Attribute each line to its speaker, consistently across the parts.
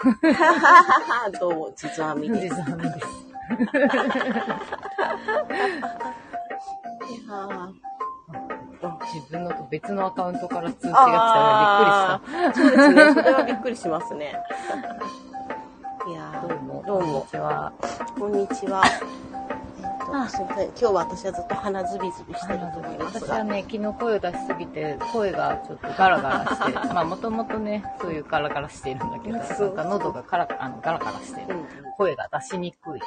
Speaker 1: どうも、実はみ
Speaker 2: 実
Speaker 1: です。
Speaker 2: はみです。
Speaker 1: いやー
Speaker 2: 自分のと別のアカウントから通知が来た
Speaker 1: あ
Speaker 2: らびっくり
Speaker 1: ーそうですね。それはびっくりしますね。いや
Speaker 2: した。どうも
Speaker 1: ー、、どう
Speaker 2: こんに
Speaker 1: も、
Speaker 2: ちは。
Speaker 1: こんにちは。えっとすみません。今日は私はずっと鼻ズビズビしてると思います
Speaker 2: 私は
Speaker 1: が。
Speaker 2: ね、昨日声を出しすぎて、声がちょっとガラガラして、まあもともとね、そういうガラガラしてるんだけど、
Speaker 1: そ
Speaker 2: な
Speaker 1: うん
Speaker 2: か喉がガラあのガラガラして
Speaker 1: う
Speaker 2: る。
Speaker 1: ん、
Speaker 2: 声が出しにくい。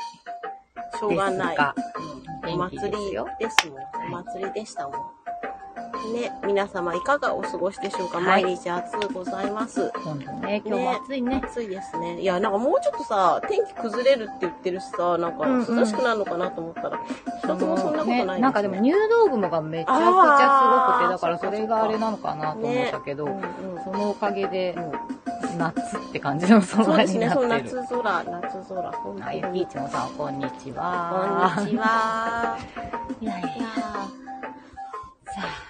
Speaker 1: しょうがない。
Speaker 2: です
Speaker 1: お
Speaker 2: が、元
Speaker 1: 祭り
Speaker 2: 気ですよ。
Speaker 1: ですもん。お祭りでしたもん。ね、皆様いかがお過ごしでしょうか、
Speaker 2: はい
Speaker 1: 毎日暑うございます。
Speaker 2: 今度ね、今日も暑いね。
Speaker 1: 暑いですね。いや、なんかもうちょっとさ、天気崩れるって言ってるしさ、なんか
Speaker 2: うんうん
Speaker 1: 涼しくなるのかなと思ったら、一、つもそんなことないです、ね
Speaker 2: ねなんかでも入道雲がめちゃくちゃすごくて、だからそれがあれなのかなと思ったけど、
Speaker 1: うんうん
Speaker 2: そのおかげで、夏って感じの
Speaker 1: そう
Speaker 2: 空
Speaker 1: です
Speaker 2: に
Speaker 1: ね、
Speaker 2: なっ
Speaker 1: その
Speaker 2: て
Speaker 1: 夏
Speaker 2: る。
Speaker 1: 空、夏空、本
Speaker 2: あ、ゆ
Speaker 1: 当
Speaker 2: きい
Speaker 1: に。
Speaker 2: ちもさん、こんにち
Speaker 1: こ
Speaker 2: は。
Speaker 1: んにちは。
Speaker 2: いやいや
Speaker 1: いやー
Speaker 2: さあ、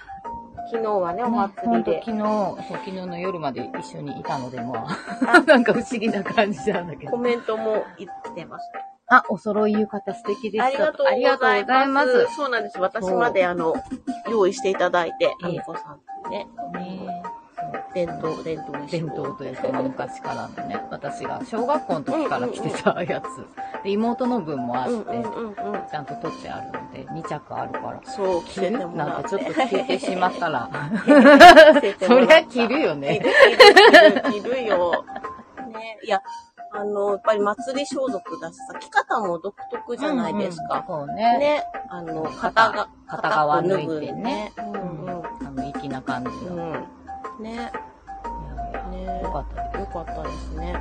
Speaker 1: 昨日はね、お
Speaker 2: ねほ
Speaker 1: 祭
Speaker 2: ん
Speaker 1: り
Speaker 2: と
Speaker 1: で
Speaker 2: 昨。日、そう昨日の夜まで一緒にいたので、まあ、 なんか不思議な感じなんだけ
Speaker 1: コ
Speaker 2: ど。
Speaker 1: メントも来てまし。
Speaker 2: あ、お揃い浴衣素敵でしたた。
Speaker 1: ありがとうございます。
Speaker 2: ありがとうござい
Speaker 1: そうなんです。私まであの、用意していただいて、
Speaker 2: ええ
Speaker 1: あみこさんってね、
Speaker 2: ますね
Speaker 1: 伝統、伝統衣装
Speaker 2: 伝統というか、まあ昔からのね、私が小学校の時から着てたやつ。で、妹の分もあっ
Speaker 1: うんうん
Speaker 2: て、
Speaker 1: うんうん。
Speaker 2: ちゃんと取ってあるので、2着あるから。
Speaker 1: そう、着
Speaker 2: 着
Speaker 1: せ
Speaker 2: る
Speaker 1: てもら
Speaker 2: な
Speaker 1: って。
Speaker 2: んかちょっと着てしまったら、
Speaker 1: 着せても
Speaker 2: そ
Speaker 1: らっ
Speaker 2: り
Speaker 1: た
Speaker 2: ゃ着るよ
Speaker 1: 着
Speaker 2: ね。
Speaker 1: る、着る、着るよ。ね、いや、あの、やっぱり祭り装束だしさ、着方も独特じゃないですか。
Speaker 2: うんうんそうね。
Speaker 1: ね、あの、肩が、
Speaker 2: 片側
Speaker 1: 片っ
Speaker 2: 抜
Speaker 1: ぽ脱ぐ
Speaker 2: いてね。
Speaker 1: う
Speaker 2: うん
Speaker 1: うん
Speaker 2: ん。あの、粋な感じの。いや
Speaker 1: うん。ね、
Speaker 2: い
Speaker 1: ね
Speaker 2: やよかったで
Speaker 1: よかったですね。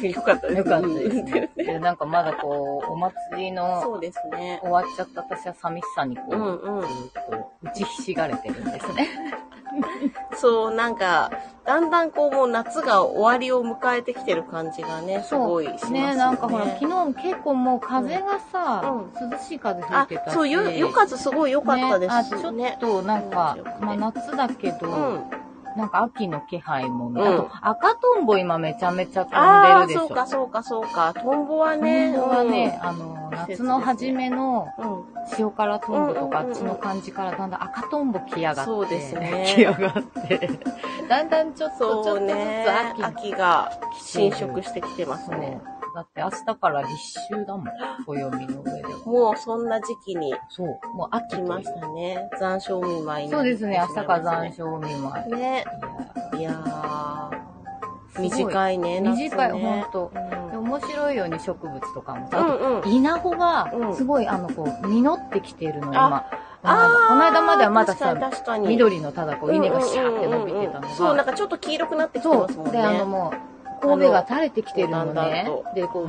Speaker 1: よかった
Speaker 2: す。
Speaker 1: です。
Speaker 2: よかったですね。で、なんかまだこう、お祭りの
Speaker 1: そうですね。
Speaker 2: 終わっちゃった私は寂しさにこう、
Speaker 1: うんうん
Speaker 2: ずっと打ちひしがれてるんですね。
Speaker 1: そう、なんか、だんだんこうもう夏が終わりを迎えてきてる感じがね、すごいしますよね。
Speaker 2: ねなんかほら、昨日結構もう風がさ、涼しい風吹い
Speaker 1: あ
Speaker 2: てた、し。
Speaker 1: そう、よ、よかった、すごい良かったで
Speaker 2: ねあ、
Speaker 1: す
Speaker 2: ちょ
Speaker 1: ね。
Speaker 2: っとなんか
Speaker 1: そうですよね、
Speaker 2: まあ夏だけど、
Speaker 1: うん。
Speaker 2: なんか秋の気配もね、
Speaker 1: うん
Speaker 2: あと赤とんぼ今めちゃめちゃ
Speaker 1: あ
Speaker 2: 飛ん
Speaker 1: あ、
Speaker 2: でるでしょ。
Speaker 1: そうか、そうか、そうか。トンボは
Speaker 2: ね、
Speaker 1: ね、
Speaker 2: これはね、あの、夏の初めの
Speaker 1: うん、うん。
Speaker 2: 塩辛トンボとか、
Speaker 1: うんうんうん
Speaker 2: あっちの感じからだんだん赤トンボ来やがって。
Speaker 1: そうですね
Speaker 2: 来やがって。だんだんちょっと、ちょ
Speaker 1: そ
Speaker 2: っ
Speaker 1: う
Speaker 2: とずつ
Speaker 1: ね。
Speaker 2: 秋に。
Speaker 1: 秋が侵食してきてますね。
Speaker 2: だって明日から立秋だもん。暦の上では。
Speaker 1: もうそんな時期に
Speaker 2: そう。もう秋
Speaker 1: 来まし
Speaker 2: という
Speaker 1: たね。残暑お見舞いにな
Speaker 2: そう
Speaker 1: り
Speaker 2: ですね、明日から残
Speaker 1: 始
Speaker 2: 暑お見舞い。
Speaker 1: めますね。ね。いやー、短いね、夏ね
Speaker 2: 短いほんと
Speaker 1: うん
Speaker 2: で面白いように植物とかも
Speaker 1: う
Speaker 2: さ、あと
Speaker 1: んうん。
Speaker 2: 稲穂が
Speaker 1: うん
Speaker 2: すごい、あのこう実ってきているの今この
Speaker 1: あ
Speaker 2: 間
Speaker 1: ー
Speaker 2: この間まではまだ
Speaker 1: 確か
Speaker 2: さ
Speaker 1: に確かに
Speaker 2: 緑のただこう稲がシャーって伸びて
Speaker 1: うんうん
Speaker 2: た
Speaker 1: うんう
Speaker 2: のが
Speaker 1: んそう、なんかちょっと黄色くなってきて
Speaker 2: そ
Speaker 1: ま
Speaker 2: う
Speaker 1: すもんね。
Speaker 2: であのもう神戸が垂れてきてるの
Speaker 1: だんだん
Speaker 2: ね
Speaker 1: と
Speaker 2: でこう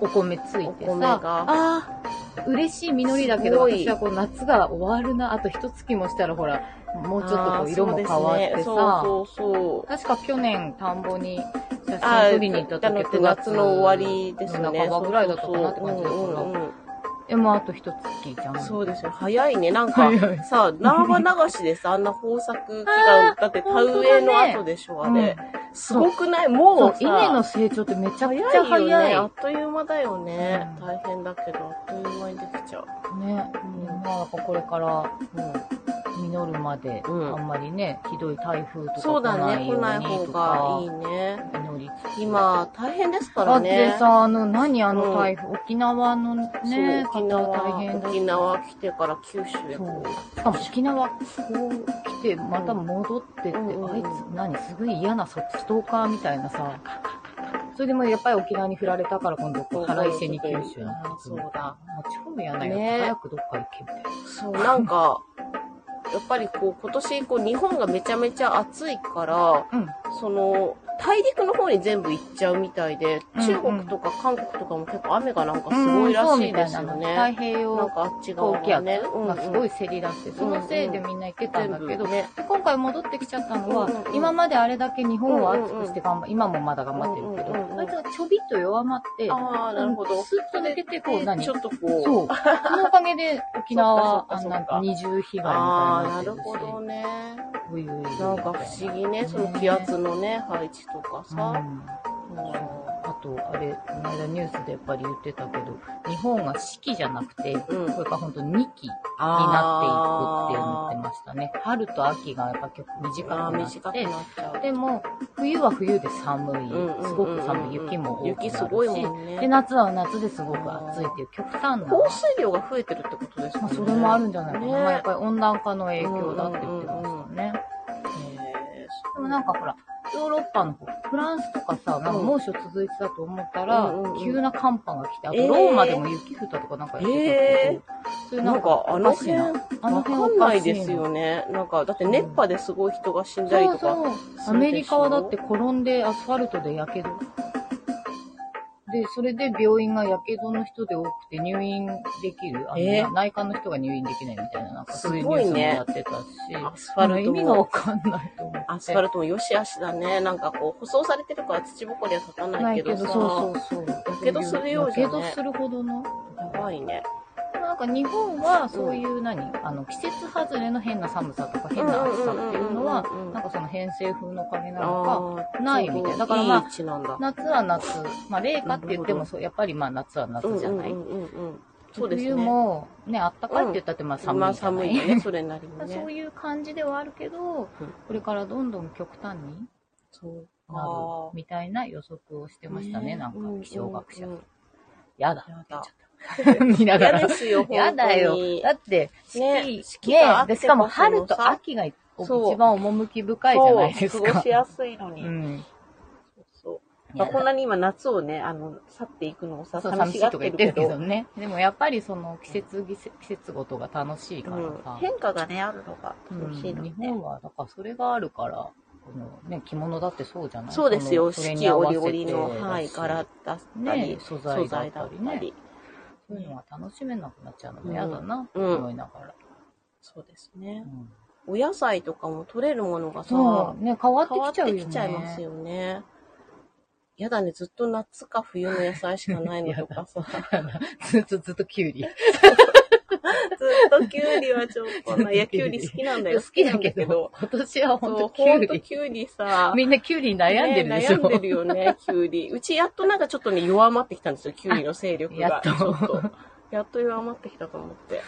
Speaker 2: お米つい
Speaker 1: お
Speaker 2: て
Speaker 1: 米
Speaker 2: さ
Speaker 1: が。
Speaker 2: あー嬉しい実りだけど
Speaker 1: すごい
Speaker 2: 私はこう夏が終わるなあと一月もしたらほらもうちょっとこう色も変わっ
Speaker 1: そうです
Speaker 2: てさ、
Speaker 1: ねそうそうそう。
Speaker 2: 確か去年田んぼに写
Speaker 1: あ
Speaker 2: 真撮りに行った時
Speaker 1: って夏の終わりですよね。
Speaker 2: 半ばぐらいだったかなって感じだから
Speaker 1: そうそうそううんうんうん
Speaker 2: でもあと一月じゃん
Speaker 1: そうですよ。早いね。なんか
Speaker 2: 早い、
Speaker 1: さ、縄流しでさ、あんな豊作期間、だって田植えの後でしょ、あ
Speaker 2: うん
Speaker 1: れ。すごくないもうさ、
Speaker 2: 稲の成長ってめちゃくちゃ
Speaker 1: 早
Speaker 2: 早
Speaker 1: い
Speaker 2: い。
Speaker 1: よね。
Speaker 2: ね
Speaker 1: あっという間だよね。
Speaker 2: うん
Speaker 1: 大変だけど、あっという間にできちゃう。
Speaker 2: うんまあ、やっぱこれから
Speaker 1: うん
Speaker 2: 実るまで、
Speaker 1: うん
Speaker 2: あんまりね、ひどい台風と
Speaker 1: そう
Speaker 2: か
Speaker 1: だ
Speaker 2: 来な
Speaker 1: ね。
Speaker 2: い
Speaker 1: 来
Speaker 2: よう
Speaker 1: ない
Speaker 2: に
Speaker 1: 方
Speaker 2: と
Speaker 1: が
Speaker 2: か、
Speaker 1: いいね。
Speaker 2: 祈りつつ。
Speaker 1: 今、大変ですか
Speaker 2: だ
Speaker 1: ら
Speaker 2: っ
Speaker 1: ね。
Speaker 2: てさ、あの、何あの
Speaker 1: うん
Speaker 2: 台風、沖縄のね、
Speaker 1: そう沖
Speaker 2: 方大
Speaker 1: 縄
Speaker 2: 変だ
Speaker 1: 沖縄来てから九州へ
Speaker 2: そ
Speaker 1: こ
Speaker 2: う。しかも沖縄、こう来て、また戻ってって、
Speaker 1: うん
Speaker 2: あいつ、何、すごい嫌なそストーカーみたいなさ。それでもやっぱり沖縄に振られたから今度こう、腹いせに九州に
Speaker 1: あ。そうだ。
Speaker 2: もう超嫌なよ。
Speaker 1: ね
Speaker 2: 早くどっか行けみたいな。
Speaker 1: うそうなんかやっぱりこう今年こう日本がめちゃめちゃ暑いから
Speaker 2: うん。
Speaker 1: その大陸の方に全部行っちゃうみたいで
Speaker 2: うんうん
Speaker 1: 中国とか韓国とかも結構雨がなんかすごいらしいですよ
Speaker 2: うんそうみたいな
Speaker 1: ね、
Speaker 2: 太平
Speaker 1: なん
Speaker 2: 洋
Speaker 1: かあっち
Speaker 2: 高
Speaker 1: 側
Speaker 2: 気
Speaker 1: が
Speaker 2: 圧
Speaker 1: ねうんうん
Speaker 2: がすごい競り出して、そのせいでみんな行ってたんだけ
Speaker 1: 全
Speaker 2: ど、
Speaker 1: 部ね
Speaker 2: で今回戻ってきちゃったのは、
Speaker 1: うんうん
Speaker 2: 今まであれだけ日本は暑くして頑張、今もまだ頑張ってるけど、
Speaker 1: うんうんうん
Speaker 2: あいつがちょびっと弱まって、
Speaker 1: ああなるほど
Speaker 2: スッと抜けて、こう何
Speaker 1: ち
Speaker 2: そ
Speaker 1: ょ
Speaker 2: う。
Speaker 1: っとこう
Speaker 2: そのおかげで沖縄 は
Speaker 1: そっかそ
Speaker 2: あん
Speaker 1: っかそ
Speaker 2: な
Speaker 1: っか
Speaker 2: 二重被害みたいに
Speaker 1: ああ
Speaker 2: な
Speaker 1: な
Speaker 2: って
Speaker 1: る
Speaker 2: るし、
Speaker 1: ほどね
Speaker 2: こういう
Speaker 1: なんか不思議ねその気圧のね配置ととか
Speaker 2: う
Speaker 1: さ、
Speaker 2: ん
Speaker 1: うん
Speaker 2: あと、あれ、この間ニュースでやっぱり言ってたけど、日本が四季じゃなくて、
Speaker 1: うん
Speaker 2: これから本当に2期になっていくって思ってましたね。春と秋がやっぱ結構短く
Speaker 1: あー
Speaker 2: な
Speaker 1: 短
Speaker 2: っ
Speaker 1: くな
Speaker 2: て
Speaker 1: っ、ちゃう。
Speaker 2: でも、冬は冬で寒い、
Speaker 1: うんうんうんうん
Speaker 2: すごく寒い、雪も多くなるし、
Speaker 1: 雪すごいもんね。
Speaker 2: で、夏は夏ですごく暑いっていう極端な、
Speaker 1: 降水量が増えてるってことですか
Speaker 2: まあ、
Speaker 1: ね。
Speaker 2: それもあるんじゃないかな。
Speaker 1: ね
Speaker 2: まあやっぱり温暖化の影響だって言ってましたよね。
Speaker 1: へー
Speaker 2: でもなんかほら、ヨーロッパの方、フランスとかさ、なんか猛暑続いてたと思ったら、
Speaker 1: うんうんうん
Speaker 2: 急な寒波が来て、あと
Speaker 1: えー
Speaker 2: ローマでも雪降ったとかなんか言ってたけど、そういう
Speaker 1: なんか、あの辺、わ
Speaker 2: おかしいな
Speaker 1: かんないです
Speaker 2: ね
Speaker 1: よね。なんか、だって熱波ですごい人が死んだり
Speaker 2: そ
Speaker 1: と
Speaker 2: う
Speaker 1: か。
Speaker 2: そう。アメリカはだって転んでアスファルトで火傷。で、それで病院が火傷の人で多くて入院できる。あの
Speaker 1: えー
Speaker 2: 内科の人が入院できないみたいな、なんかそうい
Speaker 1: す
Speaker 2: うニ
Speaker 1: ご
Speaker 2: ュ
Speaker 1: い
Speaker 2: ースも
Speaker 1: ね
Speaker 2: やってたし。
Speaker 1: アスファルトも
Speaker 2: なんか意味がわかんないと思って。
Speaker 1: アスファルトもよし悪しだね。なんかこう、舗装されてるから土ぼこりは立たないけどさ。
Speaker 2: そうそうそう。
Speaker 1: けどするようじゃね
Speaker 2: やけどするほどの。
Speaker 1: やばいね。
Speaker 2: なんか日本はそういう何、あの、季節外れの変な寒さとか変な暑さっていうのは
Speaker 1: うんうんうんうん、
Speaker 2: なんかその偏西風のおかげなのか、
Speaker 1: あー
Speaker 2: ないみたいなだからまあ
Speaker 1: いい位置なんだ。
Speaker 2: 夏は夏、まあ、冷夏って言
Speaker 1: なるほ
Speaker 2: って
Speaker 1: ど
Speaker 2: もそう、やっぱりまあ夏は夏じゃない。
Speaker 1: うんうんうんうんうんそうですね。
Speaker 2: 冬も、ね、あったかいって言ったってまあ寒いじゃ
Speaker 1: ま
Speaker 2: な
Speaker 1: あ
Speaker 2: い。
Speaker 1: 寒いよね、それなりに
Speaker 2: そう
Speaker 1: ね。
Speaker 2: いう感じではあるけど、
Speaker 1: うん
Speaker 2: これからどんどん極端に
Speaker 1: そう
Speaker 2: なるみたいな予測をしてましたね、なんか気象学者。
Speaker 1: うんうんうん
Speaker 2: やだ。
Speaker 1: やだ。
Speaker 2: 見ながら
Speaker 1: 嫌。ですよ、本当に。
Speaker 2: やだよ。だって、
Speaker 1: ね
Speaker 2: 四
Speaker 1: 四
Speaker 2: 季、
Speaker 1: 季
Speaker 2: ね
Speaker 1: があって
Speaker 2: で、しかも
Speaker 1: こその
Speaker 2: 春と
Speaker 1: さ
Speaker 2: 秋が一
Speaker 1: そう
Speaker 2: 番趣深いじゃないで
Speaker 1: そ
Speaker 2: す
Speaker 1: う過ご
Speaker 2: か
Speaker 1: し。やすいの
Speaker 2: う
Speaker 1: に。
Speaker 2: ん。
Speaker 1: そう。ま
Speaker 2: や
Speaker 1: あ、
Speaker 2: だ
Speaker 1: こんなに今夏をね、あの、去っていくのをさ、
Speaker 2: そう
Speaker 1: 寂
Speaker 2: 寂
Speaker 1: し
Speaker 2: しい
Speaker 1: がっ
Speaker 2: と
Speaker 1: て
Speaker 2: か言
Speaker 1: る
Speaker 2: って
Speaker 1: け
Speaker 2: るけど
Speaker 1: ど、
Speaker 2: ね。でもやっぱりその季節ぎせ、季節ごとが楽しいから
Speaker 1: うん
Speaker 2: さ。
Speaker 1: 変化がね、あるのが
Speaker 2: うん
Speaker 1: 楽しいの
Speaker 2: 日
Speaker 1: ね。
Speaker 2: 本は、だからそれがあるから、このね、着物だってそうじゃない
Speaker 1: そうですよ、
Speaker 2: そのそ
Speaker 1: 四
Speaker 2: れに
Speaker 1: 季
Speaker 2: 合わ
Speaker 1: 折
Speaker 2: せて
Speaker 1: 々の、はい、
Speaker 2: だし
Speaker 1: 柄だったり、
Speaker 2: ね、
Speaker 1: 素
Speaker 2: 素材だっ
Speaker 1: 材だ
Speaker 2: た
Speaker 1: っ
Speaker 2: り
Speaker 1: た
Speaker 2: ね。
Speaker 1: り。
Speaker 2: そういうのが楽しめなくなっちゃうのも嫌だな、と
Speaker 1: うんうん
Speaker 2: 思いながら。
Speaker 1: そうですね
Speaker 2: う。ん
Speaker 1: お野菜とかも取れるものがさ、
Speaker 2: そう、ね、変わって
Speaker 1: 変わ
Speaker 2: き
Speaker 1: っ
Speaker 2: ちゃうよ
Speaker 1: て
Speaker 2: ね。
Speaker 1: きちゃいますよね。やだね、ずっと夏か冬の野菜しかないのとか さ。
Speaker 2: ずっと、ずっとキュウリ。
Speaker 1: ずっとキュウリはちょっとな、いや、キュウリ好きなんだよ。
Speaker 2: 好きだけど、、今年は本
Speaker 1: そう、
Speaker 2: 当キ
Speaker 1: ほ
Speaker 2: ュウ
Speaker 1: んと
Speaker 2: リ。
Speaker 1: キュウリ さ、
Speaker 2: みんなキュウリに悩んでるでし
Speaker 1: ね
Speaker 2: ょ。
Speaker 1: 悩んでるよね、キュウリ。うちやっとなんかちょっとね、弱まってきたんですよ、キュウリの勢力が。
Speaker 2: やっと
Speaker 1: ちょっと。やっと弱まってきたと思って。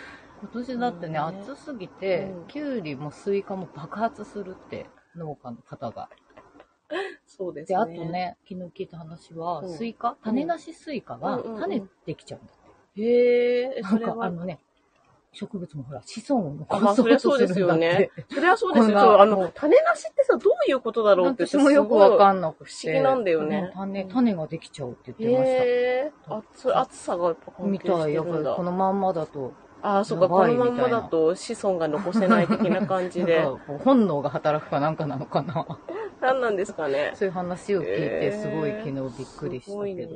Speaker 2: 今年だってね、
Speaker 1: うん
Speaker 2: 暑すぎて、
Speaker 1: うん
Speaker 2: キュウリもスイカも爆発するって、農家の方が。
Speaker 1: そうですね。
Speaker 2: で、あと。ね、昨日聞いた話は、
Speaker 1: うん
Speaker 2: スイカ、種なしスイカが
Speaker 1: うんうんうん
Speaker 2: 種できちゃうんだって。
Speaker 1: へえ、
Speaker 2: な
Speaker 1: そ
Speaker 2: ん
Speaker 1: れ
Speaker 2: かあ
Speaker 1: は、
Speaker 2: のね、植物もほら、子孫を
Speaker 1: あま
Speaker 2: 残
Speaker 1: あ
Speaker 2: そうとするんだ
Speaker 1: そりゃそうですよ
Speaker 2: って。
Speaker 1: ね。それはそうですよ。
Speaker 2: これが
Speaker 1: そうあ
Speaker 2: も
Speaker 1: の
Speaker 2: う、
Speaker 1: 種なしってさ、どういうことだろうって
Speaker 2: 私もよくわ
Speaker 1: ん
Speaker 2: かんなくて。
Speaker 1: 不思議なんだよね
Speaker 2: う種、種ができちゃうって言
Speaker 1: ない。
Speaker 2: ってました。
Speaker 1: へえ、あそれ暑さがやっぱ関
Speaker 2: み
Speaker 1: 係してるんだ。
Speaker 2: たい、やっぱりこのまんまだと。
Speaker 1: ああ、そっか、
Speaker 2: や
Speaker 1: こ
Speaker 2: ばい
Speaker 1: のまんまだと子孫が残せない的な感じで
Speaker 2: な。んかこう本能が働くかなんかなのかな。
Speaker 1: 何なんですかね。
Speaker 2: そういう話を聞いて、
Speaker 1: えー
Speaker 2: すごい昨日びっくりしたけ
Speaker 1: す
Speaker 2: ど
Speaker 1: ごい。ね。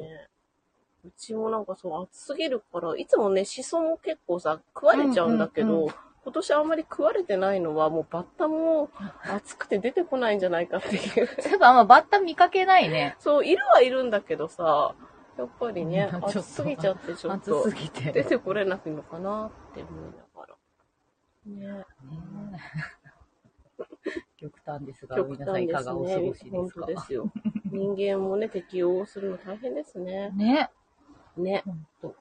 Speaker 1: うちもなんかそう、暑すぎるから、いつもね、シソも結構さ、食われちゃうんだけど、
Speaker 2: うんうんう
Speaker 1: 今年あんまり食われてないのは、もうバッタも暑くて出てこないんじゃないかっていう。
Speaker 2: そういえばあんまバッタ見かけないね。
Speaker 1: そう、いるはいるんだけどさ、やっぱりね
Speaker 2: う、んちょっと
Speaker 1: 暑すぎちゃってちょっ
Speaker 2: 暑
Speaker 1: と
Speaker 2: す、ぎ
Speaker 1: 出
Speaker 2: て。
Speaker 1: てこれなくのかなって思いながら。ね、
Speaker 2: 極端ですが、
Speaker 1: 極
Speaker 2: 皆さん
Speaker 1: 端
Speaker 2: い
Speaker 1: で
Speaker 2: か
Speaker 1: す
Speaker 2: がお過ごし
Speaker 1: ね。
Speaker 2: で
Speaker 1: 本
Speaker 2: す
Speaker 1: 当
Speaker 2: か
Speaker 1: ですよ。人間もね、適応するの大変ですね。
Speaker 2: ね。
Speaker 1: ね。
Speaker 2: ほんと。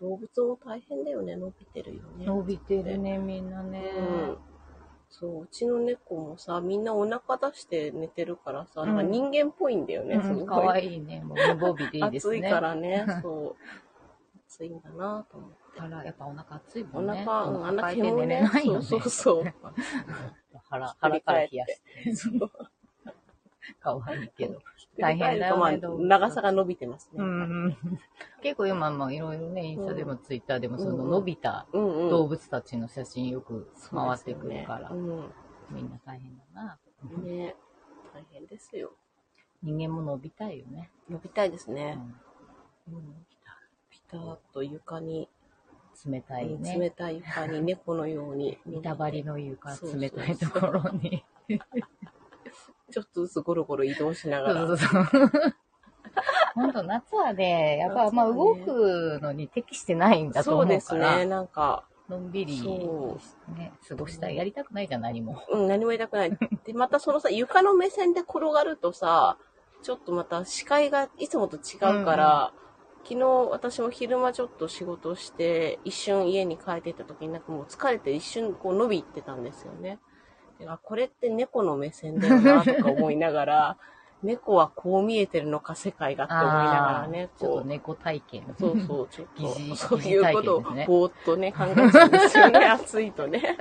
Speaker 1: 動物も大変だよね、伸びてるよね。
Speaker 2: 伸びてるね、みんなね。
Speaker 1: うんそう、うちの猫もさ、みんなお腹出して寝てるからさ、なんか
Speaker 2: うん
Speaker 1: 人間っぽいんだよね、
Speaker 2: う
Speaker 1: す
Speaker 2: ん
Speaker 1: ごい。
Speaker 2: かわいいね。もう無防備でいいです
Speaker 1: 暑
Speaker 2: ね。
Speaker 1: いから ね、そう。暑いんだなと思って。
Speaker 2: あら、やっぱお腹熱い
Speaker 1: お
Speaker 2: もんね。
Speaker 1: 腹、うん、あんな
Speaker 2: 抱えて
Speaker 1: 煙
Speaker 2: 寝れ
Speaker 1: ね
Speaker 2: ないよね。
Speaker 1: そうそうそう。
Speaker 2: 腹、腹から冷やして。
Speaker 1: そう
Speaker 2: かわいいけど。 大変だよね
Speaker 1: まあ
Speaker 2: 動物
Speaker 1: 長さが伸びてますね。
Speaker 2: う。ん。結構今、まあ、いろいろね、インスタでもツイッターでも、その
Speaker 1: うん
Speaker 2: 伸びた
Speaker 1: うんうん。
Speaker 2: 動物たちの写真よく
Speaker 1: そう
Speaker 2: 回
Speaker 1: で
Speaker 2: っ
Speaker 1: す
Speaker 2: て
Speaker 1: よ
Speaker 2: くる
Speaker 1: ね
Speaker 2: から、
Speaker 1: う
Speaker 2: みんな大変だな。
Speaker 1: ん。ね大変ですよ。
Speaker 2: 人間も伸びたいよね。
Speaker 1: 伸びたいです
Speaker 2: う
Speaker 1: ね。
Speaker 2: ん
Speaker 1: うん、ピタッと床に
Speaker 2: 冷たい
Speaker 1: うん冷
Speaker 2: ね。
Speaker 1: たい床に猫のように。
Speaker 2: 見たばりの床、
Speaker 1: そうそう
Speaker 2: 冷たいところに。
Speaker 1: ちょっとずつゴロゴロ移動しな
Speaker 2: そ
Speaker 1: が
Speaker 2: うそ
Speaker 1: ら。
Speaker 2: うそう。 本当夏はね、やっぱあんま
Speaker 1: 夏は
Speaker 2: 動
Speaker 1: ね
Speaker 2: くのに適してないんだと
Speaker 1: そう
Speaker 2: 思
Speaker 1: で
Speaker 2: う
Speaker 1: す
Speaker 2: から。
Speaker 1: ね。なんか、
Speaker 2: のんびり
Speaker 1: そ
Speaker 2: ね、過ごしたい。やりたくないじゃん、何も。
Speaker 1: うん、何もやりたくない。で、またそのさ、床の目線で転がるとさ、ちょっとまた視界がいつもと違うから、昨日私も昼間ちょっと仕事して、一瞬家に帰ってった時になんかもう疲れて一瞬こう伸びってたんですよね。であ、これって猫の目線だよなとか思いながら、猫はこう見えてるのか世界がって思いながら ね、
Speaker 2: ちょっ
Speaker 1: ことう。
Speaker 2: 猫体験。
Speaker 1: そうそう、ちょっ
Speaker 2: 疑似
Speaker 1: と、そういうことを
Speaker 2: 疑似体験ですね
Speaker 1: ぼーっとね、考えちゃうんですよね、 暑いとね。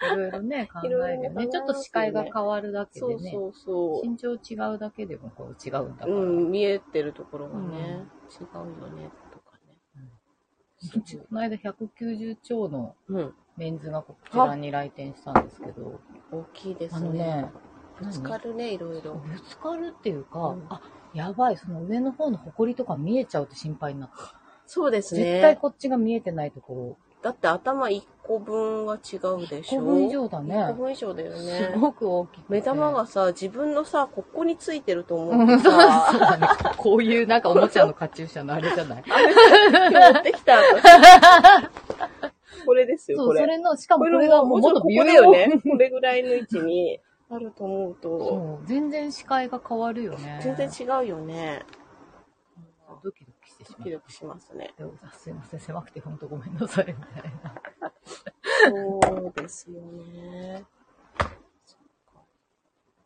Speaker 2: いろい ろね、考えるよ
Speaker 1: いろいろ考え
Speaker 2: ね。
Speaker 1: ますよね
Speaker 2: ちょっと視界が変わるだけ
Speaker 1: そ
Speaker 2: で
Speaker 1: う
Speaker 2: ね。
Speaker 1: そうそう。
Speaker 2: 身長違うだけでもこう違うんだから。
Speaker 1: うん、見えてるところがね、違うよね、とかね。
Speaker 2: うちこの間190兆の
Speaker 1: うん、
Speaker 2: メンズがこちらに来店したんですけど、
Speaker 1: 大きいで
Speaker 2: あ
Speaker 1: す
Speaker 2: の
Speaker 1: ね。
Speaker 2: ね、
Speaker 1: ぶつかるね、いろいろ。
Speaker 2: ぶつかるっていうか、
Speaker 1: うん
Speaker 2: あ、やばい、その上の方の埃とか見えちゃうって心配になった。
Speaker 1: そうです
Speaker 2: 絶対
Speaker 1: ね。
Speaker 2: こっちが見えてないとこ
Speaker 1: だって頭1個分は違う
Speaker 2: ろ、
Speaker 1: でし
Speaker 2: 5
Speaker 1: ょ。
Speaker 2: 分以上だ
Speaker 1: 1個
Speaker 2: ね。
Speaker 1: 分以上だよ
Speaker 2: す
Speaker 1: ね。
Speaker 2: ごく大きくて。
Speaker 1: 目玉がさ、自分のさ、ここについてると思
Speaker 2: う。
Speaker 1: うんと
Speaker 2: そう
Speaker 1: さ、
Speaker 2: そうだね。 こういうなんかおもちゃのカチューシャのあれじ ゃない
Speaker 1: 今持ってきた私。 これですよ、
Speaker 2: そ
Speaker 1: こ
Speaker 2: う、そ
Speaker 1: れ。
Speaker 2: れの、しかもこ
Speaker 1: の
Speaker 2: れがもうもっと
Speaker 1: ここ
Speaker 2: 微妙
Speaker 1: だよね。 これぐらいの位置にあると思うと、
Speaker 2: そう、全然視界が変わるよね。
Speaker 1: 全然違うよね。
Speaker 2: ドキドキしてし
Speaker 1: ド
Speaker 2: ま
Speaker 1: キ
Speaker 2: う
Speaker 1: ド。キしますね。
Speaker 2: でもさすいません、狭くてほんとごめんなさい、みたいな。
Speaker 1: そうですよね。そっか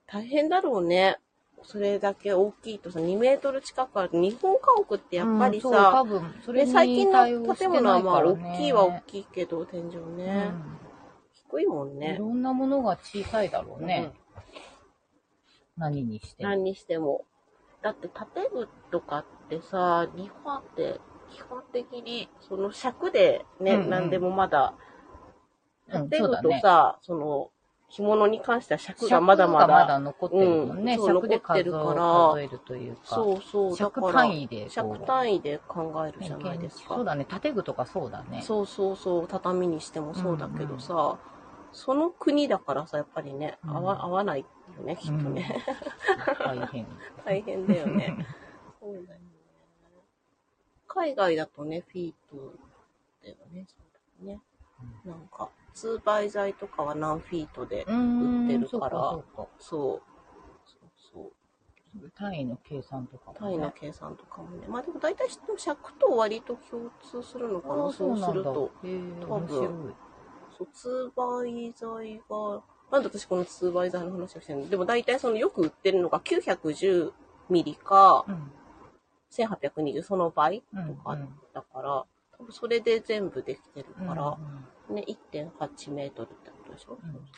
Speaker 1: 大変だろうね。それだけ大きいとさ、2メートル近くある。日本家屋ってやっぱり
Speaker 2: うんそう
Speaker 1: さ、
Speaker 2: 多分、そ
Speaker 1: ね
Speaker 2: れに
Speaker 1: 最近
Speaker 2: 対応
Speaker 1: の
Speaker 2: して
Speaker 1: 建
Speaker 2: ない
Speaker 1: 物
Speaker 2: から、
Speaker 1: は
Speaker 2: ね、
Speaker 1: まあ大きいは大きいけど、天井ね。低いもん
Speaker 2: うん。い
Speaker 1: ね。
Speaker 2: ろんなものが小さいだろうね。何にしても。
Speaker 1: 何にしても。だって建具とかってさ、日本って基本的にその尺でね、
Speaker 2: うんうん
Speaker 1: 何でもまだ、
Speaker 2: うん
Speaker 1: 建
Speaker 2: そう
Speaker 1: 具
Speaker 2: だ
Speaker 1: と
Speaker 2: ね。
Speaker 1: さ、その着物に関しては尺がまだま
Speaker 2: 尺がま
Speaker 1: だ
Speaker 2: だ残ってるもんね。
Speaker 1: うんそう
Speaker 2: 尺で数
Speaker 1: 残って
Speaker 2: え
Speaker 1: るから
Speaker 2: 数えるというか。
Speaker 1: そうそう。だか
Speaker 2: 尺
Speaker 1: ら
Speaker 2: 単位でこう。
Speaker 1: 尺単位で考えるじゃないです
Speaker 2: そう
Speaker 1: か。
Speaker 2: だね。建具とかそうだね。
Speaker 1: そうそうそう。畳にしてもそうだけどさ、その国だからさ、やっぱりね、
Speaker 2: うん
Speaker 1: 合わ合わないよね、きっとね。
Speaker 2: 大 変。
Speaker 1: 大変だよね。 そうだよね。海外だとね、フィートだよね。そうだよね。なんか、通売材とかは何フィートで、
Speaker 2: うーん。
Speaker 1: 売ってるから
Speaker 2: そうそうか
Speaker 1: そう。そうそう。
Speaker 2: 単位の計算とかもね、
Speaker 1: 単位の計算とかもね。まあでも大体尺と割と共通するのか
Speaker 2: あ
Speaker 1: な、
Speaker 2: あ
Speaker 1: そうすると。。
Speaker 2: へえ、
Speaker 1: 多
Speaker 2: 面
Speaker 1: 分
Speaker 2: 白い。
Speaker 1: そう、通売剤が、なんで私この通売剤の話をしてるのでも大体そのよく売ってるのが910ミリか
Speaker 2: うん。
Speaker 1: 1820その倍
Speaker 2: うん。
Speaker 1: と
Speaker 2: う
Speaker 1: か
Speaker 2: ん
Speaker 1: だから、多分それで全部できてる
Speaker 2: うん
Speaker 1: から、ね、1.8メートルってことでしょ、
Speaker 2: うん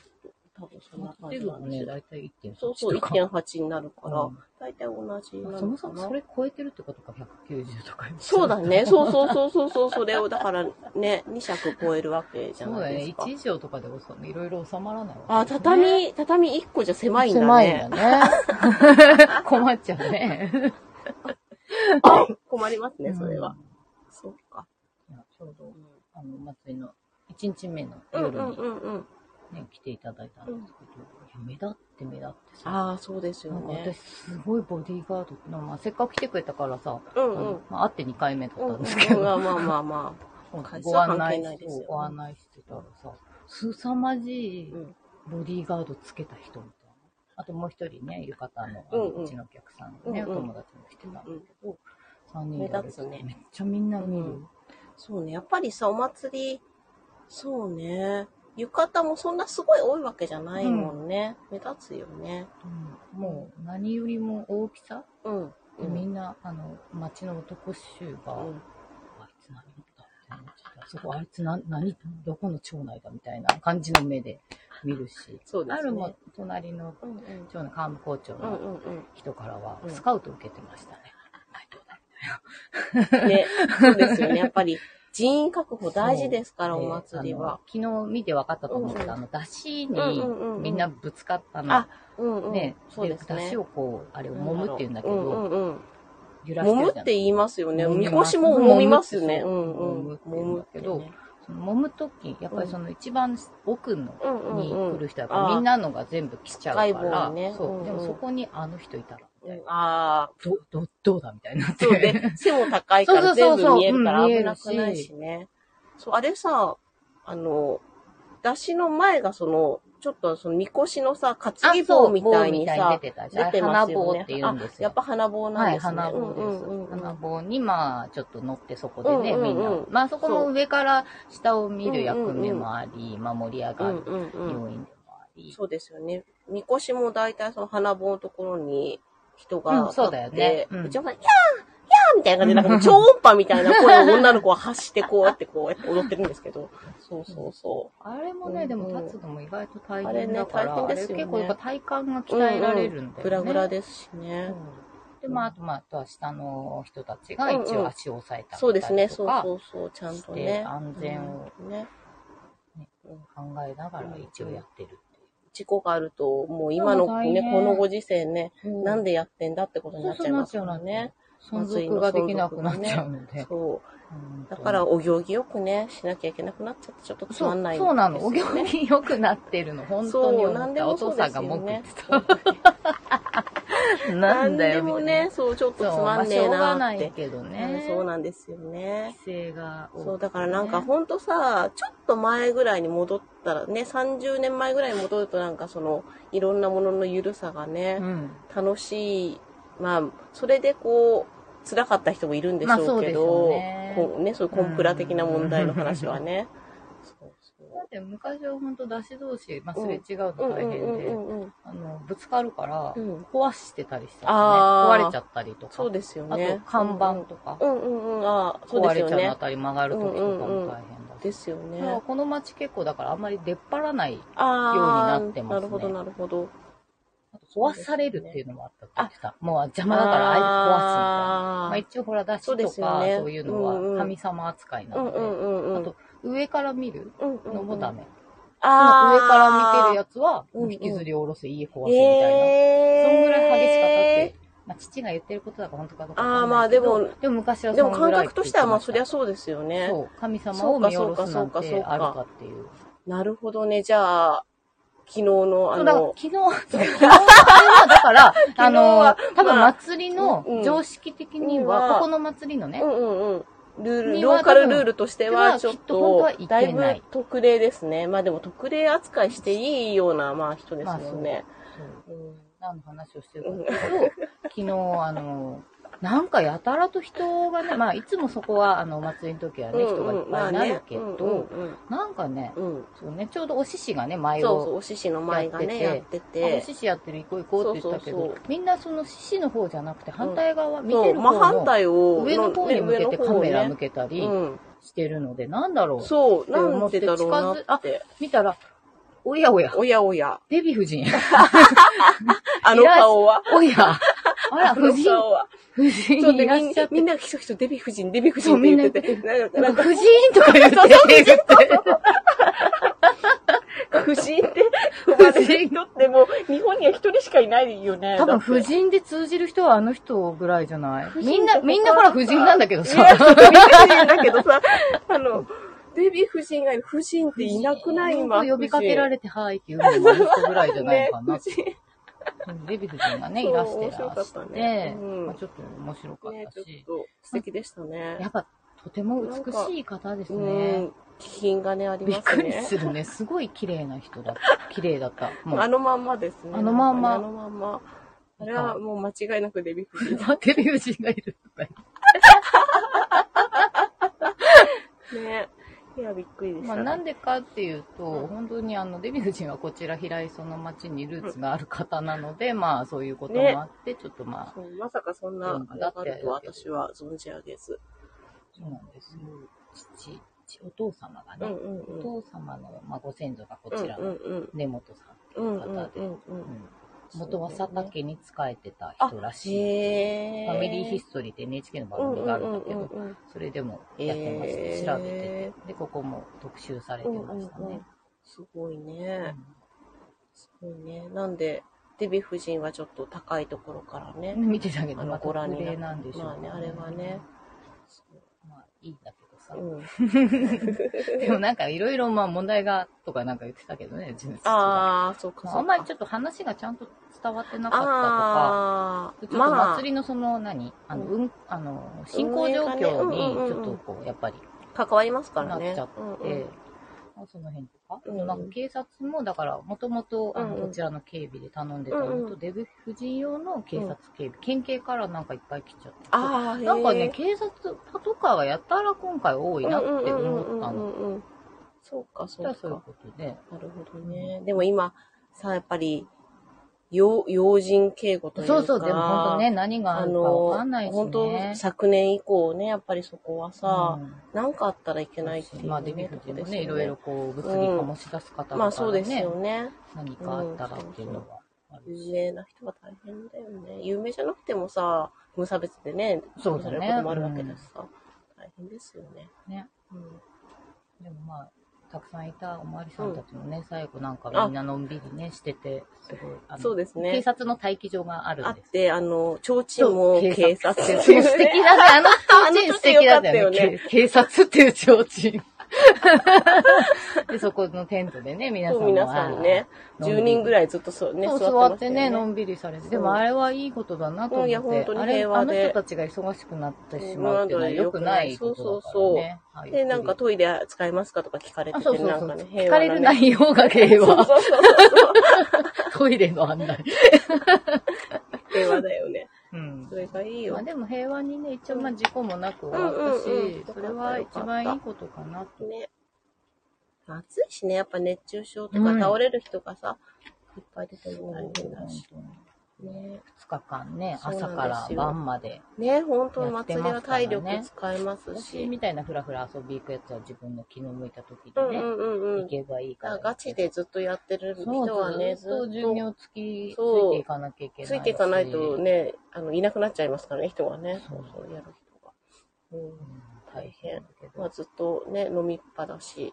Speaker 1: 多分そんな感
Speaker 2: 建
Speaker 1: じ
Speaker 2: 具
Speaker 1: な
Speaker 2: も
Speaker 1: んです
Speaker 2: ね、
Speaker 1: よ。
Speaker 2: 大体1.8
Speaker 1: そうそう、
Speaker 2: とか
Speaker 1: 1.8になるから、
Speaker 2: うん
Speaker 1: 大体同じなのかな。
Speaker 2: そもそもそれ超えてるってことか、190とか言っちゃ
Speaker 1: そうだね。そうそうそうそうそう、それを、だからね、2尺超えるわけじゃ
Speaker 2: そうだ
Speaker 1: ないで
Speaker 2: ね
Speaker 1: す。か。
Speaker 2: 1以上とかで収まいろいろ収まらないわけ
Speaker 1: あ、畳、畳1個じゃ狭いんだね。
Speaker 2: 狭いんだね。 困っちゃうね。
Speaker 1: あ困りますね、それは。そうか。
Speaker 2: うん。いやちょうど
Speaker 1: う、ん
Speaker 2: あの、お祭りの1日目の
Speaker 1: うん
Speaker 2: 夜
Speaker 1: う
Speaker 2: に
Speaker 1: んうんうん。
Speaker 2: ね、来ていただいたんですけど、いや目立って目立ってさ、
Speaker 1: ああ、そうですよ
Speaker 2: なんか
Speaker 1: ね
Speaker 2: 私。すごいボディーガードって、まあ、せっかく来てくれたからさ、
Speaker 1: うん
Speaker 2: あ
Speaker 1: うん。
Speaker 2: のまあ、会って2回目だっ
Speaker 1: う
Speaker 2: た
Speaker 1: ん
Speaker 2: んですけど、
Speaker 1: まあまあまあま回数
Speaker 2: ご
Speaker 1: は関
Speaker 2: 案
Speaker 1: 係
Speaker 2: 内
Speaker 1: ないですよね
Speaker 2: ご案内してたらさ、凄まじい
Speaker 1: うん
Speaker 2: ボディーガードつけた人みたいな。あともう一人ね、浴衣の、あ
Speaker 1: うんう
Speaker 2: の
Speaker 1: ん
Speaker 2: うちのお客さんがね、
Speaker 1: うんうん
Speaker 2: お友達も来てたんだけど、3人
Speaker 1: 目
Speaker 2: で
Speaker 1: 立つね
Speaker 2: めっちゃみんな
Speaker 1: あ。う
Speaker 2: 見る。
Speaker 1: ん。そうね。やっぱりさ、お祭り、そうね。浴衣もそんなすごい多いわけじゃないもんね。目立つよね。
Speaker 2: うんもう何よりも大きさ、
Speaker 1: うん。う
Speaker 2: み
Speaker 1: ん。
Speaker 2: んな、あの、街の男衆が、
Speaker 1: うん
Speaker 2: あいつ何持ったみたいな。そこあいつな何、どこの町内だみたいな感じの目で見るし。
Speaker 1: そうで
Speaker 2: あ
Speaker 1: すね。
Speaker 2: るも、隣の
Speaker 1: うんうん。
Speaker 2: 町の幹部校長
Speaker 1: う
Speaker 2: の
Speaker 1: んうんうん。
Speaker 2: 人からは
Speaker 1: うん
Speaker 2: スカウト受けてましたね。内藤だ
Speaker 1: ね、そうですよね。やっぱり人員確保大事ですから、
Speaker 2: で
Speaker 1: お祭りは。
Speaker 2: あの昨日見て分かったと思うんですけど、あの、出汁に
Speaker 1: うんうんうん
Speaker 2: みんなぶつかった
Speaker 1: あ
Speaker 2: の。
Speaker 1: うんうん。
Speaker 2: ね、
Speaker 1: そうですね。
Speaker 2: 出汁をこう、あれを揉むって言うんだけ
Speaker 1: う
Speaker 2: ど、
Speaker 1: んうんうん。
Speaker 2: 揺ら
Speaker 1: 揉
Speaker 2: して
Speaker 1: む
Speaker 2: る
Speaker 1: っ
Speaker 2: じゃ
Speaker 1: て
Speaker 2: ない
Speaker 1: 言いますよね。
Speaker 2: 揉み
Speaker 1: み
Speaker 2: ます
Speaker 1: こしも揉みますね。うんうん。
Speaker 2: 揉むって言うんだけど
Speaker 1: 揉むってね
Speaker 2: その揉むとき、やっぱりその一番奥の
Speaker 1: うん
Speaker 2: に
Speaker 1: うんう
Speaker 2: 来
Speaker 1: ん。
Speaker 2: る人だから、
Speaker 1: あー
Speaker 2: みんなのが全部来ちゃうか
Speaker 1: 深い
Speaker 2: ら、
Speaker 1: 棒にね
Speaker 2: そう、
Speaker 1: うんうん
Speaker 2: でもそこにあの人いたら、みたいな
Speaker 1: ああ。
Speaker 2: ど、ど、どうだみたいになって。
Speaker 1: そう で、背も高いか
Speaker 2: そ
Speaker 1: ら
Speaker 2: うそうそう
Speaker 1: 全
Speaker 2: そう
Speaker 1: 部見えるから
Speaker 2: うん見え
Speaker 1: 危
Speaker 2: る
Speaker 1: な
Speaker 2: し
Speaker 1: くないしね。そう、あれさ、あの、出汁の前がその、ちょっとその、みこしのさ、担ぎ棒みたいにさ
Speaker 2: 棒み、たいに出てたじゃ
Speaker 1: 出
Speaker 2: ん。あ
Speaker 1: て
Speaker 2: れ
Speaker 1: ま
Speaker 2: 花
Speaker 1: すよ
Speaker 2: 棒
Speaker 1: ね。
Speaker 2: って言うんです
Speaker 1: あや
Speaker 2: よ
Speaker 1: っ。ぱ花棒なん
Speaker 2: はい、
Speaker 1: ですね。
Speaker 2: 花棒で
Speaker 1: うんうんうん
Speaker 2: す。花棒に、まあ、ちょっと乗ってそこでね、
Speaker 1: うんうん
Speaker 2: みん
Speaker 1: う。
Speaker 2: なんまあ、そこの上から下を見る役
Speaker 1: うんうん
Speaker 2: 目
Speaker 1: うん
Speaker 2: もあり、まあ、盛り上
Speaker 1: う
Speaker 2: が
Speaker 1: ん
Speaker 2: る
Speaker 1: うんうん
Speaker 2: 要因でもあり。
Speaker 1: そうですよね。みこしも大体その花棒のところに人が立って、
Speaker 2: うんそうだよねうん
Speaker 1: うちの子が、キャーキャーみたいな感じで、なんか超音波みたいな声を女の子は発して、こうやってこうやって踊ってるんですけど。そうそうそ
Speaker 2: あれもね、でも
Speaker 1: うんうん
Speaker 2: 立つのも意外と大
Speaker 1: あれ
Speaker 2: 変
Speaker 1: ね
Speaker 2: だから、
Speaker 1: 大
Speaker 2: あ
Speaker 1: 変
Speaker 2: れ
Speaker 1: ですよね
Speaker 2: 結構やっぱ体幹が
Speaker 1: う。
Speaker 2: 鍛えられるんだよね。
Speaker 1: ううグラグラですしね。
Speaker 2: で、まあ、あと、まあ、あとは下の人たちが一応足を押さえたりとか、
Speaker 1: そうですね。そうそうそう。ちゃんと
Speaker 2: して
Speaker 1: ね。
Speaker 2: 安全を
Speaker 1: うんね。
Speaker 2: 考えながら一応やってるっていう。
Speaker 1: 事故があると、もう今の
Speaker 2: そう大
Speaker 1: ね、
Speaker 2: 変
Speaker 1: このご時世ね、
Speaker 2: うん
Speaker 1: なんでやってんだってことになっちゃいます
Speaker 2: そ
Speaker 1: よ
Speaker 2: うそうなっちゃうなっ
Speaker 1: ね。
Speaker 2: 存続ができなくなっちゃうので。
Speaker 1: そう。
Speaker 2: うん
Speaker 1: だから、、お行儀よくね、しなきゃいけなくなっちゃって、ちょっとつ
Speaker 2: そ
Speaker 1: まんな
Speaker 2: う
Speaker 1: い、
Speaker 2: そうなの。お行。儀良くなって るの。本当に
Speaker 1: そう、
Speaker 2: 思
Speaker 1: なん
Speaker 2: っ
Speaker 1: で
Speaker 2: た。お
Speaker 1: もそ
Speaker 2: 父
Speaker 1: うです
Speaker 2: さんが
Speaker 1: よ
Speaker 2: 文句言
Speaker 1: ね
Speaker 2: って。
Speaker 1: そう
Speaker 2: た。な
Speaker 1: なんん
Speaker 2: だ
Speaker 1: で
Speaker 2: よ、み
Speaker 1: も
Speaker 2: たい
Speaker 1: ね
Speaker 2: な。、
Speaker 1: そう、ちょっと
Speaker 2: そ
Speaker 1: つ
Speaker 2: う、ま
Speaker 1: ま
Speaker 2: あ、
Speaker 1: ん
Speaker 2: し
Speaker 1: ねえ
Speaker 2: ょうが
Speaker 1: な
Speaker 2: な
Speaker 1: ー
Speaker 2: い
Speaker 1: って。
Speaker 2: けどね
Speaker 1: うん。そうなんですよね。
Speaker 2: 規制が多くてね
Speaker 1: そう、だからなんかほんとさ、ちょっと前ぐらいに戻ったらね、30年前ぐらいに戻るとなんかその、いろんなものの緩さがね
Speaker 2: う、ん。
Speaker 1: 楽しい。まあ、それでこう、辛かった人もいるんでし
Speaker 2: まあ
Speaker 1: ょ
Speaker 2: そううで
Speaker 1: け
Speaker 2: しょう
Speaker 1: ど、
Speaker 2: ね
Speaker 1: こうね、そういうコンプラ的な問題の話はね。そうそう。
Speaker 2: だって昔は本当出し同士、まあ、すれ違うの大変で、
Speaker 1: うんうんうんうん
Speaker 2: あの、ぶつかるから、
Speaker 1: うん
Speaker 2: 壊してたりした
Speaker 1: あ
Speaker 2: ら、
Speaker 1: ー
Speaker 2: ね、壊れちゃったりとか。
Speaker 1: そうですよ
Speaker 2: あ
Speaker 1: ね
Speaker 2: と、。看板とか、
Speaker 1: うんうんうん、ああ、そうで
Speaker 2: 壊
Speaker 1: す
Speaker 2: れ
Speaker 1: よ
Speaker 2: ちゃうのあ
Speaker 1: ね。
Speaker 2: たり曲がる時とかも
Speaker 1: うんうんうん
Speaker 2: 大変だし。
Speaker 1: ですよ
Speaker 2: だから
Speaker 1: ね。
Speaker 2: この街結構だからあんまり出っ張らない。
Speaker 1: ああ、
Speaker 2: ようになって
Speaker 1: な
Speaker 2: ますね
Speaker 1: るほど、なるほど。
Speaker 2: あと壊されるっていうのもあったって言ってた。もう邪魔だからあいつ壊すみたいな。まあ、
Speaker 1: い
Speaker 2: 一応ほら、出し
Speaker 1: そ
Speaker 2: と
Speaker 1: うです
Speaker 2: か
Speaker 1: よ
Speaker 2: そう,、
Speaker 1: ね
Speaker 2: いうのは
Speaker 1: うんうん
Speaker 2: 神様扱いな
Speaker 1: う
Speaker 2: の
Speaker 1: ん
Speaker 2: で、
Speaker 1: うんうんうん。
Speaker 2: あと上から見る
Speaker 1: うんうんうん、
Speaker 2: のもダメ。
Speaker 1: ああ。
Speaker 2: 上から見てるやつは
Speaker 1: うんうん
Speaker 2: 引きずり下ろす、いい壊
Speaker 1: つ
Speaker 2: すみたいな。
Speaker 1: えー、
Speaker 2: そんぐらい激しかったって。まあ、父が言ってることだから本当かどうかわかんないけ
Speaker 1: あ
Speaker 2: ど
Speaker 1: ーまあでも、
Speaker 2: でも昔は
Speaker 1: で
Speaker 2: そ
Speaker 1: も
Speaker 2: んぐ
Speaker 1: 感
Speaker 2: らいって
Speaker 1: 覚としては、まあそり
Speaker 2: 言
Speaker 1: ゃ
Speaker 2: って
Speaker 1: そうですよ
Speaker 2: ました
Speaker 1: ね。
Speaker 2: そう、神様を見下ろすな
Speaker 1: そ
Speaker 2: ん
Speaker 1: うかそうかそう
Speaker 2: て
Speaker 1: か
Speaker 2: あるかっていう。
Speaker 1: なるほどね。じゃあ、昨日のあ
Speaker 2: そう、だから
Speaker 1: の
Speaker 2: 昨、日、 そう昨日は、だから、
Speaker 1: 昨
Speaker 2: あ
Speaker 1: 日は
Speaker 2: の、多分
Speaker 1: まあ
Speaker 2: 祭りの
Speaker 1: うん
Speaker 2: 常識的に
Speaker 1: うん
Speaker 2: は、
Speaker 1: は
Speaker 2: ここの祭りのね
Speaker 1: う、んうんうん。ルール、
Speaker 2: に
Speaker 1: ロ
Speaker 2: は
Speaker 1: ーカルルールとしては、ちょっ
Speaker 2: 多
Speaker 1: と
Speaker 2: 分きっ、と
Speaker 1: だ
Speaker 2: 本当はい
Speaker 1: い
Speaker 2: けない
Speaker 1: ぶ特例ですね。まあでも特例扱いしていいような、まあ人ですもんね。
Speaker 2: そう
Speaker 1: うん
Speaker 2: 何の話をしてるかっていうと、昨日、あの、なんかやたらと人がね、まあ、いつもそこは、あの、お祭りの時はね、人がいっぱいになるけ
Speaker 1: うん
Speaker 2: ど、
Speaker 1: うん
Speaker 2: なんかね、
Speaker 1: うんうん
Speaker 2: そうね、ちょうどお獅子がね、前
Speaker 1: そうそう、
Speaker 2: を、
Speaker 1: お獅子の前がね、
Speaker 2: や
Speaker 1: や
Speaker 2: っ
Speaker 1: って
Speaker 2: あお
Speaker 1: て。
Speaker 2: 獅子やってる、行こう行こうって言ったけ
Speaker 1: そう
Speaker 2: ど
Speaker 1: そうそ、
Speaker 2: みんなその獅子の方じゃなくて、反対側、見
Speaker 1: そ
Speaker 2: て
Speaker 1: う、
Speaker 2: る
Speaker 1: 真
Speaker 2: 方
Speaker 1: 反
Speaker 2: の
Speaker 1: 対を、
Speaker 2: 上の方に向けてカメラ向
Speaker 1: け
Speaker 2: けたり
Speaker 1: うん。
Speaker 2: してるので、なんだろう。
Speaker 1: そう、
Speaker 2: て
Speaker 1: な
Speaker 2: 思
Speaker 1: ん
Speaker 2: ってて
Speaker 1: だろうなって。
Speaker 2: 見たら、おやおや、
Speaker 1: おやおや。
Speaker 2: デヴィ 夫人。
Speaker 1: あの顔は
Speaker 2: おや、あら、
Speaker 1: あの
Speaker 2: 夫人、
Speaker 1: 顔は。
Speaker 2: 夫人
Speaker 1: そうで、
Speaker 2: いらっ
Speaker 1: みん
Speaker 2: しゃ
Speaker 1: な
Speaker 2: っ、
Speaker 1: み
Speaker 2: て
Speaker 1: ん。なひそひそデヴィ夫人、デヴィ夫人って言ってて。なんか、
Speaker 2: な
Speaker 1: なんん
Speaker 2: か、
Speaker 1: か、
Speaker 2: 夫人とか言って言って。
Speaker 1: 夫人って呼ばれる人ってもう、日本には一人しかいないよね。
Speaker 2: 多分、
Speaker 1: 夫
Speaker 2: 夫
Speaker 1: 人
Speaker 2: 人で通じる人はあの人ぐらいじゃない
Speaker 1: 夫人
Speaker 2: みんな、みんなほら夫人なんだけど
Speaker 1: いや、
Speaker 2: さ。
Speaker 1: だけどさ、あの、デヴィ夫人がいる夫人っていなくない今。
Speaker 2: 呼びかけら
Speaker 1: れ
Speaker 2: れて、はいっていうのもあの人ぐらいじゃないかな。
Speaker 1: ね、夫人
Speaker 2: うん デヴィ夫人がね、
Speaker 1: そう
Speaker 2: いらして
Speaker 1: 面白
Speaker 2: ら
Speaker 1: かっ
Speaker 2: したて
Speaker 1: ね、うん
Speaker 2: まあちょっと面白かっ
Speaker 1: ね、ち
Speaker 2: た
Speaker 1: ょっ
Speaker 2: し、
Speaker 1: と素敵でした
Speaker 2: や
Speaker 1: ね。
Speaker 2: っぱとても美しい方です
Speaker 1: う
Speaker 2: ね。
Speaker 1: ん。気品がね、あり
Speaker 2: びっ
Speaker 1: ます
Speaker 2: くり
Speaker 1: ね。
Speaker 2: するね。すごい綺麗な人だった。 綺麗だった。も
Speaker 1: あ
Speaker 2: う。
Speaker 1: のまんまですね。
Speaker 2: あのまんま
Speaker 1: あのまんま。あれはもう間違いなくデヴィ夫人。
Speaker 2: デヴィ夫人がいるとか言って
Speaker 1: ね。いや、びっくりでし
Speaker 2: まあ
Speaker 1: た。
Speaker 2: なんでかっていう
Speaker 1: う
Speaker 2: と
Speaker 1: ん、
Speaker 2: 本当にあの、デヴィ夫人はこちら平磯の町にルーツがある方なので、まあそういうこともあって、ちょっとまあ、
Speaker 1: そうまさかそんな、
Speaker 2: うんだ
Speaker 1: あ
Speaker 2: って
Speaker 1: があるとは私は存じ上げず。
Speaker 2: そうなんですよ。父、父お父様が
Speaker 1: う
Speaker 2: ね
Speaker 1: ん、うんうん。
Speaker 2: お父様の、まあ、ご先祖がこ
Speaker 1: うん
Speaker 2: ち
Speaker 1: うん
Speaker 2: ら
Speaker 1: う
Speaker 2: の
Speaker 1: ん。
Speaker 2: 根本さんって
Speaker 1: う
Speaker 2: い
Speaker 1: ん
Speaker 2: う
Speaker 1: うん
Speaker 2: 方で、
Speaker 1: うんうん。
Speaker 2: うん元は佐竹に仕えてた人らしい。
Speaker 1: へ
Speaker 2: フ
Speaker 1: ー
Speaker 2: ァミリーヒストリーって NHK の番組があるんだけ
Speaker 1: うんうん
Speaker 2: ど、
Speaker 1: うんうん
Speaker 2: それでもやってまして、
Speaker 1: へー
Speaker 2: 調べてて、で、ここも特集されてました
Speaker 1: うんうんう
Speaker 2: ね
Speaker 1: ん。すごいね。すごいね。なんで、デヴィ夫人はちょっと高いところからね。
Speaker 2: うん見てたけど、
Speaker 1: あ
Speaker 2: ま
Speaker 1: の
Speaker 2: あ、
Speaker 1: ご覧
Speaker 2: 特
Speaker 1: にな
Speaker 2: 例
Speaker 1: る
Speaker 2: なんでしょう
Speaker 1: まあね、あれはね。。
Speaker 2: まあ、いいんだけどさ。
Speaker 1: うん。
Speaker 2: でもなんかいろいろまあ問題が、とかなんか言ってたけどね、うちの父は
Speaker 1: ああ、そうかそうか。
Speaker 2: まああんまりち
Speaker 1: ょっ
Speaker 2: ょっと話がちゃんと伝わってな
Speaker 1: と
Speaker 2: かったとか、
Speaker 1: あ
Speaker 2: ちょっ
Speaker 1: あ、
Speaker 2: と
Speaker 1: まあ
Speaker 2: 祭、りのその何、あの、
Speaker 1: う
Speaker 2: うん、あの、進行状況
Speaker 1: 運営がねうんうんうん
Speaker 2: に、
Speaker 1: う
Speaker 2: ち
Speaker 1: ん
Speaker 2: ょっとこう、やっぱり、
Speaker 1: 関わりますからね。
Speaker 2: なっちゃって、
Speaker 1: うんうん
Speaker 2: あその辺とか。
Speaker 1: うん
Speaker 2: なんか警察も、だから、もともと、あの
Speaker 1: うんうん
Speaker 2: こちらの警備で頼んでたの
Speaker 1: うんう
Speaker 2: と、
Speaker 1: ん
Speaker 2: デヴィ夫人用の警察警備、県警からなんかいっぱい来ちゃった。
Speaker 1: ああ、へー
Speaker 2: なんかね、、警察パトカーがやったら今回多いなって思った
Speaker 1: うんう
Speaker 2: の。
Speaker 1: んうんうんうん。そうか、そ
Speaker 2: じゃあ
Speaker 1: う
Speaker 2: そういう
Speaker 1: か。
Speaker 2: ことで。
Speaker 1: なるほどね。でも今、さ、やっぱり、要、要人警護というか。
Speaker 2: そうそう、でも本当ね、何があ
Speaker 1: あ
Speaker 2: るかわかんない
Speaker 1: の、
Speaker 2: しね。
Speaker 1: 本当昨年以降ね、やっぱりそこはさ、
Speaker 2: うん
Speaker 1: なんかあったらいけないっていう、ね。
Speaker 2: まあ、デヴィ夫人もね、い
Speaker 1: とこです
Speaker 2: ろ
Speaker 1: よ
Speaker 2: いろこう、物議かもし出す方だからね、
Speaker 1: まあそうですよね。
Speaker 2: 何かあったらっていうのはある
Speaker 1: 有
Speaker 2: し。
Speaker 1: 名な人は大変だよね。有名じゃなくてもさ、無差別でね、
Speaker 2: そうだ
Speaker 1: さ
Speaker 2: ね
Speaker 1: れることもあるわけだしさ、大変ですよね。
Speaker 2: ね。
Speaker 1: うん。
Speaker 2: でもまあ、たくさんいたおまわりさんたちもね、最後なんかみんなのんびりね、してて、すごい。あの
Speaker 1: そうですね
Speaker 2: 警察の待機場がある
Speaker 1: あ
Speaker 2: ん
Speaker 1: っ
Speaker 2: です。
Speaker 1: て、あの、提灯も警察って
Speaker 2: そう素敵だね。あの
Speaker 1: あの
Speaker 2: 提灯素敵だっ
Speaker 1: 提灯よかった
Speaker 2: たよね。
Speaker 1: よね
Speaker 2: け警察っていう提灯。 で、そこのテントでね、皆
Speaker 1: そ
Speaker 2: さん
Speaker 1: う
Speaker 2: も
Speaker 1: 皆さん ね、10人ぐ
Speaker 2: い、
Speaker 1: らいずっとそうね、
Speaker 2: そう
Speaker 1: 座
Speaker 2: 座
Speaker 1: ってま
Speaker 2: っ
Speaker 1: した
Speaker 2: て
Speaker 1: よ
Speaker 2: ね、
Speaker 1: ね。
Speaker 2: のんびりされて。で
Speaker 1: そう
Speaker 2: もあれはいいことだなと思
Speaker 1: う
Speaker 2: って。
Speaker 1: んいや本当に
Speaker 2: あれ
Speaker 1: 平和で
Speaker 2: あの人たちが忙しくなってしまうっていうのは
Speaker 1: うん
Speaker 2: 良くないことだからね。ああいう
Speaker 1: で、なんかトイレ使いますかとか聞かれて
Speaker 2: あ、そう
Speaker 1: て、
Speaker 2: そう
Speaker 1: なん
Speaker 2: そ
Speaker 1: か
Speaker 2: う。
Speaker 1: ね、
Speaker 2: 聞
Speaker 1: 平和
Speaker 2: か
Speaker 1: な
Speaker 2: れ
Speaker 1: ね
Speaker 2: る内容が平
Speaker 1: そう
Speaker 2: 和。
Speaker 1: そうそうそう。
Speaker 2: トイレの案内。
Speaker 1: 平和だよね。
Speaker 2: うん
Speaker 1: そ。れがいいよ
Speaker 2: まあ。でも平和にね、一応まあ事故もなく終わったし、
Speaker 1: うんうんうん
Speaker 2: それは一番いいことかなと。
Speaker 1: ね。暑いしね、やっぱ熱中症とか
Speaker 2: うん
Speaker 1: 倒れる人がさ、いっぱい出てるの大変だし。
Speaker 2: 2
Speaker 1: ね。
Speaker 2: 日間ね、
Speaker 1: そうなんです
Speaker 2: 朝
Speaker 1: よ
Speaker 2: から晩まで。
Speaker 1: ね、本当に
Speaker 2: やって
Speaker 1: 祭
Speaker 2: ますからね
Speaker 1: りは体力使います
Speaker 2: 私
Speaker 1: し。
Speaker 2: みたいなふらふら遊び行くやつは自分の気の向いた時
Speaker 1: うん
Speaker 2: に
Speaker 1: う
Speaker 2: ね、
Speaker 1: んうんう
Speaker 2: 行
Speaker 1: ん。
Speaker 2: けばいいから。
Speaker 1: ガチでずっとやってる人
Speaker 2: そう
Speaker 1: はね、
Speaker 2: ず
Speaker 1: ず
Speaker 2: っと
Speaker 1: っ
Speaker 2: 授
Speaker 1: と
Speaker 2: 業付きつ
Speaker 1: そう
Speaker 2: いていかなきゃいけないし。
Speaker 1: ついていかないとね、あの、いなくなっちゃいますからね、人がね。
Speaker 2: そ
Speaker 1: そううそう、やる人が。うん
Speaker 2: うん。。大変だけど。
Speaker 1: まあ、ずっとね、飲みっぱだし、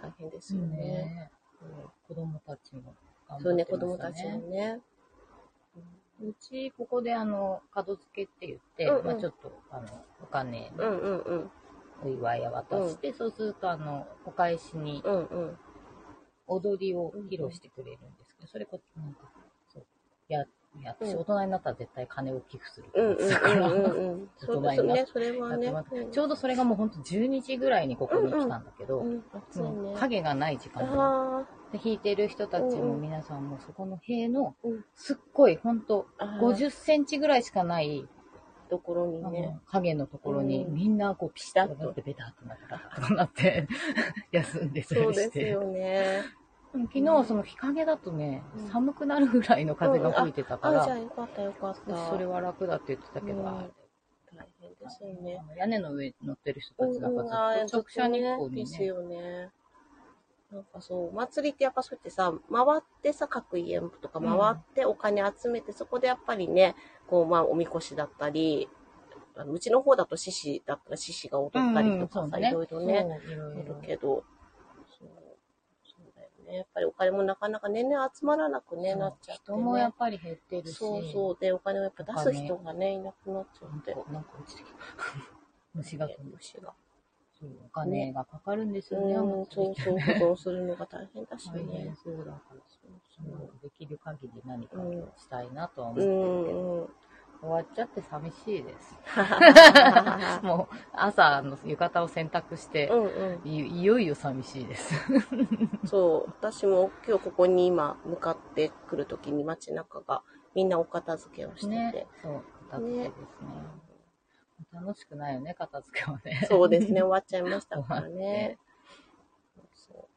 Speaker 1: 大変ですよね。
Speaker 2: ね
Speaker 1: う
Speaker 2: 子供たちも頑
Speaker 1: ん、そう
Speaker 2: 張
Speaker 1: ね、
Speaker 2: って
Speaker 1: 子
Speaker 2: ま
Speaker 1: 供
Speaker 2: した
Speaker 1: ちもね。
Speaker 2: うち、ここで、あの、角付けって言って、
Speaker 1: うんうん
Speaker 2: まあちょっと、あの、お金、
Speaker 1: うんうんうん。
Speaker 2: お祝いを渡して、そうすると、あの、お返しに
Speaker 1: うんうん。
Speaker 2: 踊りを披露してくれるんですけど、それこ、なんか、そう、や、や、私、
Speaker 1: うん
Speaker 2: 大人になったら絶対金を寄付する
Speaker 1: うん
Speaker 2: だから、
Speaker 1: うんうんうん。そうですね、それはね
Speaker 2: や。ってますちょうどそれがもうほんと12時ぐらいにここに来たんだけど、
Speaker 1: うん、暑い
Speaker 2: もう
Speaker 1: ね。
Speaker 2: 影がない時間で、
Speaker 1: あ
Speaker 2: で弾いてる人たち
Speaker 1: うん
Speaker 2: も
Speaker 1: うん
Speaker 2: 皆さんもそこの塀の
Speaker 1: うん、
Speaker 2: すっごいほんと
Speaker 1: あー
Speaker 2: 50センチぐらいしかない
Speaker 1: ところに
Speaker 2: あ
Speaker 1: ね
Speaker 2: の。影のところに
Speaker 1: うん
Speaker 2: みんなこうピシタッとなってベタッとなって ガタッとなって 休んでたり
Speaker 1: そう
Speaker 2: し
Speaker 1: です
Speaker 2: て。
Speaker 1: よね。
Speaker 2: でも昨日はその日陰だとね
Speaker 1: うん、
Speaker 2: 寒くなるぐらいの風が吹いてたか
Speaker 1: あ、じゃあ
Speaker 2: ら、
Speaker 1: よかったよかった。
Speaker 2: それは楽だって言ってたけ
Speaker 1: うん
Speaker 2: ど、あ
Speaker 1: 大変ですよね。
Speaker 2: の屋根の上に乗ってる人
Speaker 1: う
Speaker 2: た
Speaker 1: ん
Speaker 2: ちなん
Speaker 1: うん、
Speaker 2: かずっと直射日光
Speaker 1: で
Speaker 2: に
Speaker 1: す
Speaker 2: ね、
Speaker 1: よね。なんかそう、お祭りってやっぱそうやってさ、回ってさ、各家とか回ってお金集めて、そこでやっぱりね、こう、まあ、おみこしだったり、あのうちの方だと獅子だったら獅子が踊ったりとかさ、いろいろね、
Speaker 2: そういろい
Speaker 1: ある
Speaker 2: ろ
Speaker 1: けど、そう、そうだよね。やっぱりお金もなかなか年々集まらなくね、なっちゃって、ね。
Speaker 2: 人もやっぱり減ってるし、
Speaker 1: そうそう。で、お金をやっぱ出す人がね、いなくなっちゃ
Speaker 2: なん
Speaker 1: っ
Speaker 2: か
Speaker 1: て。
Speaker 2: なんか落ちてきた。 虫が、
Speaker 1: 虫が。
Speaker 2: そうお金がかかるんです
Speaker 1: う
Speaker 2: よね、
Speaker 1: ん、そう
Speaker 2: う。
Speaker 1: そう、保存するのが大変だし
Speaker 2: 大変
Speaker 1: ね。
Speaker 2: そうだから。
Speaker 1: そう
Speaker 2: できる限り何かしたいなとは思っ
Speaker 1: う
Speaker 2: てるけど、
Speaker 1: ん、うん。
Speaker 2: 終わっちゃって寂しいです。 もう朝あの浴衣を洗濯して
Speaker 1: う、んう
Speaker 2: いいよいよ寂しいです。
Speaker 1: ん、そう私も今日ここに今向かってくるときに街中がみんなお片付けをしてて、
Speaker 2: ね。 そう、片付けですね。楽しくないよね、片付けはね。
Speaker 1: そうですね終わっちゃいましたから
Speaker 2: 終わって
Speaker 1: ねそ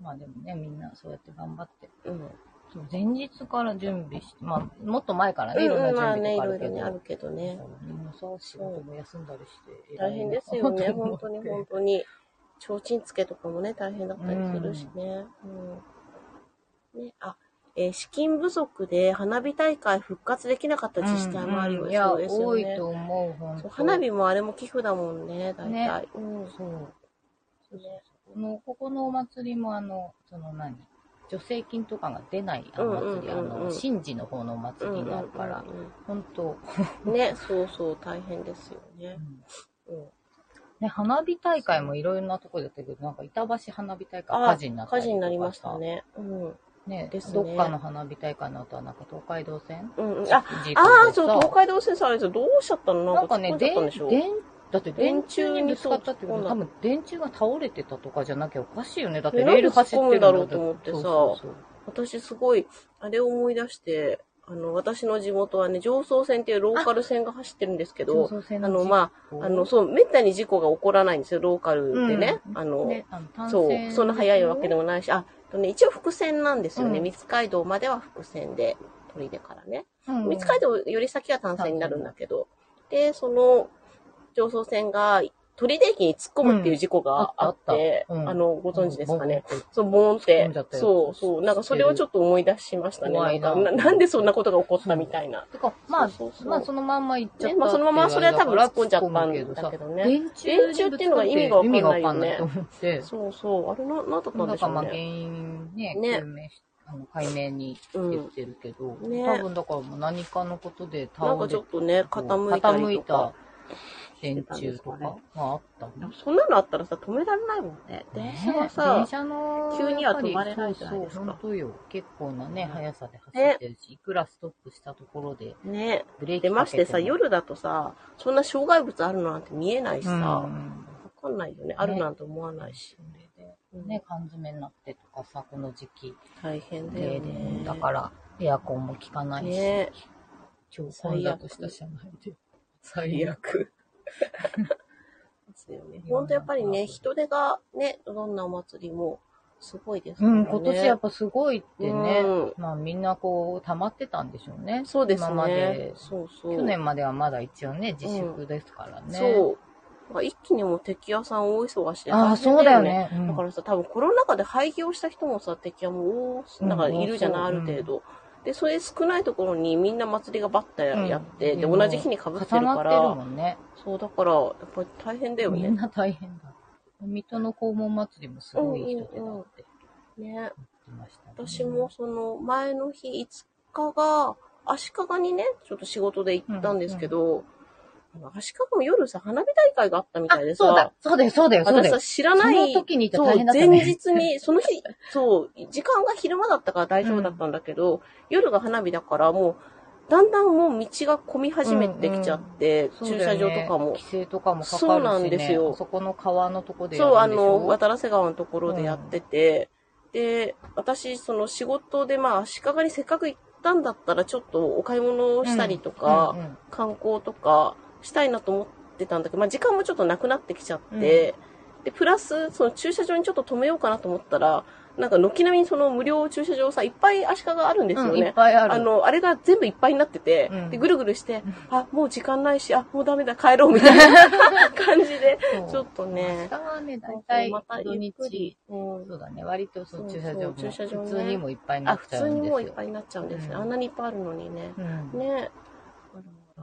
Speaker 2: まあでもね、みんなそうやって頑張って。
Speaker 1: う、うん、
Speaker 2: そう前日から準備して、まあ、もっと前からね、い
Speaker 1: うん
Speaker 2: ろん
Speaker 1: うんま
Speaker 2: な
Speaker 1: あ
Speaker 2: 準備
Speaker 1: ねい
Speaker 2: とかあ
Speaker 1: ろ
Speaker 2: る
Speaker 1: い
Speaker 2: け
Speaker 1: ろ
Speaker 2: ど。
Speaker 1: ねあるけどね
Speaker 2: そうみんなさ、仕事も休んだりして。
Speaker 1: 大変ですよね
Speaker 2: 偉いな
Speaker 1: 本当に本当に提灯つけとかもね大変だったりするしね,、うん、ねあえー資金不足で花火大会復活できなかった自治体もあるよ、
Speaker 2: うんうんいや、
Speaker 1: そうですよ
Speaker 2: 多
Speaker 1: ね。
Speaker 2: いと思う、本
Speaker 1: そ
Speaker 2: 当
Speaker 1: う花火もあれも寄付だもんね、大体。
Speaker 2: ね
Speaker 1: うん。
Speaker 2: そう。
Speaker 1: ね
Speaker 2: この、ここのお祭りも、あの、その何助成金とかが出ないあの祭り、
Speaker 1: うんうんうんうん
Speaker 2: あの、神事の方のお祭りがあるから、
Speaker 1: うんうんうん
Speaker 2: 本当、
Speaker 1: うんね、そうそう、大変ですよ
Speaker 2: う
Speaker 1: ね。
Speaker 2: ん
Speaker 1: うん。
Speaker 2: ね、花火大会もいろいろなとこでやってるけど、なんか板橋花火大会
Speaker 1: あ
Speaker 2: 火事になっ
Speaker 1: 火
Speaker 2: たりとかさ
Speaker 1: 事になりましたね。うん。うん
Speaker 2: ね
Speaker 1: ですね
Speaker 2: どっかの花火大会の後はなんか東海道線
Speaker 1: うん。あ、
Speaker 2: 事故で
Speaker 1: ああ、
Speaker 2: さ
Speaker 1: そう、東海道線さんあれですよどうしちゃったの
Speaker 2: なんかね、
Speaker 1: 突っ込んじゃったん
Speaker 2: 電
Speaker 1: でしょ
Speaker 2: 電だって電柱にぶつかったってことは多
Speaker 1: 電
Speaker 2: 分電柱が倒れてたとかじゃなきゃおかしいよね。だって
Speaker 1: ねなん
Speaker 2: レ
Speaker 1: で
Speaker 2: ール走ってるん
Speaker 1: 突
Speaker 2: だ
Speaker 1: っ込むんだろうと思ってさ
Speaker 2: そうそう
Speaker 1: 私すごい、あれを思い出して、あの、私の地元はね、常総線っていうローカル線が走ってるんですけ
Speaker 2: そう
Speaker 1: ど、
Speaker 2: そう
Speaker 1: あ
Speaker 2: 線
Speaker 1: の、まあ、あの、そう、めったに事故が起こらないんですよ、ローカルでね。
Speaker 2: うん
Speaker 1: あの、
Speaker 2: ね、あの
Speaker 1: そう、そんな早いわけで
Speaker 2: も。
Speaker 1: もないし、あ、あとね、一応伏線なんですよね。
Speaker 2: うん
Speaker 1: 三街道までは伏線で、鳥出からね。
Speaker 2: うん、
Speaker 1: 三街道より先は単線になるんだけど、で、その、上層線が鳥出駅に突っ込むっていう事故があって、
Speaker 2: うんあったあったうん
Speaker 1: あの、ご存知ですかね。
Speaker 2: うん。
Speaker 1: そう、ボーンっ
Speaker 2: 突っ込
Speaker 1: て
Speaker 2: んじゃっ。たやつ
Speaker 1: そう、そう。なんかそれをちょっと思い出しましたね。
Speaker 2: 怖いな
Speaker 1: なんかななんでそんなことが起こったみたいな。
Speaker 2: てか、まあ、
Speaker 1: そうそうそう
Speaker 2: まあそのまんま行っちゃった。
Speaker 1: ねまあそのままそれは多分突っ込んじゃったんだけどね
Speaker 2: 電
Speaker 1: 電柱
Speaker 2: 柱
Speaker 1: っていうのが意味がわかんないよね
Speaker 2: 意味がわかんないと思って。
Speaker 1: そうそう。あれな、なんだったん
Speaker 2: だ
Speaker 1: でし
Speaker 2: か
Speaker 1: ょ
Speaker 2: らま
Speaker 1: う
Speaker 2: あ
Speaker 1: ね
Speaker 2: 原。因ね、
Speaker 1: ね
Speaker 2: 究明し、あの解明に言ってるけど、
Speaker 1: うんね
Speaker 2: 多分だからもう何かのことで倒れ
Speaker 1: なんかちょっとね、傾いた
Speaker 2: 傾
Speaker 1: り
Speaker 2: い
Speaker 1: とか
Speaker 2: た。電柱とかがあったの。
Speaker 1: そんなのあったらさ、止められないもんね。電車はさ
Speaker 2: 電、車の
Speaker 1: 急には止まれないじ
Speaker 2: そ
Speaker 1: ゃ
Speaker 2: う
Speaker 1: ないで
Speaker 2: そう、
Speaker 1: すか
Speaker 2: 本当よ。結構なね、速さで走ってるし、いくらストップしたところで
Speaker 1: ね。
Speaker 2: ブレーキ
Speaker 1: で
Speaker 2: か
Speaker 1: ま
Speaker 2: け
Speaker 1: して
Speaker 2: も
Speaker 1: てさ、夜だとさ、そんな障害物あるなんて見えないしさ、
Speaker 2: うん
Speaker 1: わ、かんないよね。あるなんて思わないし。
Speaker 2: それで
Speaker 1: うん
Speaker 2: ね、缶詰になってとかさ、この時期、
Speaker 1: 大変だ
Speaker 2: 停
Speaker 1: よ
Speaker 2: 電
Speaker 1: ね。
Speaker 2: だから、エアコンも効かないし、
Speaker 1: ね
Speaker 2: 超混雑した車内で。最悪。
Speaker 1: 悪。ですよね。ほんとやっぱりね、人手がね、どんなお祭りもすごいです
Speaker 2: うん、今年やっ
Speaker 1: ぱ
Speaker 2: ぱすごいってね、
Speaker 1: うん
Speaker 2: まあみんなこう、溜まってたんでしょうね。
Speaker 1: そうですね。
Speaker 2: 今まで、
Speaker 1: そうそう。
Speaker 2: 去年まではまだ一応ね、自粛ですからね。
Speaker 1: そう。だから一気にもう敵屋さん大忙しで。
Speaker 2: ああ、そうだよ。ね。
Speaker 1: だからさ、多分コロナ禍で廃業した人もさ、敵はもう
Speaker 2: う
Speaker 1: 大、
Speaker 2: ん
Speaker 1: なんかいるじゃない、あ
Speaker 2: 多そ
Speaker 1: る
Speaker 2: う
Speaker 1: 程度。で、それ少ないところにみんな祭りがバッタやって、
Speaker 2: うん
Speaker 1: で、同じ日に被ってる
Speaker 2: 重な
Speaker 1: か
Speaker 2: ってる
Speaker 1: ら、
Speaker 2: もんね。
Speaker 1: そう、だから、やっぱり大変だよ
Speaker 2: み
Speaker 1: ね
Speaker 2: ん。な大変だ。水戸の肛門祭りもすごい人手だって
Speaker 1: ね。
Speaker 2: 言ってましたね、
Speaker 1: 私もその、前の日5日が、足利にね、ちょっと仕事で行ったんですけど、あの足利も夜さ、花火大会があったみたいで
Speaker 2: あ、
Speaker 1: さ、
Speaker 2: そうだ、そうだよ、そうだよ、そうだ
Speaker 1: 私
Speaker 2: よ
Speaker 1: さ、。知らない。
Speaker 2: その時にいたら
Speaker 1: そう
Speaker 2: 大変だったね
Speaker 1: 前日に、その日、そう、時間が昼間だったから大丈夫だったんだけど、夜が花火だからもう、だんだんもう道が混み始めてきちゃって、
Speaker 2: そう
Speaker 1: 駐
Speaker 2: だ
Speaker 1: 車
Speaker 2: よ
Speaker 1: 場
Speaker 2: ね
Speaker 1: とかも。
Speaker 2: 規制とかもかかるし、ね。
Speaker 1: そうなんですよ
Speaker 2: あそこの川のとこでやる
Speaker 1: そ
Speaker 2: ん
Speaker 1: う、
Speaker 2: でしょ。
Speaker 1: あの、渡良瀬川のところでやってて、で、私、その仕事で、まあ、足利にせっかく行ったんだったら、ちょっとお買い物をしたりとか、
Speaker 2: うんうん
Speaker 1: 観光とかしたいなと思ってたんだけど、まあ、時間もちょっとなくなってきちゃって、で、プラス、その駐車場にちょっと止めようかなと思ったら、なんか軒並みにその無料駐車場さ、いっぱい足利があるんですよ
Speaker 2: うんいっ
Speaker 1: ね。
Speaker 2: ぱいある。
Speaker 1: あの、あれが全部いっぱいになってて、
Speaker 2: うん
Speaker 1: で、ぐるぐるして、あ、もう時間ないし、あ、もうダメだ、帰ろう、みたいな 感じで、
Speaker 2: そう
Speaker 1: ちょっとね
Speaker 2: 明日はね、大体
Speaker 1: また
Speaker 2: 土
Speaker 1: ゆっくり
Speaker 2: 日、
Speaker 1: うん
Speaker 2: そうだね、割とその駐車場も
Speaker 1: そうそう駐車場ね
Speaker 2: 普通にもいっぱいにな
Speaker 1: あ、
Speaker 2: っ
Speaker 1: 普
Speaker 2: ちゃう
Speaker 1: 通
Speaker 2: ん
Speaker 1: に
Speaker 2: ですよ。
Speaker 1: もういっぱいになっちゃうんですね。
Speaker 2: うん
Speaker 1: あんなにいっぱいあるのにね。
Speaker 2: うん。
Speaker 1: ね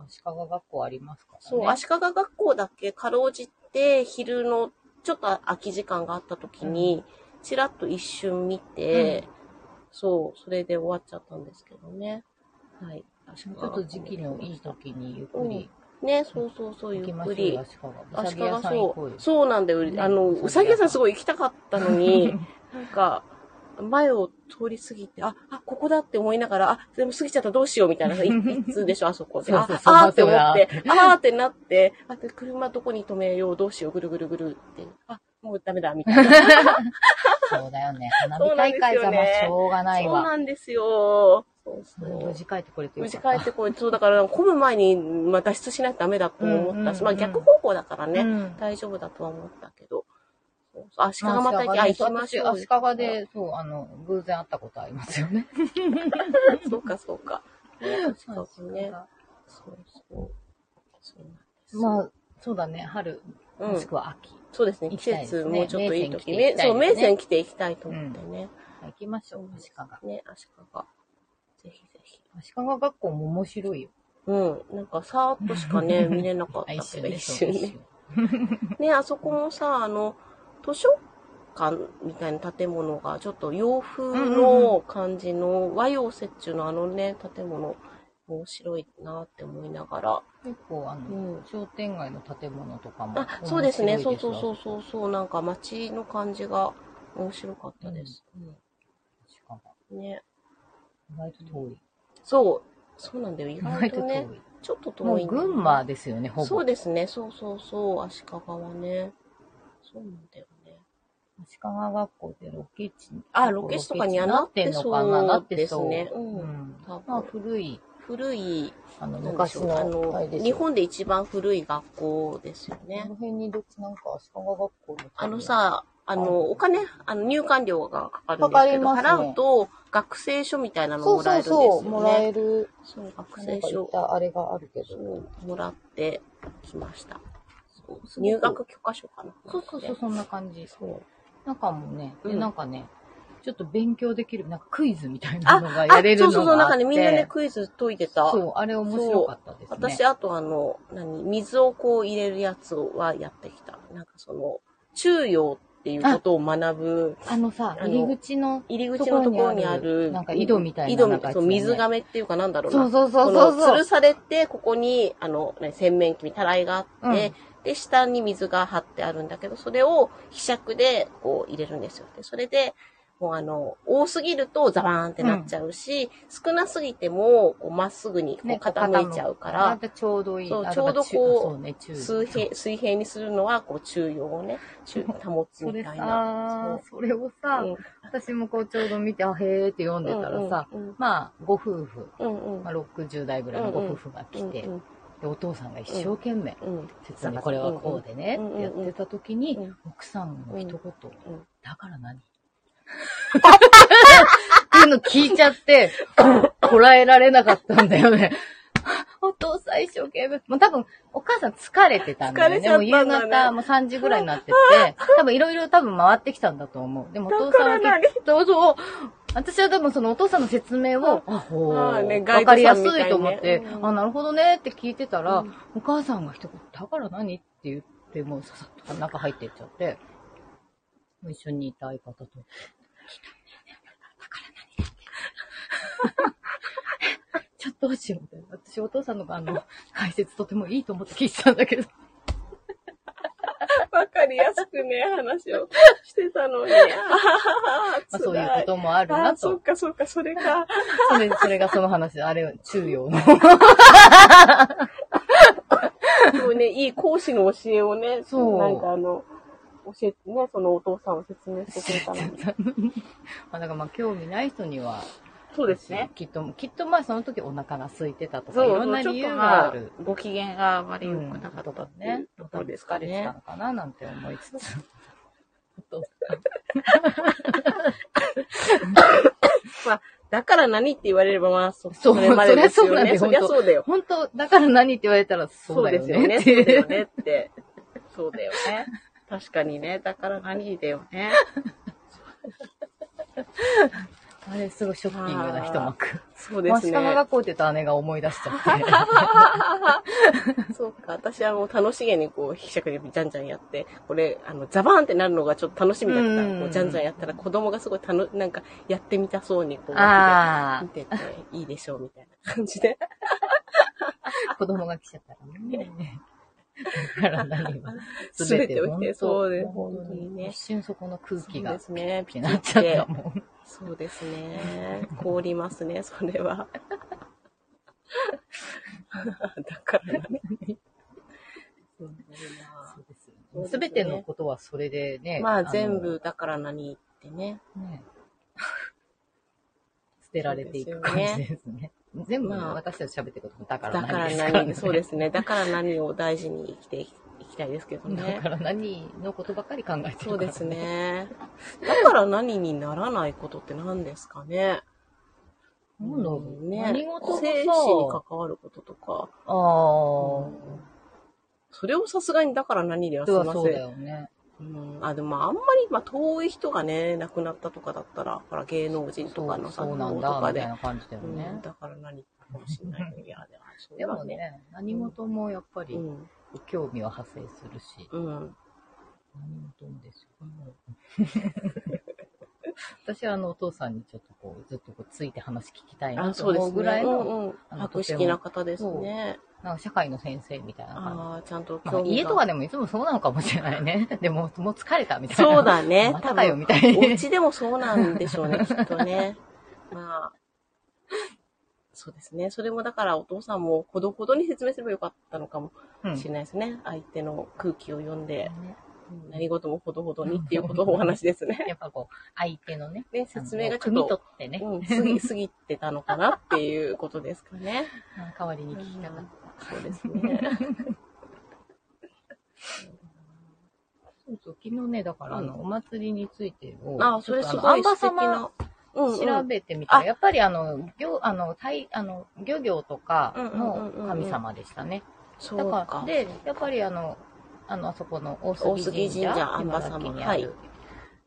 Speaker 2: 足利学校ありますからね。
Speaker 1: そう、足利学校だけかろうじて昼のちょっと空き時間があった時に、ちらっと一瞬見て、そう、それで終わっちゃったんですけどね。はい。ち
Speaker 2: ちょっと時期のいい時にゆっくり
Speaker 1: ね、そうそうそう、ゆ
Speaker 2: 行き
Speaker 1: っ
Speaker 2: ましょ
Speaker 1: く
Speaker 2: う
Speaker 1: り
Speaker 2: よ、。足利。う
Speaker 1: 足
Speaker 2: さ
Speaker 1: 利
Speaker 2: ぎ屋さん行こ
Speaker 1: そう
Speaker 2: よ
Speaker 1: う。。そうなんだよ。
Speaker 2: ね
Speaker 1: あの、
Speaker 2: う
Speaker 1: う
Speaker 2: さ
Speaker 1: さ
Speaker 2: ぎ
Speaker 1: ぎ
Speaker 2: 屋
Speaker 1: 屋
Speaker 2: さん
Speaker 1: さんすごい行きたかったの に、なんか、前を通り過ぎて、あ、あ、ここだって思いながら、あ、でも過ぎちゃったどうしようみたいなさ、いいつでしょ、あそこで。
Speaker 2: そう
Speaker 1: あ
Speaker 2: そうそう
Speaker 1: あーって思
Speaker 2: ま
Speaker 1: っ
Speaker 2: あそう
Speaker 1: て、あーってなって、あ、で車どこに止めよう、どうしよう、ぐるぐるぐるって。あ、もうダメだ、みたいな。
Speaker 2: そうだよね。花
Speaker 1: そ
Speaker 2: 火
Speaker 1: うなん
Speaker 2: 大
Speaker 1: です
Speaker 2: 会
Speaker 1: よ
Speaker 2: じゃまあ
Speaker 1: ね
Speaker 2: しょうがない
Speaker 1: そう
Speaker 2: わ。
Speaker 1: なんですよ。そうそ
Speaker 2: 無
Speaker 1: う。
Speaker 2: 事帰ってくれて
Speaker 1: 無
Speaker 2: よ
Speaker 1: 事
Speaker 2: かっ
Speaker 1: 帰
Speaker 2: た。
Speaker 1: ってこい。そう、だから、混む前に、まあ、脱出しないとダメだとも思ったし、
Speaker 2: うんうんうん
Speaker 1: まあ、逆方向だからね。
Speaker 2: うん
Speaker 1: 大丈夫だとは思ったけど。そうそう足利
Speaker 2: まあ
Speaker 1: また行き、あ、行きましょう。
Speaker 2: 足利。で、そう、あの、偶然会ったことありますよね。
Speaker 1: そうか、そうか。ね足利ね。そうそう。そうなんです。
Speaker 2: まあ、そうだね、春、
Speaker 1: うん
Speaker 2: もしくは秋。
Speaker 1: そうですね。
Speaker 2: 行
Speaker 1: 季
Speaker 2: きたいですね
Speaker 1: 節もうちょっといい時。
Speaker 2: 名
Speaker 1: め
Speaker 2: 泉
Speaker 1: そう、
Speaker 2: 来て行きたいですね
Speaker 1: 名泉来て行きたいと思ってね。
Speaker 2: 行きましょう、足利。
Speaker 1: ね、足利。ぜひぜひ。
Speaker 2: 足利学校も面白いよ。
Speaker 1: うん。なんか、さーっとしかね、見れなかっ
Speaker 2: あ
Speaker 1: たけ
Speaker 2: 一瞬
Speaker 1: ど、
Speaker 2: で
Speaker 1: 一
Speaker 2: す
Speaker 1: 瞬ね。 ね、あそこもさ、あの、図書館みたいな建物が、ちょっと洋風の感じの、和洋折衷のあのね、建物、面白いなって思いながら。
Speaker 2: 結構、あの、
Speaker 1: うん
Speaker 2: 商店街の建物とかも面
Speaker 1: あ
Speaker 2: 白い、
Speaker 1: そうですね、そうそう
Speaker 2: う。
Speaker 1: そうそう、そうなんか街の感じが面白かったです。
Speaker 2: 足利
Speaker 1: うんね。
Speaker 2: 意外と遠い。
Speaker 1: そう、そうなんだよ、意
Speaker 2: 意外
Speaker 1: 外
Speaker 2: と
Speaker 1: と
Speaker 2: 遠い
Speaker 1: ね、。ちょっと遠
Speaker 2: も
Speaker 1: い
Speaker 2: うん
Speaker 1: だよね
Speaker 2: 群馬ですよね、ほぼ。
Speaker 1: そうですね。そうそうそう。足利はね。そうなんだよね。
Speaker 2: 足利学校ってロケ地
Speaker 1: あロケ地とかにはなって
Speaker 2: なってん
Speaker 1: そ
Speaker 2: の
Speaker 1: う
Speaker 2: かななってそう。
Speaker 1: ですねうん
Speaker 2: ん
Speaker 1: 多
Speaker 2: まあ
Speaker 1: 分
Speaker 2: 古い、
Speaker 1: 古い、
Speaker 2: あの
Speaker 1: なんでし
Speaker 2: 昔
Speaker 1: ょうあ
Speaker 2: の、あれ
Speaker 1: の、
Speaker 2: ですよ
Speaker 1: 日本で一番古い学校ですよ
Speaker 2: こ
Speaker 1: ね。
Speaker 2: の辺にどっちなんか足利学校の。
Speaker 1: あの、さ、あの、お金、あの、入館料がかかるん
Speaker 2: か
Speaker 1: で
Speaker 2: か
Speaker 1: す
Speaker 2: り
Speaker 1: けど、
Speaker 2: ますね
Speaker 1: 払うと学生証みたいなの
Speaker 2: そ
Speaker 1: も
Speaker 2: う
Speaker 1: ら
Speaker 2: そ
Speaker 1: える
Speaker 2: うん
Speaker 1: ですよね。そ
Speaker 2: そう、もらえる、
Speaker 1: う、学
Speaker 2: な
Speaker 1: 生
Speaker 2: んかいっ
Speaker 1: 証
Speaker 2: たあれがあるけど。
Speaker 1: そうもらってきました。そう
Speaker 2: すごく
Speaker 1: 入学許可証かな。
Speaker 2: そうそうそう、そんな感じ。
Speaker 1: そう。
Speaker 2: 中もね、で、
Speaker 1: うん
Speaker 2: なんかね、ちょっと勉強できる、なんかクイズみたいな
Speaker 1: あ
Speaker 2: のが、
Speaker 1: あ
Speaker 2: やれる
Speaker 1: そう
Speaker 2: のがあって。
Speaker 1: そうそう、なんかね、みんなね、クイズ解いてた。
Speaker 2: そう、あれ面白かったですね。
Speaker 1: 私、あとあの、何、水をこう入れるやつはやってきた。なんかその、中庸っていうことを学ぶ、
Speaker 2: あのさ、
Speaker 1: あの
Speaker 2: 入り口の、
Speaker 1: 入り口のところにある、
Speaker 2: なんか井戸みたいな
Speaker 1: 井戸
Speaker 2: なんかやつ
Speaker 1: そう、
Speaker 2: ね
Speaker 1: 水亀っていうかなんだろうな。
Speaker 2: そうそうそう
Speaker 1: この
Speaker 2: そうそ
Speaker 1: 吊
Speaker 2: う
Speaker 1: る。されて、ここに、あの、ね、洗面器にたらいがあって、で、下に水が張ってあるんだけど、それを、ひしゃくで、こう、入れるんですよ。で、それで、もうあの、多すぎるとザバーンってなっちゃうし、少なすぎても、こう、まっすぐにこう
Speaker 2: ね
Speaker 1: 傾いちゃうか
Speaker 2: ま
Speaker 1: ら、
Speaker 2: たちょうどいい。
Speaker 1: そう
Speaker 2: あ
Speaker 1: ちょうどこう
Speaker 2: だから中そうね、中
Speaker 1: 水平、水平にするのは、こう、中央をね、中保つ
Speaker 2: それ
Speaker 1: みたいな
Speaker 2: さ。、それをさ、
Speaker 1: うん
Speaker 2: 私もこうちょうど見て、あ、へーって読んでたらさ、
Speaker 1: うんうん
Speaker 2: まあ、ご夫婦、
Speaker 1: うんうん。
Speaker 2: まあ、60代ぐらいのご夫婦が来て、
Speaker 1: うん
Speaker 2: で、お父さんが一生懸命、
Speaker 1: うんうん
Speaker 2: 説明これはこうでね、
Speaker 1: うん
Speaker 2: ってやってた時に、
Speaker 1: うん
Speaker 2: 奥さんの一言、
Speaker 1: うん
Speaker 2: だから何っていうの聞いちゃって、こらえられなかったんだよね。お父さん一生懸命。もう多分、お母さん疲れてたんだよね。
Speaker 1: 疲れちゃったんだね
Speaker 2: もう夕方、もう3時ぐらいになってて、多分いろいろ多分回ってきたんだと思う。でもお父さんは
Speaker 1: だから
Speaker 2: きっと、そう、私は多分そのお父さんの説明を、あ、ほう、
Speaker 1: あ
Speaker 2: わ、
Speaker 1: ーねガイドさん
Speaker 2: かり
Speaker 1: みた
Speaker 2: や
Speaker 1: い
Speaker 2: す
Speaker 1: ね
Speaker 2: いと思って、
Speaker 1: うん
Speaker 2: あ、なるほどねって聞いてたら、
Speaker 1: うん
Speaker 2: お母さんが一言、だから何って言って、もうささっと中入ってっちゃって、もう一緒にいた相方と。だから何だって。ちょっとどうしようみたいな。私お父さんのあの、解説とてもいいと思って聞いてたんだけど。
Speaker 1: わかりやすくね、話をしてたのに。
Speaker 2: まあそういうこともある
Speaker 1: あ
Speaker 2: な
Speaker 1: あ、そっ
Speaker 2: と。
Speaker 1: かそっか、それ か。
Speaker 2: それ、それがその話で、あれ、中央の。
Speaker 1: でもね、いい講師の教えをね、
Speaker 2: そう
Speaker 1: なんかあの、教えてね、そのお父さんを説明してくれたのに。
Speaker 2: まあだからまあ興味ない人には、
Speaker 1: そうですね。
Speaker 2: きっと、きっとまあその時お腹が空いてたと
Speaker 1: そ、
Speaker 2: か、いうろんな理由がある。
Speaker 1: ご機嫌があまり良くなかった
Speaker 2: と
Speaker 1: っ
Speaker 2: か
Speaker 1: てい
Speaker 2: ね
Speaker 1: う。ところですか
Speaker 2: 疲れてた
Speaker 1: ね。
Speaker 2: のかななんて思いつつ。お父さん
Speaker 1: だから何って言われれば、まあ、そ
Speaker 2: そう
Speaker 1: それまでですよね。
Speaker 2: そ
Speaker 1: そ
Speaker 2: り
Speaker 1: り
Speaker 2: ゃ
Speaker 1: ゃ
Speaker 2: そ
Speaker 1: そうだよ。
Speaker 2: 本当、だから何って言われたらそ
Speaker 1: そうう
Speaker 2: だ
Speaker 1: で
Speaker 2: よ
Speaker 1: すよね。
Speaker 2: ねっ
Speaker 1: そう だよ
Speaker 2: て。
Speaker 1: ねって。そうだよね。確かにね。だから何だよね。
Speaker 2: あれ、すごいショッキングな一幕。
Speaker 1: そうで
Speaker 2: マ
Speaker 1: す
Speaker 2: シ
Speaker 1: ね。
Speaker 2: カマ学校って言った姉が思い出しちゃって。
Speaker 1: そうか、私はもう楽しげにこう、ひしゃくでじゃんじゃんやって、これ、あの、ザバーンってなるのがちょっと楽しみだった
Speaker 2: うん
Speaker 1: ら、こう、じゃんじゃんやったら子供がすごいたの、なんか、やってみたそうに、こう、
Speaker 2: あ
Speaker 1: 見てて、いいでしょう、みたいな感じ で。
Speaker 2: あ、子供が来ちゃったらね。だから何は
Speaker 1: 全てを
Speaker 2: 本
Speaker 1: 否定
Speaker 2: 当
Speaker 1: そうです
Speaker 2: 本
Speaker 1: 本当に
Speaker 2: 当
Speaker 1: ね
Speaker 2: 一瞬そこの空気
Speaker 1: そう
Speaker 2: が
Speaker 1: で、すね、
Speaker 2: ってなっちゃったもん。
Speaker 1: そうですね。凍りますね、それは。 だから ね。そうだ
Speaker 2: そうですよね。すべてのことはそれでね。
Speaker 1: なまあ、
Speaker 2: の
Speaker 1: 全部、だから何ってね。
Speaker 2: ね 捨てられていく感じですね。全部、
Speaker 1: まあ
Speaker 2: 私たち喋ってることだから
Speaker 1: だ
Speaker 2: 何
Speaker 1: から
Speaker 2: ですから
Speaker 1: 何、
Speaker 2: ね。
Speaker 1: そうですね。だから何を大事に生きていきいきたいですけど
Speaker 2: だ
Speaker 1: ね
Speaker 2: か。ら何のことばっかり考えてるから、
Speaker 1: そうです。ね。だから何にならないことって何ですかね。
Speaker 2: なんだろ
Speaker 1: う
Speaker 2: うん
Speaker 1: ね。
Speaker 2: 何事もさ
Speaker 1: 生死に関わることとか。
Speaker 2: ああ、
Speaker 1: それをさすがにだから何では
Speaker 2: で
Speaker 1: すい
Speaker 2: は
Speaker 1: ま
Speaker 2: そうだ
Speaker 1: せん。
Speaker 2: よね。
Speaker 1: うん、あ、でもまああんまり、まあ遠い人がね、亡くなったとかだったら、ほら芸能人とかの
Speaker 2: そう
Speaker 1: 参
Speaker 2: そうな
Speaker 1: 考と
Speaker 2: んだ、
Speaker 1: か
Speaker 2: みたい
Speaker 1: で。
Speaker 2: な感じだよ
Speaker 1: うん
Speaker 2: ね。
Speaker 1: だから何かもしれないけど。いや、でもそう
Speaker 2: で
Speaker 1: だ
Speaker 2: も
Speaker 1: ね。
Speaker 2: ね、何事もやっぱり
Speaker 1: う、ん。
Speaker 2: 興味は派生するし、
Speaker 1: うん。
Speaker 2: 何事もですよ。 私はあのお父さんにちょっとこう、ずっとこう、ついて話聞きたいな
Speaker 1: あ、
Speaker 2: と
Speaker 1: そうで
Speaker 2: 思
Speaker 1: す
Speaker 2: う
Speaker 1: ね。
Speaker 2: ぐらいの、
Speaker 1: うんうん
Speaker 2: あの
Speaker 1: 博識な方ですね。
Speaker 2: なんか社会の先生みたいな感じ。
Speaker 1: ああ、ちゃんと
Speaker 2: まあ
Speaker 1: 興味が、
Speaker 2: 家とかでもいつもそうなのかもしれないね。でも、もう疲れたみたいな。。
Speaker 1: そうだね
Speaker 2: ま
Speaker 1: 多
Speaker 2: たかよ
Speaker 1: 分、
Speaker 2: みたい
Speaker 1: お
Speaker 2: な。
Speaker 1: 家でもそうなんでしょうね、きっとね。まあ、そうですね。それもだからお父さんもほどほどに説明すればよかったのかも
Speaker 2: うん
Speaker 1: しれないですね。相手の空気を読んで、
Speaker 2: うん
Speaker 1: 何事もほどほどにっていうことのお話ですね。
Speaker 2: やっぱこう、相手のね、
Speaker 1: ね、説明がち
Speaker 2: あ
Speaker 1: ょ
Speaker 2: の
Speaker 1: っ
Speaker 2: 汲み取
Speaker 1: と、
Speaker 2: ってね、
Speaker 1: うん、過ぎ、過ぎてたのかなっていうことですかね。
Speaker 2: あ代わりに聞きたかっ
Speaker 1: そうですね。
Speaker 2: た。そうそう、昨日ね、だからあの、
Speaker 1: うん
Speaker 2: お祭りについてを、
Speaker 1: あ、それ
Speaker 2: ちょ
Speaker 1: す
Speaker 2: っと
Speaker 1: ごい
Speaker 2: あの
Speaker 1: 素敵
Speaker 2: アンバ様
Speaker 1: な。うんうん
Speaker 2: 調べてみたら、
Speaker 1: あ
Speaker 2: やっぱりあの、漁、あの、鯛あの、漁業とか
Speaker 1: うんうん
Speaker 2: の
Speaker 1: うんうん
Speaker 2: 神様でしたね。
Speaker 1: そ
Speaker 2: だ
Speaker 1: う
Speaker 2: か、。
Speaker 1: から
Speaker 2: で、やっぱりあの、あの、あそこの大杉神社。
Speaker 1: 大杉神社
Speaker 2: 茨城にある。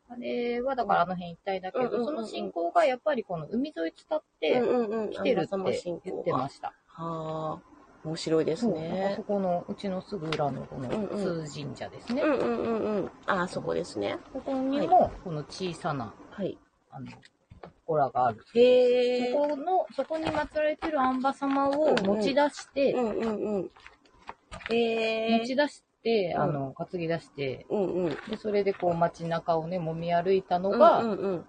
Speaker 2: あれはだからあの辺一帯だけ
Speaker 1: うんうんうんう
Speaker 2: ど、
Speaker 1: ん
Speaker 2: その信仰がやっぱりこの海沿い伝って
Speaker 1: うんうんうん。
Speaker 2: 来てるって
Speaker 1: 安倍様信
Speaker 2: 言
Speaker 1: 仰
Speaker 2: ってました。
Speaker 1: はあ、面白いです
Speaker 2: そう、なんか
Speaker 1: ね
Speaker 2: そ。このうちのすぐ裏のこの
Speaker 1: うんうん
Speaker 2: 通神社ですね
Speaker 1: う。んうんうんうん。あ、そこですね。
Speaker 2: ここにもこの小さな、
Speaker 1: はい。
Speaker 2: あの、祠がある。
Speaker 1: へえ。
Speaker 2: そこの、そこに祀られてる安波様を持ち出して、
Speaker 1: うんうんうん。へ
Speaker 2: 持
Speaker 1: え。
Speaker 2: ち出して、
Speaker 1: うん
Speaker 2: あの、担ぎ出して、
Speaker 1: うんうん。
Speaker 2: で、それでこう街中をね、揉み歩いたの
Speaker 1: う
Speaker 2: が
Speaker 1: んうんうん、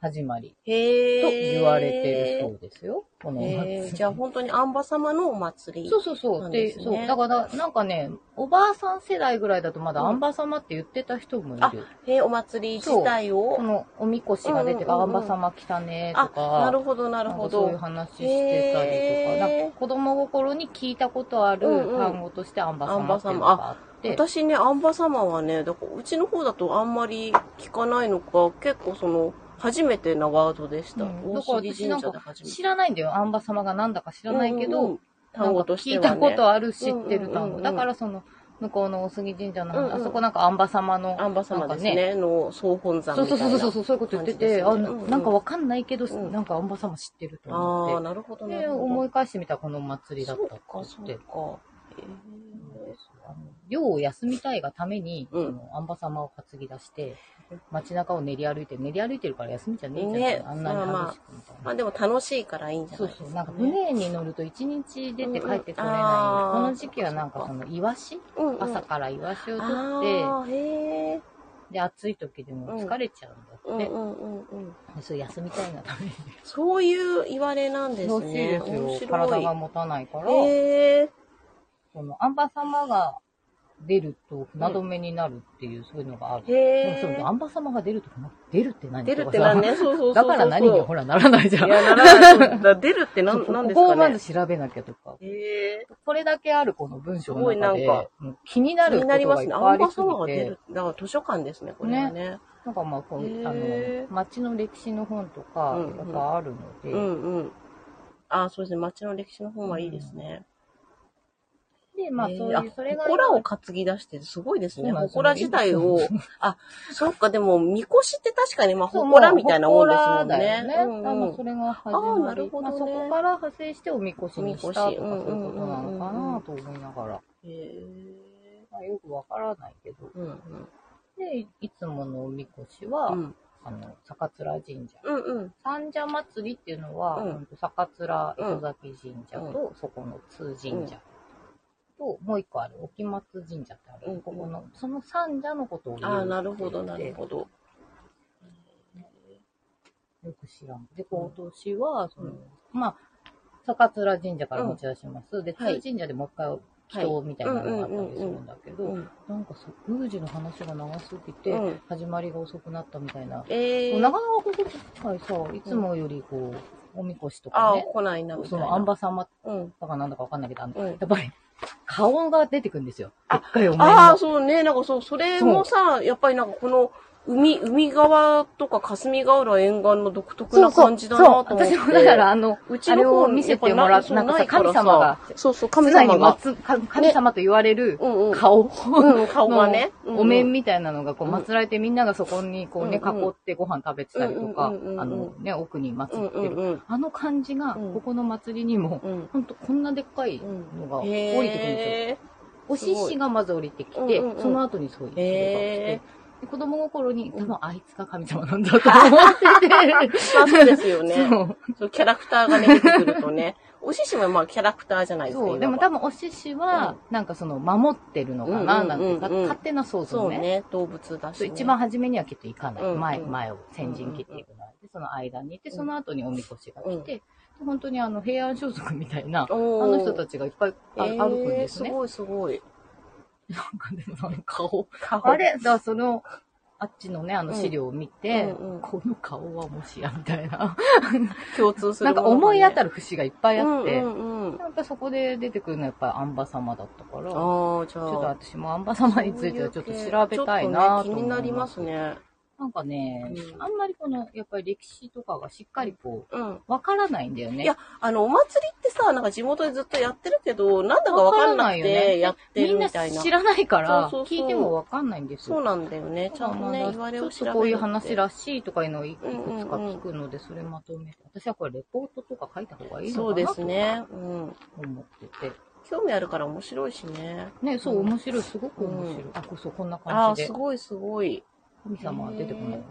Speaker 2: 始まり
Speaker 1: へえ。
Speaker 2: と言われてるそうですよ。このお祭
Speaker 1: へ
Speaker 2: り。
Speaker 1: ーじゃあ本当にアンバ様のお祭り。
Speaker 2: そうそうそ
Speaker 1: な
Speaker 2: う。
Speaker 1: んで
Speaker 2: で、
Speaker 1: すね
Speaker 2: そう。だから、なんかね、おばあさん世代ぐらいだとまだ
Speaker 1: うん
Speaker 2: アンバ様って言ってた人もい
Speaker 1: あ
Speaker 2: る。
Speaker 1: へーお祭り自体
Speaker 2: こ
Speaker 1: を。
Speaker 2: のおみこしが出て、
Speaker 1: うんうんうん
Speaker 2: あアンバ様来たねと
Speaker 1: あ、
Speaker 2: か。
Speaker 1: なるほどなる
Speaker 2: なん
Speaker 1: ほ
Speaker 2: かそういう
Speaker 1: ど。
Speaker 2: 話してたりとか、
Speaker 1: へー
Speaker 2: なんか子供心に聞いたことある
Speaker 1: うんうん
Speaker 2: 単語としてアンバ様っていうのがあって、
Speaker 1: 私ね、アンバ様はね、だからうちの方だとあんまり聞かないのか、結構その、初めてなワードでした。
Speaker 2: うん
Speaker 1: 大杉神社で初めて
Speaker 2: 知。らないんだよ、アンバ様がなんだか知らないけど、
Speaker 1: うんうん、単語としては、ね、
Speaker 2: なんか聞いたことある、知ってる単語。
Speaker 1: うんうんうんうん
Speaker 2: だからその、向こうの大杉神社の、
Speaker 1: うんうん
Speaker 2: あそこなんかアンバ様の、
Speaker 1: アンバ様ですね
Speaker 2: な
Speaker 1: の総本山
Speaker 2: そう
Speaker 1: みた
Speaker 2: そ
Speaker 1: いうな
Speaker 2: そうそうそう、そういうこと言ってて、
Speaker 1: 感
Speaker 2: あ
Speaker 1: じです
Speaker 2: な
Speaker 1: よねうんうん
Speaker 2: なんかわかんないけど、
Speaker 1: うん
Speaker 2: なんかアンバ様知ってると
Speaker 1: あ
Speaker 2: 思
Speaker 1: あ
Speaker 2: って。
Speaker 1: なるほどな
Speaker 2: で、
Speaker 1: るほど
Speaker 2: 思い返してみたらこのお祭りだったって
Speaker 1: そう
Speaker 2: 言
Speaker 1: か
Speaker 2: って
Speaker 1: そうかえー
Speaker 2: あの漁を休みたいがために、
Speaker 1: うん
Speaker 2: あのアンバ様を担ぎ出して、街中を練り歩いてる、練り歩いてるから休みじゃねえじゃん、
Speaker 1: ね
Speaker 2: あんなに楽しくみたいな。
Speaker 1: まあでも楽しいからいいんじゃ
Speaker 2: そ
Speaker 1: ないうです
Speaker 2: そ
Speaker 1: か、ね。
Speaker 2: う、なんか船に乗ると一日出て帰ってこ
Speaker 1: う
Speaker 2: れ
Speaker 1: んうん
Speaker 2: ない、
Speaker 1: あー
Speaker 2: この時期はなんかそのイワシ、
Speaker 1: うんうん、
Speaker 2: 朝からイワシを取って、
Speaker 1: あーへえ。
Speaker 2: で、暑い時でも疲れちゃう
Speaker 1: うんん
Speaker 2: だ
Speaker 1: う
Speaker 2: って、
Speaker 1: んうんうん。
Speaker 2: そう休みたいがために。
Speaker 1: そういう言われなんです
Speaker 2: らしい
Speaker 1: ね。
Speaker 2: ですよ
Speaker 1: 面。白い
Speaker 2: 体が持たないから、
Speaker 1: へえ。
Speaker 2: そのアンバ様が出ると船止めになるっていう、そういうのがある。
Speaker 1: へ
Speaker 2: でもそのア
Speaker 1: え。
Speaker 2: ンバ様が出るとか、出るって何
Speaker 1: 出るってなん
Speaker 2: とか
Speaker 1: ね。そうそうそうそう。
Speaker 2: さだから何にほらならないじゃん。
Speaker 1: いや、な らない。だ出るってな
Speaker 2: そ
Speaker 1: ん
Speaker 2: う
Speaker 1: なん
Speaker 2: こ
Speaker 1: です
Speaker 2: こを
Speaker 1: か
Speaker 2: ま
Speaker 1: ね。
Speaker 2: ず調べなきゃとか。
Speaker 1: へえ。
Speaker 2: これだけあるこの文章の中です
Speaker 1: ごいなんか
Speaker 2: もう気にな
Speaker 1: 気
Speaker 2: る
Speaker 1: に
Speaker 2: こと
Speaker 1: なりま
Speaker 2: がい
Speaker 1: す
Speaker 2: っ
Speaker 1: ね。
Speaker 2: ぱ
Speaker 1: ア
Speaker 2: いあ
Speaker 1: ン
Speaker 2: り
Speaker 1: バ
Speaker 2: すぎ
Speaker 1: 様が出
Speaker 2: て
Speaker 1: る、。だから図書館ですね、これはね。
Speaker 2: なんかまあこ
Speaker 1: へ
Speaker 2: う、
Speaker 1: ー
Speaker 2: あの、街の歴史の本とか
Speaker 1: うんうん、
Speaker 2: やっぱあるので、
Speaker 1: うんうん。ああ、そうですね。街の歴史の本はいいですね。
Speaker 2: で、まあ
Speaker 1: えー
Speaker 2: そういう、それが、
Speaker 1: 祠を担ぎ出してすごいです
Speaker 2: そう
Speaker 1: ね。
Speaker 2: なんですよ
Speaker 1: 祠自体を。あ、そっか、でも、みこしって確かに、まあ、
Speaker 2: そう
Speaker 1: 祠みたいなもんですもん
Speaker 2: まあ
Speaker 1: ね。
Speaker 2: ほこらだよね。
Speaker 1: う
Speaker 2: あ
Speaker 1: んう
Speaker 2: のそ
Speaker 1: ん
Speaker 2: れが始
Speaker 1: あー
Speaker 2: ま
Speaker 1: なる
Speaker 2: り、
Speaker 1: ほど
Speaker 2: まあ
Speaker 1: ね
Speaker 2: そこから派生しておみこしにしたとかそういう
Speaker 1: おみこし
Speaker 2: ことなのかなと思いながら、
Speaker 1: へえ
Speaker 2: まあよくわからないけど。
Speaker 1: うん
Speaker 2: で、いつものおみこしは、
Speaker 1: うん
Speaker 2: あの、坂倉神社。
Speaker 1: うんうん
Speaker 2: 三社祭りっていうのは、
Speaker 1: うん
Speaker 2: うんと坂倉磯崎神社と、そこの通神社と、もう一個ある沖松神社ってある、
Speaker 1: うん
Speaker 2: ここの、その三社のことを言う
Speaker 1: ああ、なるほど、なる
Speaker 2: よ
Speaker 1: ほど。
Speaker 2: く知らん。で、今年は、その、
Speaker 1: うん
Speaker 2: まあ、坂倉神社から持ち出します。で、通
Speaker 1: はい
Speaker 2: 神社でもう一回祈祷みたいなのがあったりするんだけど、
Speaker 1: うん
Speaker 2: なんかそう宮司の話が長すぎて、
Speaker 1: うん
Speaker 2: 始まりが遅くなったみたいな
Speaker 1: ええ
Speaker 2: そうなかなかここ今回さ、いつもよりこう、おみこしとか
Speaker 1: ああ、
Speaker 2: ね、
Speaker 1: 来ないな、みた
Speaker 2: そ
Speaker 1: いな。
Speaker 2: のアンバ様
Speaker 1: うん。
Speaker 2: だかなんだかわかんないけど、あの
Speaker 1: うん
Speaker 2: やっぱり顔が出てくるんですよ。でっかいお面
Speaker 1: ああ、
Speaker 2: が。
Speaker 1: そうね。なんかそう、それもさ、やっぱりなんかこの、海、海側とか霞ヶ浦沿岸の独特な感じだなと思って。
Speaker 2: そう私もだからあの、
Speaker 1: うち
Speaker 2: あれ
Speaker 1: の
Speaker 2: を
Speaker 1: 方
Speaker 2: 見せてもらって、
Speaker 1: そう
Speaker 2: なんかさ、
Speaker 1: いら
Speaker 2: 神様が、
Speaker 1: そうそう、
Speaker 2: 神
Speaker 1: 神
Speaker 2: 様
Speaker 1: 様
Speaker 2: にま
Speaker 1: が。
Speaker 2: つ、か神様と言われる
Speaker 1: うんうん。
Speaker 2: 顔。
Speaker 1: うん、顔がね。
Speaker 2: お面
Speaker 1: 見
Speaker 2: みたいなのがこう
Speaker 1: うん
Speaker 2: 祀られてみんながそこにこうね、
Speaker 1: うんうん
Speaker 2: 囲ってご飯食べてたりとか、あ
Speaker 1: うんうんうんうん
Speaker 2: のね、奥に祀
Speaker 1: うんう
Speaker 2: ってる。
Speaker 1: ん
Speaker 2: あの感じが、
Speaker 1: うん
Speaker 2: ここの祭りにも、
Speaker 1: うん。
Speaker 2: ほんとこんなでっかいのが降りてくるんですよ。
Speaker 1: へ
Speaker 2: お獅子がまず降りてきて、
Speaker 1: すごいうんうんうん
Speaker 2: その後にそういう人が来て
Speaker 1: へ、
Speaker 2: で子供心に、多分あいつが神様なんだと思ってて、
Speaker 1: ー。 まあそうですよね。
Speaker 2: そう
Speaker 1: そう、キャラクターがね、出てくると ね。お獅子もまあキャラクターじゃないですか。
Speaker 2: そう。でも
Speaker 1: いわ
Speaker 2: 多分お獅子は、なんかその、守ってるのかな、
Speaker 1: うん
Speaker 2: な
Speaker 1: うんん
Speaker 2: て
Speaker 1: うんうん
Speaker 2: か勝手な想
Speaker 1: ばそ
Speaker 2: 像
Speaker 1: う
Speaker 2: ね。
Speaker 1: ね、動物だし
Speaker 2: そう
Speaker 1: ね。
Speaker 2: 一番初めにはきっと行かない。
Speaker 1: うんうん
Speaker 2: 前、前を先陣切っていくので、その間にいて、その後におみこしが来て、本当にあの、平安装束みたいな、あ
Speaker 1: おー
Speaker 2: の人たちがいっぱいあ
Speaker 1: えー
Speaker 2: 歩くんですね
Speaker 1: す。ごいすごい。
Speaker 2: なんかでもあの顔。
Speaker 1: 顔
Speaker 2: あれだからその、あっちのね、あ
Speaker 1: う
Speaker 2: の
Speaker 1: ん
Speaker 2: 資料を見て、
Speaker 1: うんうん
Speaker 2: この顔はもしや、みたいな。
Speaker 1: 共通する
Speaker 2: なんか思い当た
Speaker 1: る
Speaker 2: る節がいっぱいあって、
Speaker 1: うんうんうん、
Speaker 2: やっぱそこで出てくるのはやっぱりアンバ様だったから、ちょっ
Speaker 1: ああ、じゃあ。
Speaker 2: と私もアンバ様についてはちょっと調べたいな
Speaker 1: ち
Speaker 2: と
Speaker 1: ょっとね、
Speaker 2: 思
Speaker 1: 気に
Speaker 2: います
Speaker 1: なります。ね。
Speaker 2: なんかね、
Speaker 1: うん
Speaker 2: あんまりこの、やっぱり歴史とかがしっかりこ
Speaker 1: うん。
Speaker 2: う、わからないんだよね。
Speaker 1: いやあの、お祭りってさ、なんか地元でずっとやってるけど、なんだかわかんなく
Speaker 2: わからないよ
Speaker 1: て
Speaker 2: ね
Speaker 1: やって
Speaker 2: み
Speaker 1: る
Speaker 2: んな
Speaker 1: みたいな。
Speaker 2: 知らないから、
Speaker 1: そうそうそう
Speaker 2: 聞いてもわかんないんですよ。
Speaker 1: そうなんだよね。ちゃんとね、
Speaker 2: まあ
Speaker 1: 言われを
Speaker 2: ち
Speaker 1: 調べるって。
Speaker 2: ょっとこういう話らしいとかいうのをいくつか
Speaker 1: うんうんうん
Speaker 2: 聞くので、それまとめて。私はこれレポートとか書いた方がいいの
Speaker 1: そう
Speaker 2: か
Speaker 1: で
Speaker 2: な
Speaker 1: す
Speaker 2: と
Speaker 1: ね。うん。
Speaker 2: 思ってて。
Speaker 1: 興味あるから面白いしね。
Speaker 2: ね、そ
Speaker 1: う
Speaker 2: う、
Speaker 1: ん
Speaker 2: 面白い、すごく面白い。
Speaker 1: うん
Speaker 2: あ、こそう、こんな
Speaker 1: あ
Speaker 2: 感
Speaker 1: あ、。
Speaker 2: じです
Speaker 1: ごいすごい。
Speaker 2: 神様は出てこないよね。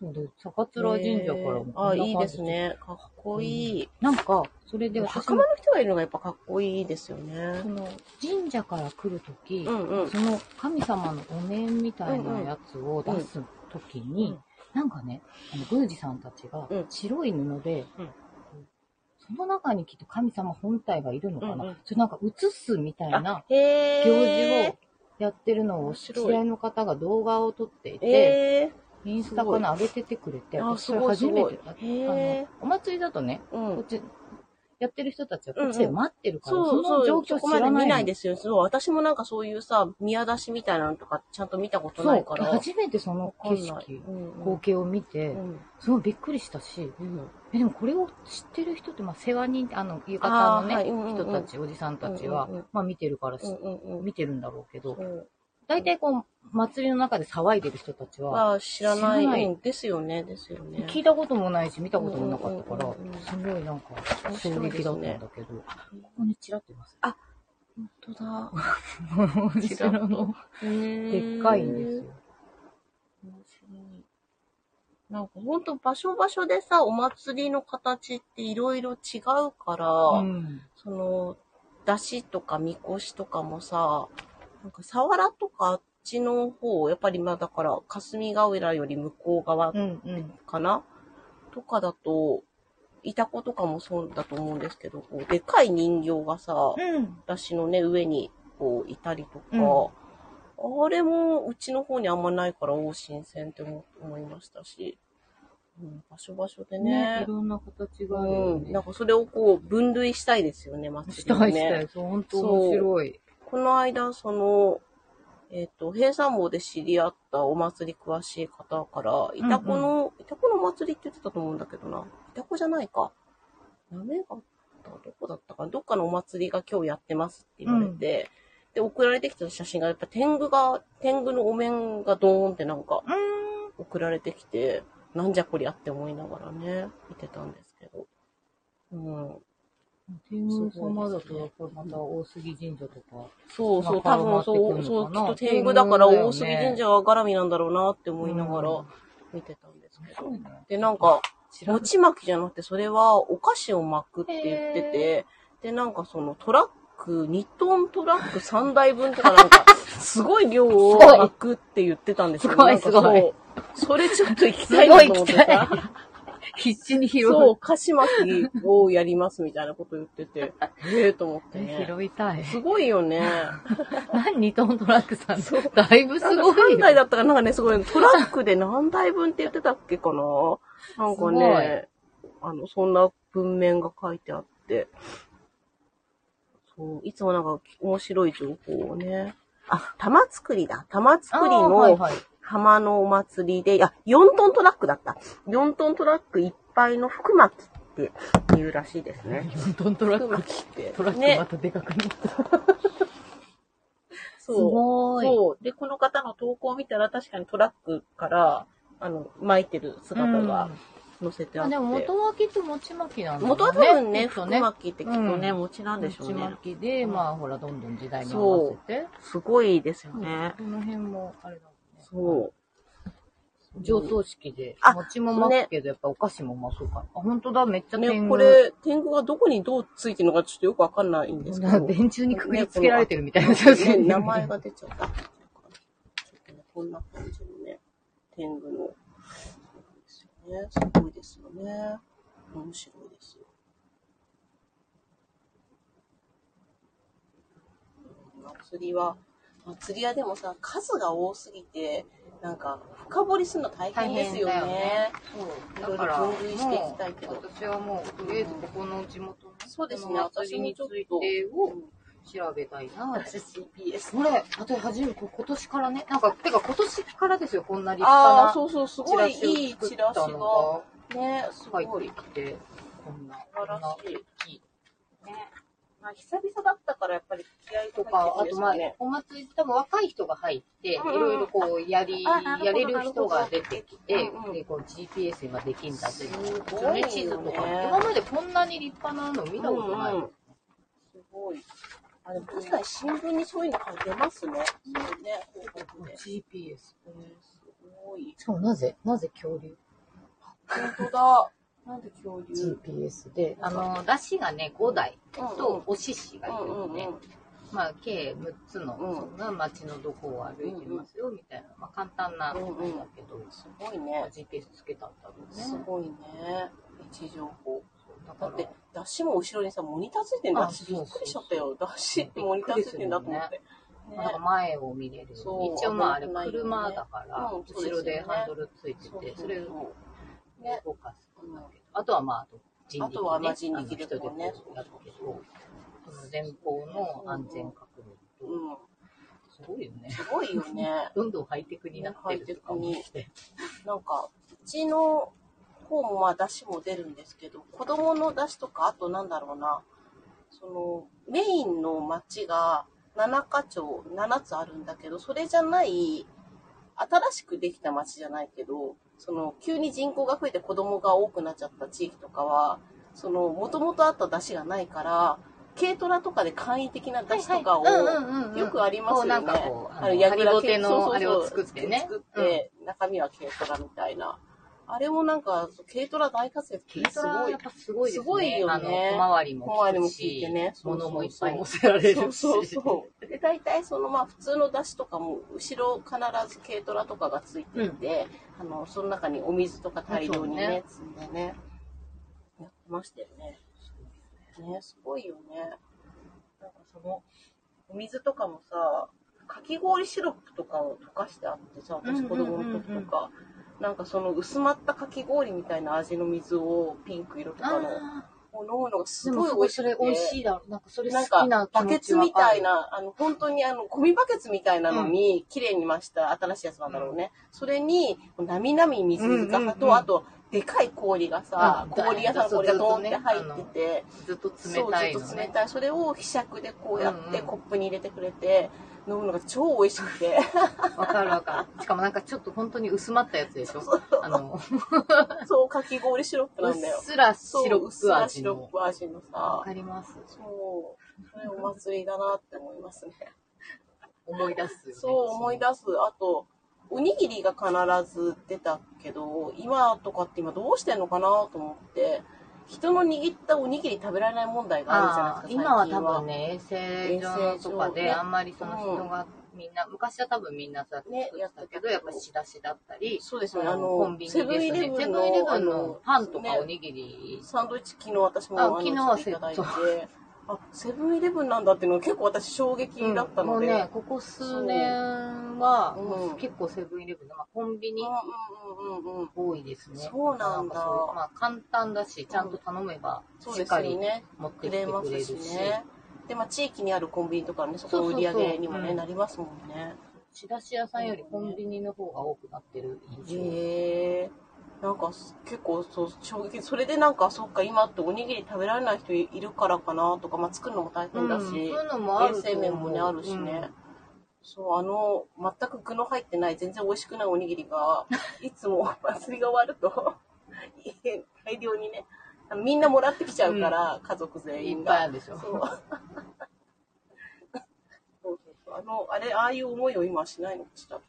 Speaker 2: そうで、坂津神社からも
Speaker 1: あ
Speaker 2: こ
Speaker 1: あ、
Speaker 2: んな感じ
Speaker 1: いいです。ね。かっこいい。
Speaker 2: なんか、それで
Speaker 1: でも、
Speaker 2: 私
Speaker 1: 袴
Speaker 2: も
Speaker 1: の人がいるのがやっぱかっこいいですよね
Speaker 2: そ。の、神社から来るとき、
Speaker 1: うんうん。
Speaker 2: その神様のお面みたいなやつを出すときに、
Speaker 1: うん
Speaker 2: なんかね、あの宮司さんたちが
Speaker 1: うん
Speaker 2: 白い布で、
Speaker 1: うん
Speaker 2: その中にきっと神様本体がいるのかな、
Speaker 1: うんうん
Speaker 2: それなんか映すみたいな
Speaker 1: へえ。
Speaker 2: 行事をやってるのを
Speaker 1: 面
Speaker 2: 知
Speaker 1: 白い
Speaker 2: り合いの方が動画を撮っていて、
Speaker 1: え
Speaker 2: インスタかな上げててくれて、
Speaker 1: あ
Speaker 2: 私
Speaker 1: す
Speaker 2: それ
Speaker 1: ごい
Speaker 2: 初めてだっ
Speaker 1: す
Speaker 2: た。あ
Speaker 1: ごいへ
Speaker 2: の
Speaker 1: え、
Speaker 2: お祭りだとね、
Speaker 1: えう
Speaker 2: こ
Speaker 1: ん。
Speaker 2: っち、やってる人たちはこっちで待ってるから、
Speaker 1: そ
Speaker 2: そう
Speaker 1: そう、
Speaker 2: の状況
Speaker 1: そこ
Speaker 2: 知
Speaker 1: まで
Speaker 2: らな
Speaker 1: 見
Speaker 2: い
Speaker 1: ない
Speaker 2: の
Speaker 1: ですよ。そう、私もなんかそういうさ、宮出しみたいなのとかちゃんと見たことないから。
Speaker 2: そう、初めてその
Speaker 1: わか
Speaker 2: 景
Speaker 1: んな
Speaker 2: 色
Speaker 1: い、うんうん
Speaker 2: 光景を見て、
Speaker 1: うん
Speaker 2: すごいびっくりしたし、
Speaker 1: うん
Speaker 2: えでもこれを知ってる人って、まあ、世話人、あの、浴衣のね、
Speaker 1: あーはいうんうんうん
Speaker 2: 人たち、おじさんたちは、
Speaker 1: うんうんうん
Speaker 2: まあ見てるからし、
Speaker 1: うんうんうん
Speaker 2: 見てるんだろうけど、
Speaker 1: そう
Speaker 2: 大体こう、祭りの中で騒いでる人たちは、
Speaker 1: は知らない
Speaker 2: 知らない
Speaker 1: うんですよね、ですよね。
Speaker 2: 聞いたこともないし、見たこともなかったから、
Speaker 1: うんうんうんうん
Speaker 2: すごいなんか
Speaker 1: 面、白い
Speaker 2: 衝
Speaker 1: ですね
Speaker 2: 撃だったんだけど、あここにちらってます。
Speaker 1: 本当だ。
Speaker 2: 後ろの、で
Speaker 1: で
Speaker 2: っかいんですよ。。
Speaker 1: 面白いなんか本当場所場所でさ、お祭りの形っていろいろ違うから、
Speaker 2: うん
Speaker 1: その、出汁とかみこしとかもさ、なんか、さわらとかあっちの方、やっぱりまあだから、霞ヶ浦より向こう側
Speaker 2: うんうん。
Speaker 1: かな、とかだと、いたことかもそうだと思うんですけど、こう、でかい人形がさ、
Speaker 2: うん。
Speaker 1: 出汁のね、上に、こう、いたりとか、あれも、うちの方にあんまないから、おー新鮮って思思いましたし、うん、場所場所で
Speaker 2: ね
Speaker 1: ね
Speaker 2: い、ろんな形があるよ
Speaker 1: うん、
Speaker 2: ね。
Speaker 1: なんかそれをこう、分類したいですよね、祭
Speaker 2: し
Speaker 1: りを
Speaker 2: た
Speaker 1: ね。
Speaker 2: いしたい。そう、本当面白い。
Speaker 1: この間、その、えっ、と、平山坊で知り合ったお祭り詳しい方から、いたこの、いたこの祭りって言ってたと思うんだけどな。いたこじゃないか。なめがったどこだったかなどっかのお祭りが今日やってますって言われて、で、送られてきた写真が、やっぱ天狗が、天狗のお面がドーンってなんか
Speaker 2: う
Speaker 1: 送られてきて、なんじゃこりゃって思いながらね、見てたんですけど。うん。
Speaker 2: ん。天狗様だと、やっぱりまた大杉神社とか。
Speaker 1: そうそう、
Speaker 2: ま
Speaker 1: 多
Speaker 2: あ
Speaker 1: 分
Speaker 2: 絡ま
Speaker 1: そ
Speaker 2: って
Speaker 1: う、
Speaker 2: くる
Speaker 1: そ
Speaker 2: のか
Speaker 1: う、き
Speaker 2: な
Speaker 1: っと天狗だから
Speaker 2: 天狗だよね
Speaker 1: 大杉神社は絡みなんだろうなって思いなが
Speaker 2: うん
Speaker 1: ら見てたんですけど。
Speaker 2: そうね
Speaker 1: で、なんか、
Speaker 2: 知らない。
Speaker 1: 餅巻きじゃなくて、それはお菓子を巻くって言ってて、で、なんかそのトラック、2トントラック3台分とかなん か、すごい量を
Speaker 2: すごい
Speaker 1: 巻くって言ってたんですよ。
Speaker 2: すごい
Speaker 1: なんか
Speaker 2: すごい
Speaker 1: そう。それちょっと行きたいなと思って
Speaker 2: すごい行きたい
Speaker 1: さ。
Speaker 2: 必死に拾
Speaker 1: そう、お菓子巻きをやりますみたいなこと言ってて、ええと思ってね。
Speaker 2: 拾いたい。
Speaker 1: すごいよね。
Speaker 2: 何2トントラックさんだいぶす
Speaker 1: なんか
Speaker 2: ごい
Speaker 1: 3台
Speaker 2: よ。
Speaker 1: だったからなんかね、すごい、トラックで何台分って言ってたっけかななんかね、あの、そんな文面が書いてあって、そう、いつもなんか面白い情報をね、あ、玉作りだ。玉作り
Speaker 2: あーはい
Speaker 1: の
Speaker 2: はい
Speaker 1: 浜のお祭りで、いや、4トントラックだった。4トントラックいっぱいの福巻きって言うらしいですね。
Speaker 2: 4トントラ
Speaker 1: 福
Speaker 2: ック。
Speaker 1: 巻きって。
Speaker 2: トラックま
Speaker 1: ね、
Speaker 2: たでかくなった。す
Speaker 1: そう。
Speaker 2: ごい。
Speaker 1: そう。で、この方の投稿を見たら確かにトラックから、あの、巻いてる姿が載せてあ
Speaker 2: あ
Speaker 1: って。
Speaker 2: でも元はきっと餅巻きなんだね。
Speaker 1: 元は多分ね、
Speaker 2: きっと
Speaker 1: 福
Speaker 2: ね。
Speaker 1: 巻ってきっとね、
Speaker 2: うん
Speaker 1: 餅なんでしょう
Speaker 2: 餅
Speaker 1: ね
Speaker 2: 巻。きで、
Speaker 1: うん
Speaker 2: まあほら、どんどん時代に合わせて。
Speaker 1: すごいですよ
Speaker 2: うん
Speaker 1: ね。
Speaker 2: この辺も、あれだもんね。
Speaker 1: そう。
Speaker 2: 上等式で
Speaker 1: あ、
Speaker 2: 餅も巻くけど、やっぱお菓子も巻くから。あ、本当だ、めっちゃ天
Speaker 1: ね、
Speaker 2: 狗。
Speaker 1: これ、天狗がどこにどうついてるのかちょっとよくわかんないんですけ
Speaker 2: な
Speaker 1: ど
Speaker 2: んか。電柱にくくりつけられてるみたいな写
Speaker 1: ね
Speaker 2: 真。
Speaker 1: 名前が出ちゃった。ちょっとねこんな感じのね、天狗の。そうなんですよね。すごいですよね。面白いですよ。うん祭りは、祭りはでもさ、数が多すぎて、なんか、深掘りするの大変ですよね。
Speaker 2: 大変だよね
Speaker 1: い
Speaker 2: だ
Speaker 1: ろい
Speaker 2: か
Speaker 1: ろ
Speaker 2: ら、
Speaker 1: 分類していきたいけど
Speaker 2: もう。私はもう、とりあえずここの地元の、
Speaker 1: そうです
Speaker 2: こ
Speaker 1: ね、
Speaker 2: の
Speaker 1: 私
Speaker 2: 祭り
Speaker 1: も
Speaker 2: につ
Speaker 1: ちょっ
Speaker 2: い
Speaker 1: と。
Speaker 2: てを
Speaker 1: うん
Speaker 2: 調べたいなって。
Speaker 1: 私 CPS。
Speaker 2: これ、私初めて、今年からね、なんか、てか今年からですよ、こんな立
Speaker 1: ああー、
Speaker 2: 派
Speaker 1: そ
Speaker 2: な
Speaker 1: うそう、す
Speaker 2: チ
Speaker 1: ご
Speaker 2: ラ
Speaker 1: い
Speaker 2: シを
Speaker 1: いい
Speaker 2: 作っ
Speaker 1: チラシ
Speaker 2: た
Speaker 1: が。
Speaker 2: の
Speaker 1: ね、す
Speaker 2: が
Speaker 1: ごい。
Speaker 2: 入ってきて、こんな、
Speaker 1: 素晴ら
Speaker 2: こんな
Speaker 1: しい。
Speaker 2: 大きい
Speaker 1: ね。まあ、久々だったから、やっぱり気合い
Speaker 2: とか、あとまあ、お祭り、多分若い人が入って、い
Speaker 1: うんうん
Speaker 2: ろいろこう、やり、
Speaker 1: あなるほど
Speaker 2: やれる人が出てき
Speaker 1: なる
Speaker 2: て
Speaker 1: ほどうんうん、
Speaker 2: で、こう GPS ができるんだっていうの
Speaker 1: すごい
Speaker 2: が、
Speaker 1: よね
Speaker 2: ね、地図とか、今までこんなに立派なの見たことない。
Speaker 1: うんうんすごい。あ、でも確かに新聞にそういうの書いてますね。そうね、広告で。
Speaker 2: GPS。
Speaker 1: えーすごい。
Speaker 2: しかもなぜ、なぜ恐竜
Speaker 1: 本当だ。なんで恐竜
Speaker 2: ?GPS で。あの、出汁がね、5台と、お獅子がいる
Speaker 1: うんう
Speaker 2: の
Speaker 1: んう
Speaker 2: ね。
Speaker 1: ん。
Speaker 2: まあ、計6つの、
Speaker 1: うん
Speaker 2: そんな街のどこを歩いてますよ、みたいな。まあ、簡単な
Speaker 1: うんうん
Speaker 2: んだけど、
Speaker 1: すごいね。
Speaker 2: GPS つけたんだろうね。
Speaker 1: すごいね。位置情報。
Speaker 2: だか
Speaker 1: だって
Speaker 2: ら、、
Speaker 1: ダッシュも後ろにさ、モニターついてんだ
Speaker 2: あ
Speaker 1: び
Speaker 2: そうそう
Speaker 1: っくりしちゃったよ。ダッシュってモニターついてんだと思って。ね
Speaker 2: なんか前を見れるように。
Speaker 1: そう
Speaker 2: 一応まああれ
Speaker 1: 危ないよね
Speaker 2: 車だから、
Speaker 1: うんそうです
Speaker 2: 後
Speaker 1: よね
Speaker 2: ろでハンドルついて
Speaker 1: そう
Speaker 2: て、
Speaker 1: そう
Speaker 2: それを
Speaker 1: そうね
Speaker 2: 動かすんだけど。あとはまあ、あと人
Speaker 1: あとはま
Speaker 2: 力で
Speaker 1: あ
Speaker 2: ね、
Speaker 1: 人力で
Speaker 2: あの人でこうやるけど、その前方の安全確認と、
Speaker 1: うん。
Speaker 2: すごいよね。
Speaker 1: すごいよね。
Speaker 2: どんどんハイテクになってるとか思って。
Speaker 1: なんか、うちの方もまあ出汁も出るんですけど、子供の出汁とか、あとなんだろうな、その、メインの町が七ヶ町、7つあるんだけど、それじゃない、新しくできた町じゃないけど、その、急に人口が増えて子供が多くなっちゃった地域とかは、その、もともとあった出汁がないから、軽トラとかで簡易的な出汁とかを、よくありますよね。
Speaker 2: こうなんかこう、あ
Speaker 1: あの、
Speaker 2: の、
Speaker 1: ヤ
Speaker 2: ハ
Speaker 1: グ
Speaker 2: リ
Speaker 1: ラ
Speaker 2: ボ
Speaker 1: 系そ
Speaker 2: テ
Speaker 1: うそうそう
Speaker 2: のあれを作ってね。
Speaker 1: 作って、中身は軽トラみたいな。あれもなんか、軽トラ大活躍
Speaker 2: うん。
Speaker 1: すごい
Speaker 2: やっ。ぱすごいですね。
Speaker 1: すごいよね
Speaker 2: あの、小回りも
Speaker 1: 小回りも
Speaker 2: 利
Speaker 1: 利
Speaker 2: く
Speaker 1: い
Speaker 2: し
Speaker 1: てね、そうそうそう
Speaker 2: 物もいっぱい乗せられるし。
Speaker 1: そうそうそう。で、大体そのまあ普通の出汁とかも、後ろ必ず軽トラとかがついていて、あの、その中にお水とか大量にね、積んでね、やってましたよね。ね、すごいよね。なんかその、お水とかもさ、かき氷シロップとかを溶かしてあってさ、私子供の時
Speaker 2: うんうんうんう
Speaker 1: と
Speaker 2: ん
Speaker 1: か、なんかその薄まったかき氷みたいな味の水をピンク色とかの、
Speaker 2: あ
Speaker 1: を飲むのがす
Speaker 2: ーでも
Speaker 1: ごい
Speaker 2: す
Speaker 1: 美
Speaker 2: ごい
Speaker 1: 味し
Speaker 2: そ
Speaker 1: くて。
Speaker 2: れ美味しいだろう。なんかそれ
Speaker 1: なん
Speaker 2: 好
Speaker 1: か
Speaker 2: きな、気
Speaker 1: バ
Speaker 2: 持
Speaker 1: ケ
Speaker 2: ち
Speaker 1: ツ
Speaker 2: わ
Speaker 1: みたい
Speaker 2: か
Speaker 1: な、あの、本当にあの、ゴミバケツみたいなのに、綺麗に増した新しいやつなんだろうね。それに、なみなみ水が
Speaker 2: うんうんうん
Speaker 1: と、あと、でかい氷がさ、
Speaker 2: あ
Speaker 1: 氷屋さんの
Speaker 2: そう
Speaker 1: 氷がドーンって
Speaker 2: ずっとね
Speaker 1: 入ってて、
Speaker 2: る。ずっと冷
Speaker 1: そう、
Speaker 2: たい
Speaker 1: ず
Speaker 2: の
Speaker 1: っと冷
Speaker 2: ね。
Speaker 1: たい。それを希釈でこうやっ
Speaker 2: うんう
Speaker 1: て、
Speaker 2: ん
Speaker 1: コップに入れてくれて、飲むのが超美味しく て。
Speaker 2: わかるわかる。しかもなんかちょっと本当に薄まったやつでしょ。あの、
Speaker 1: そう、かき氷シロップ
Speaker 2: う
Speaker 1: な
Speaker 2: っ
Speaker 1: んだよ。
Speaker 2: すら
Speaker 1: そう
Speaker 2: シロ
Speaker 1: うっ
Speaker 2: ッ
Speaker 1: す
Speaker 2: プ
Speaker 1: ら
Speaker 2: 味
Speaker 1: シロ
Speaker 2: の
Speaker 1: ッ。プ味の
Speaker 2: わ
Speaker 1: さ、
Speaker 2: かります。
Speaker 1: そう、それお祭りだなって思いますね。
Speaker 2: 思い出すよね。
Speaker 1: そう思い出す。あと、おにぎりが必ず出たけど、今とかって今どうしてんのかなと思って、人の握ったおにぎり食べられない問題があ
Speaker 2: あ
Speaker 1: る
Speaker 2: あ
Speaker 1: じゃないですか。
Speaker 2: 今は多分
Speaker 1: ね。
Speaker 2: ね、衛生上とか
Speaker 1: 衛生上ね
Speaker 2: で、あんまりその人がみんな、昔は多分みんなそうやって
Speaker 1: ね
Speaker 2: 作ってたけど、やっぱ仕出しだったり、
Speaker 1: そうですよね。
Speaker 2: あ
Speaker 1: あ
Speaker 2: のコン
Speaker 1: の
Speaker 2: ビ、ニで
Speaker 1: セ
Speaker 2: す
Speaker 1: ブンイレ
Speaker 2: ね。
Speaker 1: ブ
Speaker 2: セ
Speaker 1: ン
Speaker 2: ブンイレブ
Speaker 1: のあ
Speaker 2: ンのパンとかお
Speaker 1: ね
Speaker 2: にぎり、
Speaker 1: サンドイッチ昨日私も
Speaker 2: あ
Speaker 1: あの
Speaker 2: 昨日
Speaker 1: 作っていただいて
Speaker 2: セ、
Speaker 1: あ、セブンイレブンなんだっていうのが結構私衝撃
Speaker 2: うん
Speaker 1: だった
Speaker 2: も
Speaker 1: の
Speaker 2: う
Speaker 1: で。
Speaker 2: ね、ここ数年は、
Speaker 1: そう
Speaker 2: もううん結構セブンイレブンの、まあ、コンビニ
Speaker 1: うんうんうんうん。
Speaker 2: 多いですね。
Speaker 1: そうなんだ
Speaker 2: かそうまあ簡単だし、ちゃんと頼めば、
Speaker 1: そう
Speaker 2: し
Speaker 1: で
Speaker 2: っ
Speaker 1: すよ
Speaker 2: かり
Speaker 1: ね。
Speaker 2: 持って
Speaker 1: く
Speaker 2: きて
Speaker 1: れ
Speaker 2: く
Speaker 1: ま
Speaker 2: れる
Speaker 1: す
Speaker 2: し。
Speaker 1: しね。で、まあ、地域にあるコンビニとかね、そこの
Speaker 2: そう
Speaker 1: 売
Speaker 2: そう
Speaker 1: り
Speaker 2: そう
Speaker 1: 上げにもね、
Speaker 2: うん
Speaker 1: なりますもんね。
Speaker 2: 仕出し屋さんよりコンビニの方が多くなってる印象。
Speaker 1: へえ。なんかす結構そう衝撃それでなんかそっか今っておにぎり食べられない人いいるからかなとか、まあ、作るのも大変だし、
Speaker 2: うんそういうのもあ
Speaker 1: 衛
Speaker 2: ると思う
Speaker 1: 生面もねあるしね、
Speaker 2: うん
Speaker 1: そうあの全く具の入ってない全然美味しくないおにぎりがいつもお祭りが終わると 大量にねあのみんなもらってきちゃうから、家族全
Speaker 2: いっ
Speaker 1: 員
Speaker 2: ぱい
Speaker 1: が
Speaker 2: あるでしょ。
Speaker 1: そう。そうそうそう。あの、あれ、ああいう思いを今はしないのかしらね。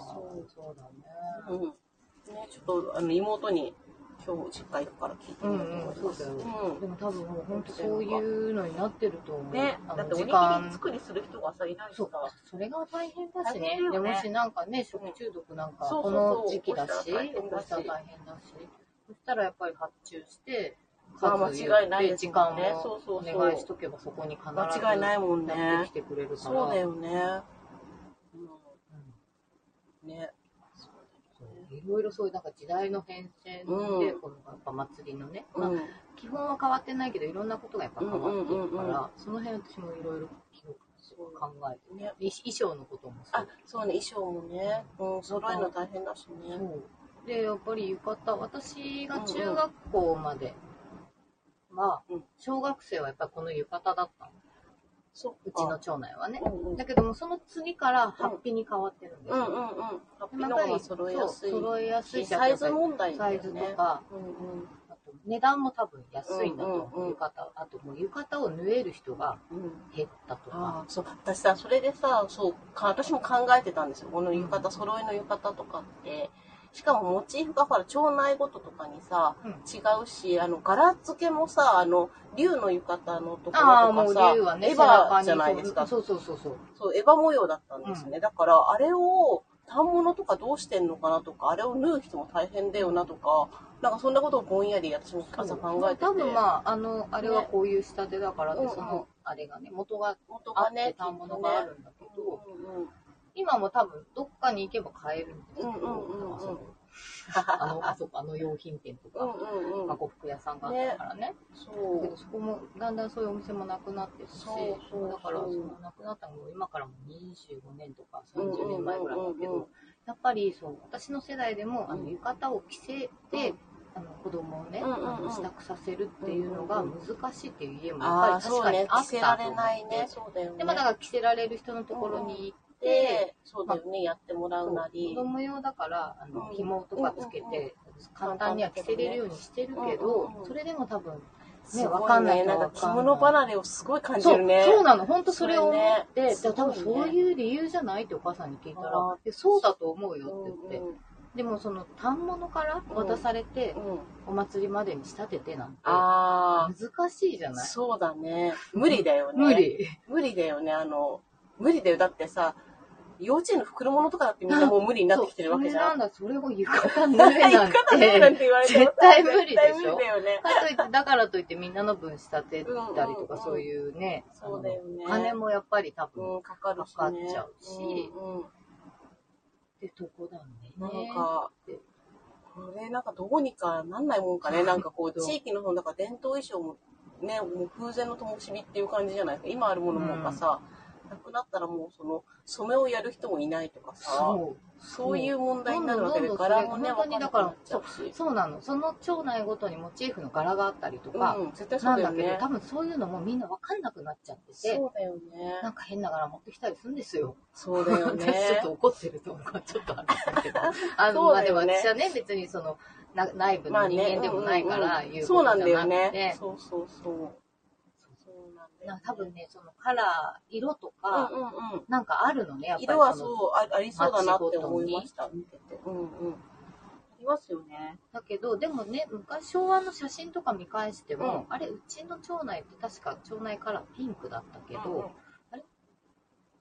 Speaker 2: そうそうだね。
Speaker 1: うん。ね、ちょっと、あの、妹に、今日実家行くから聞いて
Speaker 2: う
Speaker 1: み
Speaker 2: ん
Speaker 1: ようと思い
Speaker 2: そ
Speaker 1: ま
Speaker 2: う
Speaker 1: す。
Speaker 2: だよ
Speaker 1: う。
Speaker 2: でも多分もう本当そういうのになってると思
Speaker 1: ん。
Speaker 2: う。
Speaker 1: ね、
Speaker 2: あ
Speaker 1: だっ
Speaker 2: の
Speaker 1: てお
Speaker 2: 時
Speaker 1: にぎり
Speaker 2: 間。
Speaker 1: 作りする人がさ、いないし
Speaker 2: そう
Speaker 1: さ。
Speaker 2: それが大変だ
Speaker 1: 大
Speaker 2: しね。
Speaker 1: 変だ
Speaker 2: で
Speaker 1: よね
Speaker 2: もしなんかね、食中毒なんか、
Speaker 1: そうそ
Speaker 2: こ
Speaker 1: うそう
Speaker 2: の時期だし、
Speaker 1: 起こしたら大
Speaker 2: 起
Speaker 1: 変
Speaker 2: こ
Speaker 1: だし
Speaker 2: したら大変だし。そしたらやっぱり発注して、
Speaker 1: まあ
Speaker 2: 数
Speaker 1: 間違いないです
Speaker 2: 時
Speaker 1: も
Speaker 2: 間
Speaker 1: んね
Speaker 2: も
Speaker 1: そ
Speaker 2: お
Speaker 1: うそうそう
Speaker 2: 願いしとけばそこに必ず
Speaker 1: 間違いないもんね
Speaker 2: やってきてくれるから。
Speaker 1: そうだよね。う
Speaker 2: うん
Speaker 1: ん、ね。
Speaker 2: そういろいろそういうなんか時代の変遷で、
Speaker 1: うん
Speaker 2: このやっぱ祭りのね、
Speaker 1: う
Speaker 2: まあ
Speaker 1: ん。
Speaker 2: 基本は変わってないけどいろんなことがやっぱ変わってるから、
Speaker 1: うんうんうんうん
Speaker 2: その辺私もいろいろ記憶すごい考えて
Speaker 1: ね。
Speaker 2: い衣装のこともそ
Speaker 1: あ
Speaker 2: う、
Speaker 1: そうね、衣装もね。うん、揃えるの大変だし
Speaker 2: そ
Speaker 1: ね。
Speaker 2: うでやっぱり浴衣私が中学校までは
Speaker 1: うん
Speaker 2: 小学生はやっぱりこの浴衣だったの
Speaker 1: そっ
Speaker 2: うちの長男はね
Speaker 1: う、んうん
Speaker 2: だけどもその次からハッピーに変わってるんです
Speaker 1: うんうん
Speaker 2: よ、
Speaker 1: うん。ハッピー
Speaker 2: で
Speaker 1: の
Speaker 2: やっぱ
Speaker 1: 方が揃
Speaker 2: り
Speaker 1: えやすい。
Speaker 2: そう揃えやすいし
Speaker 1: サイズ問題
Speaker 2: サ
Speaker 1: だ
Speaker 2: イ
Speaker 1: よ
Speaker 2: ズと
Speaker 1: ね。
Speaker 2: か、
Speaker 1: うんうん
Speaker 2: あと値段も多分安いんだと思う、
Speaker 1: うんうんうん
Speaker 2: 浴衣あともう浴衣を縫える人が
Speaker 1: うん。
Speaker 2: 減ったと
Speaker 1: あ
Speaker 2: か
Speaker 1: あ、そう。私さ、それでさ、そう、か私も考えてたんですよ。この浴衣、揃いの浴衣とかって。しかもモチーフがほら、町内ごととかにさ、
Speaker 2: うん
Speaker 1: 違うし、あの、柄付けもさ、あの、竜の浴衣のとこ
Speaker 2: ああ
Speaker 1: ろ
Speaker 2: も
Speaker 1: と
Speaker 2: う
Speaker 1: か
Speaker 2: 竜は
Speaker 1: さ、
Speaker 2: ね
Speaker 1: エヴァじゃないですか。
Speaker 2: そうそうそうそう
Speaker 1: そう、エヴァ模様だったんですね。だから、あれを、反物とかどうしてんのかなとか、あれを縫う人も大変だよなとか、なんかそんなことをぼんやり私も朝考えてて。
Speaker 2: 多分まああのあれはこういう仕立てだからって、
Speaker 1: ね
Speaker 2: そ
Speaker 1: うんうん
Speaker 2: のあれがね元が
Speaker 1: 元
Speaker 2: あ
Speaker 1: が
Speaker 2: って
Speaker 1: ね、
Speaker 2: たものがあるんだけ
Speaker 1: きっ
Speaker 2: ど、
Speaker 1: とね。うんうん
Speaker 2: 今も多分どっかに行けば買えるんですけど、
Speaker 1: うんうんうんうん
Speaker 2: なんかそのあのあそこあの用品店と
Speaker 1: う
Speaker 2: か、
Speaker 1: んうんうん
Speaker 2: なんか呉服屋さんがあったからねだけ
Speaker 1: そ
Speaker 2: どそこもだんだんそういうお店もなくなってるし
Speaker 1: そうそうそう
Speaker 2: だからそのなくなったのも今からも25年とか30年前ぐらいだけど、
Speaker 1: うんうんうんうん
Speaker 2: やっぱりそう私の世代でもあ
Speaker 1: う
Speaker 2: の
Speaker 1: ん
Speaker 2: 浴衣を着せて、
Speaker 1: うん
Speaker 2: あの子供をね、
Speaker 1: うんうんうん
Speaker 2: あの支度させるっていうのが
Speaker 1: うんうん
Speaker 2: 難しいっていう家
Speaker 1: う。
Speaker 2: もやっ
Speaker 1: あ
Speaker 2: ぱ
Speaker 1: あ、
Speaker 2: り確
Speaker 1: そう
Speaker 2: かに
Speaker 1: ね。
Speaker 2: あ
Speaker 1: 着
Speaker 2: っ
Speaker 1: せ
Speaker 2: た
Speaker 1: ら
Speaker 2: と思
Speaker 1: れ
Speaker 2: っ
Speaker 1: ない
Speaker 2: て
Speaker 1: ね。そうだよね。
Speaker 2: でまあだから着せられる人のところに行って、
Speaker 1: で、そうだよね。やってもら
Speaker 2: そう
Speaker 1: な
Speaker 2: 子
Speaker 1: り。
Speaker 2: 供用だからあの
Speaker 1: うん
Speaker 2: 紐とかつけて、
Speaker 1: うんうんう
Speaker 2: 簡単には着せれるようにしてるけど、
Speaker 1: うんうんうん
Speaker 2: それでも多分
Speaker 1: すごいね
Speaker 2: わかんない人
Speaker 1: な
Speaker 2: は
Speaker 1: ん
Speaker 2: わ
Speaker 1: か
Speaker 2: かん
Speaker 1: 着
Speaker 2: ない
Speaker 1: 物離れをすごい感じ
Speaker 2: そう
Speaker 1: るね。
Speaker 2: そうなの、本当それを思っ
Speaker 1: そ
Speaker 2: て、
Speaker 1: れね
Speaker 2: じゃあ多分
Speaker 1: すごいね
Speaker 2: そういう理由じゃないってお母さんに聞いた
Speaker 1: あ
Speaker 2: ら、でそうだと思うよって
Speaker 1: う
Speaker 2: 言って、
Speaker 1: んうん
Speaker 2: でもその反物から渡されて、
Speaker 1: うん。
Speaker 2: お祭りまでに仕立ててなんて、
Speaker 1: あ
Speaker 2: 難しいじゃ
Speaker 1: あ、
Speaker 2: ない
Speaker 1: そうだね。無理だよね。
Speaker 2: 無。理。
Speaker 1: 無理だよね。あの、無理だよ。だってさ、幼稚園の袋物とかだってみんなもう無理になってきてるわけじゃん。
Speaker 2: そうそれなんだ、それを浴衣縫えなんて。
Speaker 1: 無理なんて言われてもさ
Speaker 2: 絶対無理でしょ
Speaker 1: 絶対無理だよね。
Speaker 2: かといって、だからといってみんなの分仕立てたりと
Speaker 1: うんうんう
Speaker 2: か、
Speaker 1: ん
Speaker 2: そういうね、あ
Speaker 1: そ
Speaker 2: の
Speaker 1: うだよね。
Speaker 2: 金もやっぱり多分、
Speaker 1: うん、かかるし、ね。
Speaker 2: かかっちゃうし
Speaker 1: うんうん
Speaker 2: ってとこだね。
Speaker 1: なんか、これなんかどうにかなんないもんかね。なんかこう、
Speaker 2: そう
Speaker 1: 地域のそのなんか伝統衣装もね、もう風前の灯火っていう感じじゃないですか。今あるものもがさ、なくなったらもうその、染めをやる人もいないとかさ、そう
Speaker 2: そう。
Speaker 1: いう問題になるわけで、
Speaker 2: どんどんどんどん
Speaker 1: 柄もね、
Speaker 2: それ本
Speaker 1: 分
Speaker 2: 当
Speaker 1: か
Speaker 2: に
Speaker 1: ん
Speaker 2: だ
Speaker 1: なく
Speaker 2: から
Speaker 1: なっちゃうし。
Speaker 2: そうなの。その町内ごとにモチーフの柄があったりとか、
Speaker 1: うん、絶対そうん
Speaker 2: な
Speaker 1: だよ
Speaker 2: だけど、
Speaker 1: ね。
Speaker 2: 多分そういうのもみんなわかんなくなっちゃってて、
Speaker 1: そうだよね。
Speaker 2: なんか変な柄持ってきたりするんですよ。
Speaker 1: そうだよね。
Speaker 2: 私ちょっと怒ってると思うからちょっとあれ だけど。あの、
Speaker 1: そう
Speaker 2: まあ
Speaker 1: だ
Speaker 2: でも
Speaker 1: よね
Speaker 2: 私はね、別にその、な内部
Speaker 1: ま
Speaker 2: の
Speaker 1: あ
Speaker 2: 人
Speaker 1: ね、
Speaker 2: 間でもないから
Speaker 1: うんうんうん
Speaker 2: 言 う
Speaker 1: そ
Speaker 2: こ
Speaker 1: うな
Speaker 2: と
Speaker 1: ん
Speaker 2: じゃ
Speaker 1: だよ
Speaker 2: なく
Speaker 1: ね
Speaker 2: て。、
Speaker 1: そうそうそう。そうなんだよ
Speaker 2: な
Speaker 1: ね。
Speaker 2: 多分ね、そのカラー、色と
Speaker 1: うん
Speaker 2: か、
Speaker 1: うんうん。
Speaker 2: なんかあるのね、やっぱり
Speaker 1: 色は
Speaker 2: その
Speaker 1: そうあ、ありそうだなって思いました、見てて。うんうん。ありますよね。
Speaker 2: だけど、でもね、昔昭和の写真とか見返しても、
Speaker 1: う
Speaker 2: あれ、うちの町内って確か町内カラーピンクだったけど、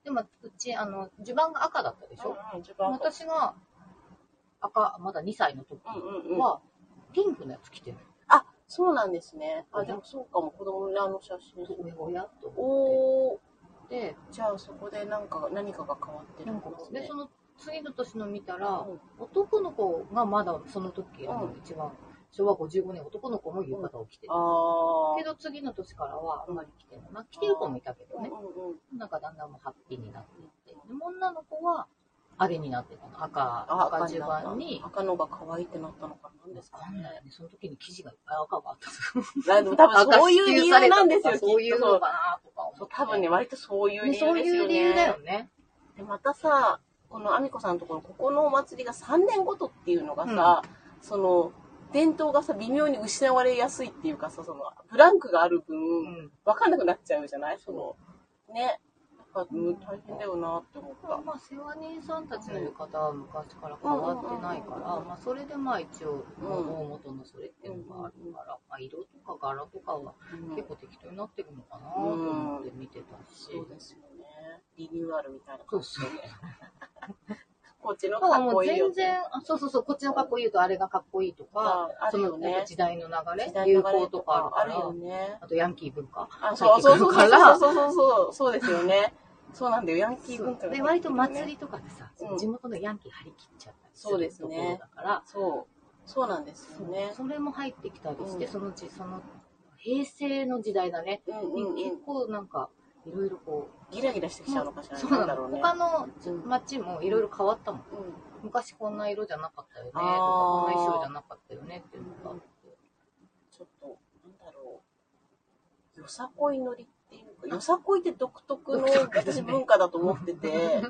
Speaker 2: でも、うち、あの、襦袢が赤だったでし
Speaker 1: うん
Speaker 2: ょ、
Speaker 1: うん、一番。
Speaker 2: 私が赤、まだ2歳の時
Speaker 1: う
Speaker 2: は、
Speaker 1: んうんうん。
Speaker 2: ピンクのやつ着てる。
Speaker 1: あ、そうなんですね。あ、でもそうかも、子供のあの写真。
Speaker 2: おやおやと思っ
Speaker 1: おー、
Speaker 2: て。で、
Speaker 1: じゃあそこでなんか、何かが変わってる
Speaker 2: なん
Speaker 1: ん
Speaker 2: か
Speaker 1: です
Speaker 2: で、
Speaker 1: ね
Speaker 2: そ。の次の年の見たら、
Speaker 1: うん
Speaker 2: 男の子がまだその時、あ
Speaker 1: う
Speaker 2: の
Speaker 1: ん、
Speaker 2: 一番、昭和55年男の子も浴衣を着てる。
Speaker 1: あー
Speaker 2: け。ど次の年からはあんまり着てない。まあ着てる子もいたけど
Speaker 1: うん
Speaker 2: ね。
Speaker 1: うんうん。
Speaker 2: なんかだんだんもうハッピーになっていって。で女の子は、あれになってたの。赤、
Speaker 1: あ、
Speaker 2: 赤
Speaker 1: 赤
Speaker 2: 襦
Speaker 1: にな
Speaker 2: 袢
Speaker 1: っ
Speaker 2: に
Speaker 1: た。。赤のが可愛いってなったのか なん
Speaker 2: で
Speaker 1: です
Speaker 2: す
Speaker 1: か
Speaker 2: かんない
Speaker 1: ね
Speaker 2: よ。ね。その時に生地がいっぱい赤があったとか。
Speaker 1: あでも多分そういう理由なんですよ、きっと
Speaker 2: そういうのかなとか
Speaker 1: そ
Speaker 2: 思っ
Speaker 1: う
Speaker 2: て。
Speaker 1: 多分ね、割とそういう理由で
Speaker 2: ね、
Speaker 1: すよ
Speaker 2: そう
Speaker 1: ね。
Speaker 2: いう理由だよね。
Speaker 1: で、またさ、このあみこさんのところ、ここのお祭りが3年ごとっていうのがさ、その、伝統がさ、微妙に失われやすいっていうかさ、その、ブランクがある分、
Speaker 2: うん。
Speaker 1: わかんなくなっちゃうじゃないその、ね。だか、うん大変だよなって思っ
Speaker 2: まあ、
Speaker 1: た。
Speaker 2: まあ世話人さんたちの言い方は昔から変わってないから、まあ、それでまあ一応、
Speaker 1: うん
Speaker 2: まあ大元のそれっていうのがあるから、まあ、色とか柄とかは結構適当になってるのかなと思って見てたし、
Speaker 1: そうですよね。リニューアルみたいな
Speaker 2: そ
Speaker 1: 感
Speaker 2: う
Speaker 1: じ
Speaker 2: そう
Speaker 1: こっちの
Speaker 2: だから
Speaker 1: かっ
Speaker 2: も
Speaker 1: こ
Speaker 2: う
Speaker 1: いいよ
Speaker 2: 全。然あそうそうそうこっちのかっこいいとあれがかっこいいとか、
Speaker 1: ああ
Speaker 2: そ
Speaker 1: るよ
Speaker 2: の
Speaker 1: ね
Speaker 2: なんか時代の流れ
Speaker 1: 時代
Speaker 2: 流
Speaker 1: の流
Speaker 2: 行
Speaker 1: れ
Speaker 2: とかあ
Speaker 1: あ
Speaker 2: る
Speaker 1: る
Speaker 2: からあ
Speaker 1: よね。
Speaker 2: とヤンキー文化
Speaker 1: あ、そうそうそうそ
Speaker 2: 入
Speaker 1: う
Speaker 2: ってくるから
Speaker 1: そうそうそう。そうですよね。そうなんだよ。ヤンキー文化
Speaker 2: そう
Speaker 1: が
Speaker 2: で割と祭りとかでさ、
Speaker 1: うん
Speaker 2: 地元のヤンキー張り切っちゃったり
Speaker 1: そうです
Speaker 2: る
Speaker 1: ね
Speaker 2: ところだから
Speaker 1: そう。そうなんですよね。
Speaker 2: それも入ってきたりして、
Speaker 1: うん
Speaker 2: そのうちその平成の時代だね、
Speaker 1: うん
Speaker 2: に
Speaker 1: うんうん
Speaker 2: 結。構なんかいろいろこ
Speaker 1: ギラギラして
Speaker 2: う、
Speaker 1: きちゃうのかしら。
Speaker 2: そうな
Speaker 1: だ
Speaker 2: の、
Speaker 1: ろうね。
Speaker 2: 他の
Speaker 1: うんうん
Speaker 2: 街もいろいろ変わったもん昔こんな色じゃなかったよねとか
Speaker 1: あー
Speaker 2: こんな衣装じゃなかったよねっていうのがあって
Speaker 1: ちょっと、なんだろう。よさこい乗りっていうか、よさこいって独特の
Speaker 2: 独特だね
Speaker 1: 私文化だと思 ってて、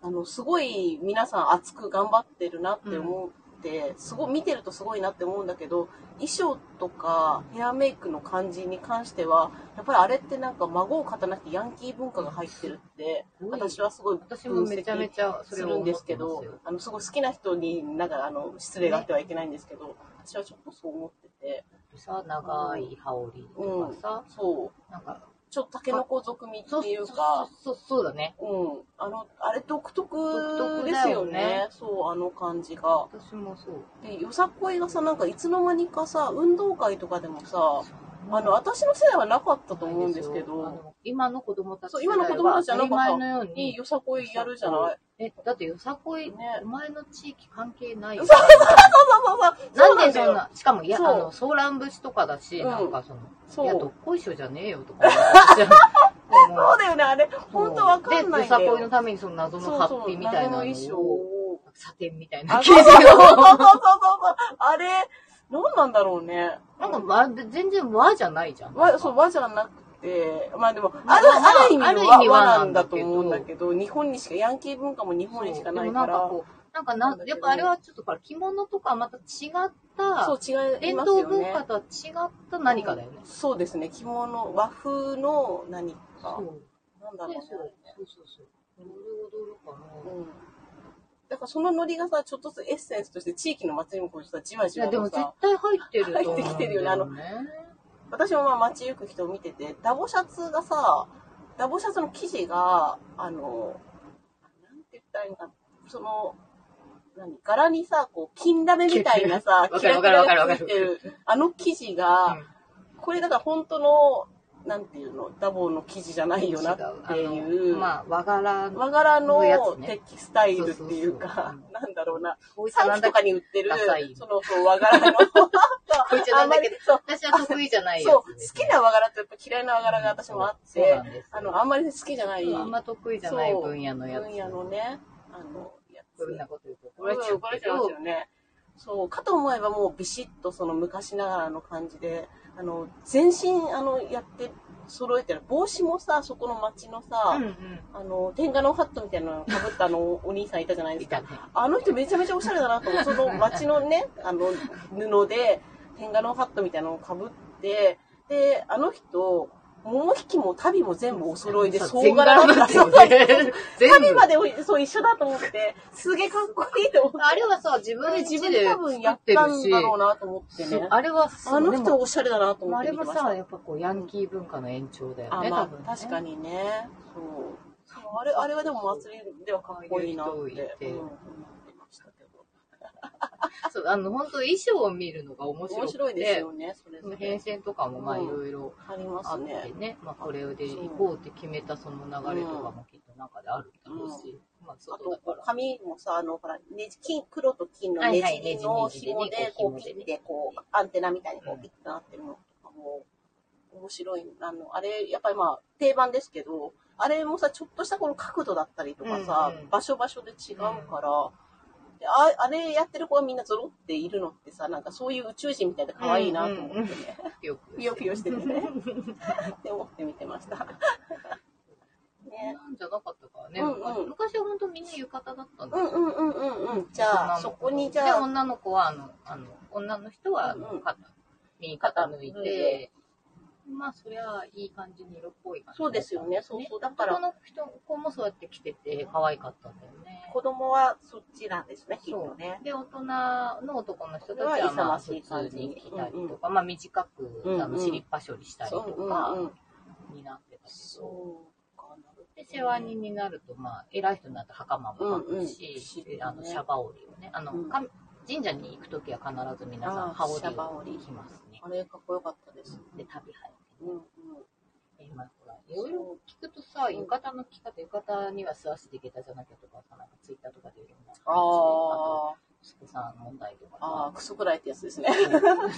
Speaker 1: あの、すごい皆さん熱く頑張ってるなって思って、すごい見てるとすごいなって思うんだけど、衣装とかヘアメイクの感じに関しては、やっぱりあれってなんか孫を勝たなくてヤンキー文化が入ってるって、
Speaker 2: すごい
Speaker 1: 私はすごい
Speaker 2: 私もめちゃめちゃそ
Speaker 1: す
Speaker 2: れ
Speaker 1: る
Speaker 2: を思
Speaker 1: ん
Speaker 2: っ
Speaker 1: で
Speaker 2: てますす
Speaker 1: けど
Speaker 2: よ、
Speaker 1: あの、すごい好きな人になんかあの、失礼があってはいけないんですけど、私はちょっとそう思ってて、
Speaker 2: さ長い羽織とかさ、
Speaker 1: そう。
Speaker 2: なんか
Speaker 1: ちょっとタケノコ族みって
Speaker 2: そう
Speaker 1: いうか、
Speaker 2: そうそうだね
Speaker 1: うん。あの、あれ独特
Speaker 2: 特
Speaker 1: で
Speaker 2: だ
Speaker 1: すよ
Speaker 2: よね
Speaker 1: ね。そう、あの感じが。
Speaker 2: 私もそう
Speaker 1: で、よさこいがさ、なんかいつの間にかさ、運動会とかでもさ、あの、
Speaker 2: あ
Speaker 1: 私の世代はなかったと思うんですけど、
Speaker 2: の今の子供たち
Speaker 1: そう今の子供たちはなんかさ
Speaker 2: 当たり前のよう
Speaker 1: い
Speaker 2: に
Speaker 1: いよさこいやるじゃない。
Speaker 2: え、だってよさこい、
Speaker 1: ね
Speaker 2: お前の地域関係ないよ。
Speaker 1: そうそうそうそう。
Speaker 2: なんでそん
Speaker 1: うだよ
Speaker 2: な、しかも、いや、
Speaker 1: そう
Speaker 2: あの、ソーラン節とかだし、
Speaker 1: うん
Speaker 2: なんかその、いや、
Speaker 1: そ
Speaker 2: どっ
Speaker 1: う。
Speaker 2: こいしょじゃねえよとか思っちゃう。
Speaker 1: そうだよね、あれ。
Speaker 2: もう
Speaker 1: 本当わかんないん
Speaker 2: で、よ
Speaker 1: だ
Speaker 2: さこい
Speaker 1: よ
Speaker 2: の。ためにその謎のハッピーみたいなの
Speaker 1: 謎の衣装
Speaker 2: を、
Speaker 1: を。
Speaker 2: サテンみたいな
Speaker 1: あ、
Speaker 2: 生地
Speaker 1: そうそうそうそうそうそ
Speaker 2: を。
Speaker 1: う。あれ、何なんだろうね。
Speaker 2: なんか、ま、全然和じゃないじゃん。
Speaker 1: わそうう、和じゃなくて、まあでも、
Speaker 2: まあ
Speaker 1: ある、
Speaker 2: まあ
Speaker 1: ある意味
Speaker 2: ある
Speaker 1: の
Speaker 2: 意
Speaker 1: 和
Speaker 2: 味
Speaker 1: 和
Speaker 2: は
Speaker 1: なん
Speaker 2: な
Speaker 1: だ
Speaker 2: んだ
Speaker 1: と
Speaker 2: けど
Speaker 1: 思うんだけど、日本にしか、ヤンキー文化も日本にしかないか、
Speaker 2: でもなんからこう、なんかな、やっぱあれはちょっとほら着物とかまた違った、
Speaker 1: そう、違い
Speaker 2: 伝
Speaker 1: ます
Speaker 2: 統
Speaker 1: よ
Speaker 2: 文
Speaker 1: ね
Speaker 2: 化。とは違った何かだよね。
Speaker 1: そうですね、着物、和風の何か
Speaker 2: そ、う。
Speaker 1: なんだろうね。
Speaker 2: そうそうそう。踊る踊るか
Speaker 1: う
Speaker 2: な。
Speaker 1: ん。だからそのノリがさ、ちょっとずつエッセンスとして地域の祭りもこうさ、じわ
Speaker 2: い
Speaker 1: じわ
Speaker 2: や、でも
Speaker 1: と
Speaker 2: 絶
Speaker 1: さ、
Speaker 2: 対入ってると思うんだよね。
Speaker 1: 入ってきてるよねあの私もまあ街行く人を見てて、ダボシャツがさ、ダボシャツの生地が、あの、なんて言ったらいいのかな、その、何柄にさ、こう、金ラメみたいなさ
Speaker 2: わ、か
Speaker 1: キラ
Speaker 2: るわ
Speaker 1: キ
Speaker 2: かる
Speaker 1: ラ
Speaker 2: わかるわか
Speaker 1: が
Speaker 2: る
Speaker 1: ついてる、あの生地が、これだから本当の、なんていうの、ダボの生地じゃないよなってい
Speaker 2: 違
Speaker 1: う、
Speaker 2: あのまあ、和柄の、
Speaker 1: 和柄
Speaker 2: のや
Speaker 1: の
Speaker 2: つね
Speaker 1: テキスタイルっていう
Speaker 2: そうそう
Speaker 1: か
Speaker 2: そう、
Speaker 1: なんだろうな、
Speaker 2: こいつ
Speaker 1: サ
Speaker 2: な
Speaker 1: イ
Speaker 2: ん
Speaker 1: ズ
Speaker 2: だ
Speaker 1: とか
Speaker 2: けど、
Speaker 1: に売ってる
Speaker 2: ダサい、
Speaker 1: その、そう和 柄の、
Speaker 2: こいつな
Speaker 1: あ
Speaker 2: ん
Speaker 1: ん
Speaker 2: だ
Speaker 1: ま
Speaker 2: け
Speaker 1: り
Speaker 2: ど、、
Speaker 1: そう、
Speaker 2: 私は得意じゃないや
Speaker 1: そう、好
Speaker 2: つですね
Speaker 1: きな和柄とやっぱ嫌いな和柄が私もあっ
Speaker 2: そうそう
Speaker 1: て
Speaker 2: なんですよ、
Speaker 1: あの、あんまり好きじゃない
Speaker 2: うんあんま得意じゃない
Speaker 1: そう
Speaker 2: 分野のやつ。
Speaker 1: 分野のね、あの、やつ
Speaker 2: そ。んなこと言うと怒
Speaker 1: こ
Speaker 2: ら
Speaker 1: れ
Speaker 2: れち
Speaker 1: ち
Speaker 2: ゃ
Speaker 1: ょ
Speaker 2: う
Speaker 1: っ
Speaker 2: けど
Speaker 1: と、よね。そう、かと思えばもうビシッとその昔ながらの感じで、あの、全身、あの、やって、揃えてる。帽子もさ、そこの町のさ、
Speaker 2: うんうん。
Speaker 1: あの、天下のハットみたいなの被ったあの、お兄さんいたじゃないで
Speaker 2: い
Speaker 1: すか
Speaker 2: た。ね。
Speaker 1: あの人めちゃめちゃおしゃれだなと思う。その街のね、あの、布で、天下のハットみたいなのをかぶって、で、あの人、桃引きも旅も全部お揃いで、
Speaker 2: そ
Speaker 1: 総
Speaker 2: う全
Speaker 1: 柄だ
Speaker 2: 柄
Speaker 1: っ
Speaker 2: だ
Speaker 1: た。
Speaker 2: ったよ
Speaker 1: そうそ
Speaker 2: ね
Speaker 1: うそう。
Speaker 2: 全部
Speaker 1: 旅までそう一緒だと思って、すげえかっこいいと思って。
Speaker 2: あれはさ、自
Speaker 1: あ
Speaker 2: 分
Speaker 1: れ
Speaker 2: で
Speaker 1: 自
Speaker 2: 作
Speaker 1: 分で多分や
Speaker 2: っ
Speaker 1: ってた
Speaker 2: る
Speaker 1: ん
Speaker 2: し
Speaker 1: だ、ろうなと思ってね。
Speaker 2: あれは、
Speaker 1: あの
Speaker 2: で
Speaker 1: 人
Speaker 2: も
Speaker 1: おしゃれだなと思っ
Speaker 2: あ
Speaker 1: て
Speaker 2: れ
Speaker 1: 見て
Speaker 2: も
Speaker 1: ました。
Speaker 2: さ、やっぱこう、ヤンキー文化の延長だよ
Speaker 1: あ、
Speaker 2: ね、
Speaker 1: ま
Speaker 2: 多
Speaker 1: あ
Speaker 2: 分ね。、
Speaker 1: 確かにね。そう。あれ、あれはでも祭りではかっこいいなって。
Speaker 2: ああいう人いて
Speaker 1: うん思ってましたけど。
Speaker 2: そう、あの、本当衣装を見るのが面白くて
Speaker 1: 面白いですよね、それ
Speaker 2: そ
Speaker 1: ぞ
Speaker 2: の変
Speaker 1: れ。
Speaker 2: 遷とかも、まあ、いろいろ
Speaker 1: ありま
Speaker 2: あ
Speaker 1: す
Speaker 2: って
Speaker 1: ね
Speaker 2: ね。、まあ、これで行こうって決めたその流れとかもきっと中であるだろうし、まあ、
Speaker 1: あ
Speaker 2: そう
Speaker 1: と
Speaker 2: だから。
Speaker 1: 髪もさ、あの、ほら、ねじ、金、黒と金の
Speaker 2: は
Speaker 1: ね
Speaker 2: いはい
Speaker 1: じの紐
Speaker 2: ねじねじで
Speaker 1: で、
Speaker 2: ね
Speaker 1: こ
Speaker 2: こう
Speaker 1: うピ
Speaker 2: 紐でね
Speaker 1: ッて、こう、アンテナみたいにこ
Speaker 2: うん
Speaker 1: うピッてなってるのとかも、面白い。あの、あれ、やっぱりまあ、定番ですけど、あれもさ、ちょっとしたこの角度だったりとかさ、
Speaker 2: うんうん
Speaker 1: 場所場所で違うから、でああれやってる子がみんな揃っているのってさ、なんかそういう宇宙人みたいで可愛いなと思ってね、
Speaker 2: ピヨ
Speaker 1: ピ
Speaker 2: ピヨ
Speaker 1: ヨピヨしててね、って思って見てました。 ね。
Speaker 2: なんじゃなかったからね、
Speaker 1: うんうん
Speaker 2: 昔昔は本当みんな浴衣だったんだ
Speaker 1: うん
Speaker 2: よ。
Speaker 1: うんうんうんうん。じゃあ、そこにじゃ
Speaker 2: で
Speaker 1: あ、
Speaker 2: 女の子はあのあの女の人はあの
Speaker 1: うんうん
Speaker 2: 肩右肩抜いて、まあ、そりゃあいい感じに色っぽい感じ。
Speaker 1: そうですよね。そうそう。だから
Speaker 2: 男、の人、子もそうやって着てて可愛かったんだよね。
Speaker 1: 子供はそっちなんですね、きっ
Speaker 2: そ
Speaker 1: と
Speaker 2: う
Speaker 1: ね。
Speaker 2: で、大人の男の人たちは、まあ、普通に着たりとか、まあ、短く、あ
Speaker 1: うんう
Speaker 2: の、
Speaker 1: ん
Speaker 2: 尻リッパ処理したりと
Speaker 1: そう、うんう
Speaker 2: か、
Speaker 1: ん。
Speaker 2: になってたけど。
Speaker 1: そうかなる
Speaker 2: で、世話人になると、まあ、偉い人になると袴も履くし、
Speaker 1: うんうん
Speaker 2: であの、シャバ織りをね、あの、
Speaker 1: うん
Speaker 2: か神社に行くときは必ず皆さ
Speaker 1: あ
Speaker 2: ん、
Speaker 1: ー
Speaker 2: 羽織
Speaker 1: シャバ織
Speaker 2: り
Speaker 1: り
Speaker 2: を着ますね。
Speaker 1: あれかっこよかったです。
Speaker 2: で、旅入って。
Speaker 1: うんうん。
Speaker 2: えまあ、ほら、いろいろ聞くとさ、浴衣の着方、浴衣には素足で下駄じゃなきゃとか、なんかツイッターとかでいろんな話で、あと、
Speaker 1: あ
Speaker 2: 息子さん問題とか
Speaker 1: あ、ああ、
Speaker 2: さ
Speaker 1: クソくらいってやつですね。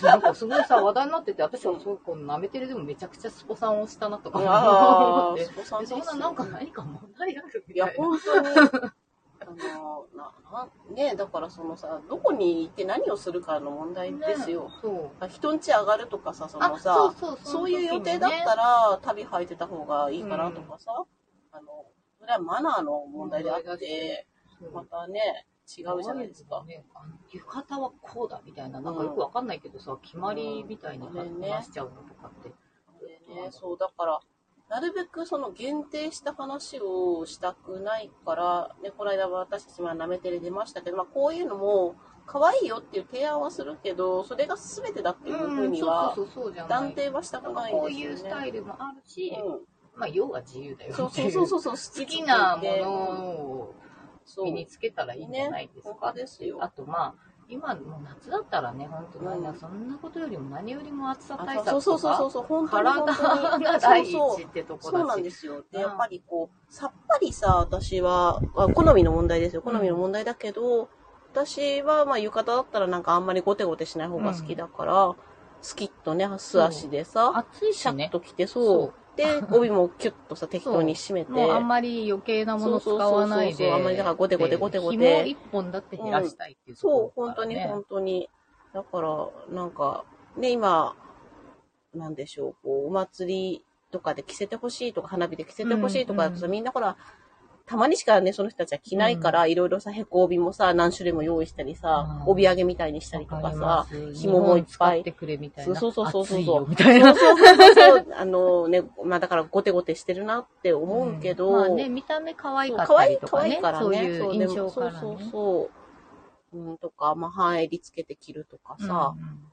Speaker 2: なんかすごいさ、話題になってて、私はすごいこのなめてるでもめちゃくちゃスポさんをしたなとか思
Speaker 1: あ
Speaker 2: っ
Speaker 1: あ、
Speaker 2: て
Speaker 1: 息。子さん
Speaker 2: で
Speaker 1: です
Speaker 2: そ
Speaker 1: よ
Speaker 2: ん
Speaker 1: ね
Speaker 2: ななんか何か問題あるみ
Speaker 1: いや
Speaker 2: た、いな。
Speaker 1: 本当に。あの、な、な、ねだからそのさ、どこに行って何をするかの問題ですよ。
Speaker 2: そう。
Speaker 1: 人ん家上がるとかさ、そのさ、
Speaker 2: そうそう
Speaker 1: そういう予定だったら、旅履いてた方がいいかなとかさ、あの、それはマナーの問題であ
Speaker 2: 問
Speaker 1: っ
Speaker 2: 題だ
Speaker 1: て、
Speaker 2: ら
Speaker 1: またね、違うじゃないですか。
Speaker 2: ね、あの浴衣はこうだみたいな、なんかよくわかんないけどさ、決まりみたいに話しちゃうのとかって。
Speaker 1: でね、そう、だから、なるべくその限定した話をしたくないから、ね、この間私たちはなめてれ出ましたけど、まあこういうのも、可愛いよっていう提案はするけど、それが全てだっていうふうには、
Speaker 2: そうそうそうそうじゃな
Speaker 1: 断
Speaker 2: い。
Speaker 1: 定はしたくないんですよね。
Speaker 2: こういうスタイルもあるし、
Speaker 1: う
Speaker 2: まあ、要は自由だよ
Speaker 1: ん
Speaker 2: っ
Speaker 1: そう
Speaker 2: て
Speaker 1: そ
Speaker 2: いうう。
Speaker 1: そう
Speaker 2: 好
Speaker 1: そうそう、好
Speaker 2: きなものを身につけたらいいんじゃないです
Speaker 1: そう
Speaker 2: か。
Speaker 1: ねですよ
Speaker 2: あと、まあ、今の夏だったらね、本当に、
Speaker 1: うん
Speaker 2: そんなことよりも何よりも暑さ対策とか、
Speaker 1: そうそうそうそうそう、本当に
Speaker 2: 体
Speaker 1: 本当に。
Speaker 2: が第一
Speaker 1: そうそう
Speaker 2: ってとこだし。
Speaker 1: そうなんですよ。
Speaker 2: うん
Speaker 1: で、やっぱりこう、さっぱりさ、私は、あ好みの問題ですよ。好みの問題だけど、私は、まあ、浴衣だったらなんかあんまりゴテゴテしない方が好きだから、スキッとね、素足でさ、
Speaker 2: 暑い
Speaker 1: シ
Speaker 2: し
Speaker 1: ャッ
Speaker 2: ね。
Speaker 1: と着て、そう。で、帯もキュッとさ、適当に締めて。
Speaker 2: もうあんまり余計なもの使わない
Speaker 1: そうそうそう
Speaker 2: で。
Speaker 1: そうあんまりだからゴテゴテゴテゴテ
Speaker 2: で紐一本だって減らしたいっていうと
Speaker 1: そう、
Speaker 2: こ
Speaker 1: 本
Speaker 2: ろだ
Speaker 1: 当
Speaker 2: からね、
Speaker 1: に本当に。だから、なんか、ね、今、なんでしょう、こう、お祭りとかで着せてほしいとか、花火で着せてほしいとかだとさ、
Speaker 2: うんうん
Speaker 1: みんなほら、たまにしかね、その人たちは着ないから、いろいろさ、へこ帯もさ、何種類も用意したりさ、
Speaker 2: うん
Speaker 1: 帯揚げみたいにしたりとかさ、紐もいっぱい
Speaker 2: 日本使ってくれみたいな。
Speaker 1: そうそうそうそうそう
Speaker 2: 暑いよみた い
Speaker 1: そ
Speaker 2: な
Speaker 1: う。そうそうそう、あのね、まあだからゴテゴテしてるなって思うけど、
Speaker 2: まあね、見た目可愛
Speaker 1: そう
Speaker 2: かっ
Speaker 1: 可
Speaker 2: た
Speaker 1: 愛
Speaker 2: り
Speaker 1: い、
Speaker 2: と
Speaker 1: 可
Speaker 2: か
Speaker 1: 愛い
Speaker 2: ね。
Speaker 1: から
Speaker 2: そう
Speaker 1: ね。
Speaker 2: いう
Speaker 1: でも
Speaker 2: 印象からね。
Speaker 1: そうそうそう。うん、とか、まあ、半襟つけて着るとかさ、うん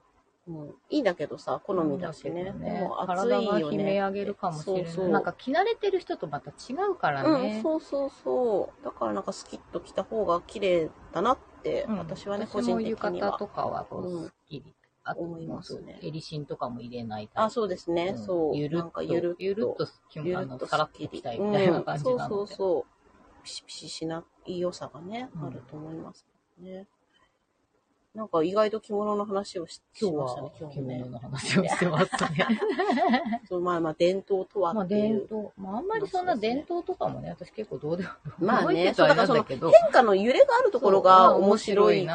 Speaker 1: いいんだけどさ、好みだしね。でも暑い
Speaker 2: 体が
Speaker 1: よ
Speaker 2: 悲鳴
Speaker 1: ね。
Speaker 2: 上げるかもしれない。
Speaker 1: そうそう
Speaker 2: なんか着慣れてる人とまた違うから
Speaker 1: う
Speaker 2: ね。
Speaker 1: ん、そうそうそう。だからなんかスキッと着た方が綺麗だなって、
Speaker 2: うん
Speaker 1: 私はね、個
Speaker 2: 私
Speaker 1: 人
Speaker 2: も
Speaker 1: 的
Speaker 2: 浴
Speaker 1: に
Speaker 2: 衣
Speaker 1: は
Speaker 2: と。かはこ
Speaker 1: う
Speaker 2: うんすっきり。あと
Speaker 1: 思いますね
Speaker 2: エリシンとかも入れないタイプ
Speaker 1: あ、そうですね。
Speaker 2: ん
Speaker 1: そう。
Speaker 2: ゆる
Speaker 1: な
Speaker 2: っ
Speaker 1: ん
Speaker 2: と、
Speaker 1: か
Speaker 2: ゆ
Speaker 1: ゆ
Speaker 2: る
Speaker 1: る
Speaker 2: っ
Speaker 1: っと
Speaker 2: と、きゅんあのさらっと着たいみたいな
Speaker 1: うん
Speaker 2: 感じ
Speaker 1: そう
Speaker 2: なので。
Speaker 1: そうそう。ピシピシしない良さがね、
Speaker 2: うん
Speaker 1: あると思いますけどね。なんか意外と着物の話をししましたね、今
Speaker 2: 今日は
Speaker 1: 日
Speaker 2: 着
Speaker 1: もね
Speaker 2: 物。の話をしてますね。
Speaker 1: そう、まあま あ、伝統とは
Speaker 2: まあ
Speaker 1: ってい
Speaker 2: 伝
Speaker 1: う。
Speaker 2: 統、まああんまりそんな伝統とかもね、私結構どうでも
Speaker 1: まあ
Speaker 2: 覚え
Speaker 1: ね、
Speaker 2: てた
Speaker 1: そう、
Speaker 2: ら
Speaker 1: だから
Speaker 2: なん
Speaker 1: そ
Speaker 2: だ
Speaker 1: の
Speaker 2: けど。
Speaker 1: 変化の揺れがあるところが面白いか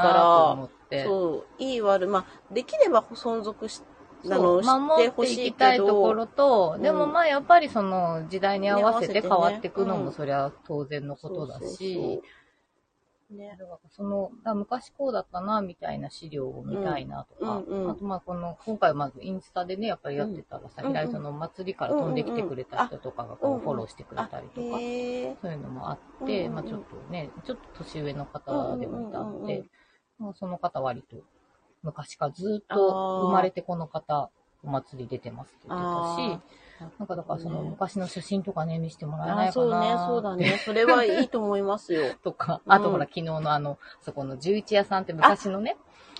Speaker 2: ら
Speaker 1: ら、そう、いい悪、まあ、できれば存続し、あ
Speaker 2: そう
Speaker 1: の、し
Speaker 2: 守
Speaker 1: て
Speaker 2: っ
Speaker 1: ほ
Speaker 2: てい
Speaker 1: し
Speaker 2: き
Speaker 1: い
Speaker 2: た
Speaker 1: け
Speaker 2: いとこ
Speaker 1: ど、
Speaker 2: ろと、
Speaker 1: うん
Speaker 2: でもまあやっぱりその時代に合わせて
Speaker 1: ね
Speaker 2: 変わっていくの
Speaker 1: う
Speaker 2: も
Speaker 1: ん
Speaker 2: そりゃ当然のことだし、
Speaker 1: そうね、
Speaker 2: そのあ昔こうだったなみたいな資料を見たいなとか、
Speaker 1: うんうん
Speaker 2: あとまあこの今回まずインスタでねやっぱりやってたらさ、
Speaker 1: うん
Speaker 2: 平井さんのお祭りから飛んできてくれた人とかがこ
Speaker 1: うんう
Speaker 2: うんフォローしてくれ
Speaker 1: あ
Speaker 2: たり、とか、
Speaker 1: へえ。
Speaker 2: そういうのもあって、
Speaker 1: うんうんうん
Speaker 2: まあちょっとね、ちょっと年上の方でもいた
Speaker 1: うんうんう
Speaker 2: ので、
Speaker 1: んうん
Speaker 2: まあその方割と昔からずっと生まれてこの方、お祭り出てますって言ってた
Speaker 1: あ
Speaker 2: し、なんかだからその
Speaker 1: ね
Speaker 2: 昔の写真とかね、見せてもらえな
Speaker 1: あ
Speaker 2: いか
Speaker 1: そうね、
Speaker 2: な
Speaker 1: そうだね。それはいいと思いますよ。
Speaker 2: とか、
Speaker 1: うん
Speaker 2: あとほら昨日のあの、そこの十一屋さんって昔のね、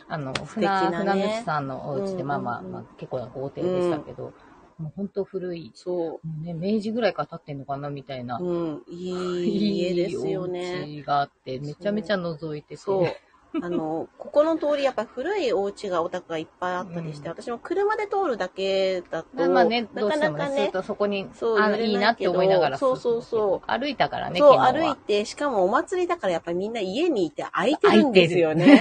Speaker 2: あの、船、
Speaker 1: 敵なね
Speaker 2: 船主さんのお家で、まあまあ、
Speaker 1: うんうんうん
Speaker 2: まあ結構な豪邸でしたけど、もう本当古い、
Speaker 1: そ
Speaker 2: もうね、明治ぐらいから経ってんのかなみたいな
Speaker 1: う。うん、いい家ですよね。
Speaker 2: いいお家があって、めちゃめちゃ覗いてて。
Speaker 1: そう。あの、ここの通り、やっぱり古いお家がお宅がいっぱいあったりして、
Speaker 2: うん
Speaker 1: 私も車で通るだけだと、
Speaker 2: まあまあね、
Speaker 1: な
Speaker 2: どう
Speaker 1: か
Speaker 2: して
Speaker 1: な
Speaker 2: もね、
Speaker 1: か
Speaker 2: ずっ
Speaker 1: ね、
Speaker 2: とそこに、
Speaker 1: そう
Speaker 2: あ
Speaker 1: 揺れない
Speaker 2: いいなって思いながら、。
Speaker 1: そうそうそう
Speaker 2: 歩いたからね、
Speaker 1: そう、
Speaker 2: 昨日
Speaker 1: 歩い
Speaker 2: は。
Speaker 1: て、しかもお祭りだからやっぱりみんな家にいて空いてるんですよね。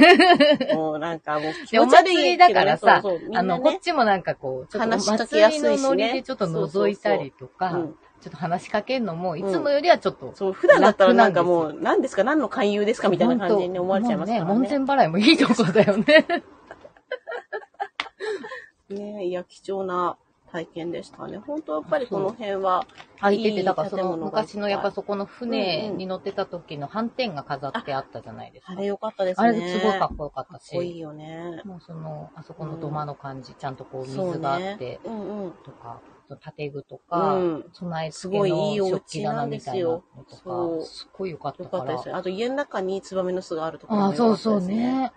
Speaker 1: もうなんかもう気
Speaker 2: で、お
Speaker 1: 持ち悪い
Speaker 2: 祭りだからさ、
Speaker 1: そうそうみ
Speaker 2: あ
Speaker 1: んな
Speaker 2: の、こ
Speaker 1: ね
Speaker 2: っ、ちもなんかこう、ちょっとお
Speaker 1: 話しかけ
Speaker 2: 祭
Speaker 1: や
Speaker 2: り
Speaker 1: すいしね
Speaker 2: のノリでちょっと覗いたりとか、
Speaker 1: うん
Speaker 2: ちょっと話しかけんのも、いつもよりはちょっと、
Speaker 1: そう、普段だったらなんかもう、何ですか何の勧誘ですかみたいな感じに思われちゃいますから
Speaker 2: もうね、
Speaker 1: ね。
Speaker 2: 門前払いもいいとこだよね。
Speaker 1: ねいや、貴重な体験でしたね。本当やっぱりこの辺は、
Speaker 2: 空いて
Speaker 1: い
Speaker 2: て、
Speaker 1: い
Speaker 2: だからそ
Speaker 1: 建
Speaker 2: の
Speaker 1: 物がいっぱい
Speaker 2: 昔のやっぱそこの船
Speaker 1: うんうん
Speaker 2: に乗ってた時の斑点が飾ってあったじゃないですか。
Speaker 1: あれ良かったですね。
Speaker 2: あれすごいかっこよかっ
Speaker 1: か
Speaker 2: た
Speaker 1: っこいい
Speaker 2: し、
Speaker 1: よね。
Speaker 2: もうその、あそこの土間の感じ、ちゃんとこう水があって
Speaker 1: そうね。うんうん。
Speaker 2: とか、建具とか、
Speaker 1: うん
Speaker 2: 備え付
Speaker 1: すご
Speaker 2: け
Speaker 1: いいい
Speaker 2: の
Speaker 1: お
Speaker 2: 食器
Speaker 1: 家な
Speaker 2: 棚
Speaker 1: んで
Speaker 2: みた
Speaker 1: す
Speaker 2: いな
Speaker 1: よ
Speaker 2: のと
Speaker 1: そう
Speaker 2: か、すっごい良かった
Speaker 1: よか
Speaker 2: か
Speaker 1: った
Speaker 2: ら。
Speaker 1: ですね。あと家の中にツバメの巣があるところ
Speaker 2: あ
Speaker 1: も
Speaker 2: あ、
Speaker 1: 良
Speaker 2: そ
Speaker 1: か
Speaker 2: う
Speaker 1: った
Speaker 2: そう
Speaker 1: ですね。
Speaker 2: ね。
Speaker 1: いや、よ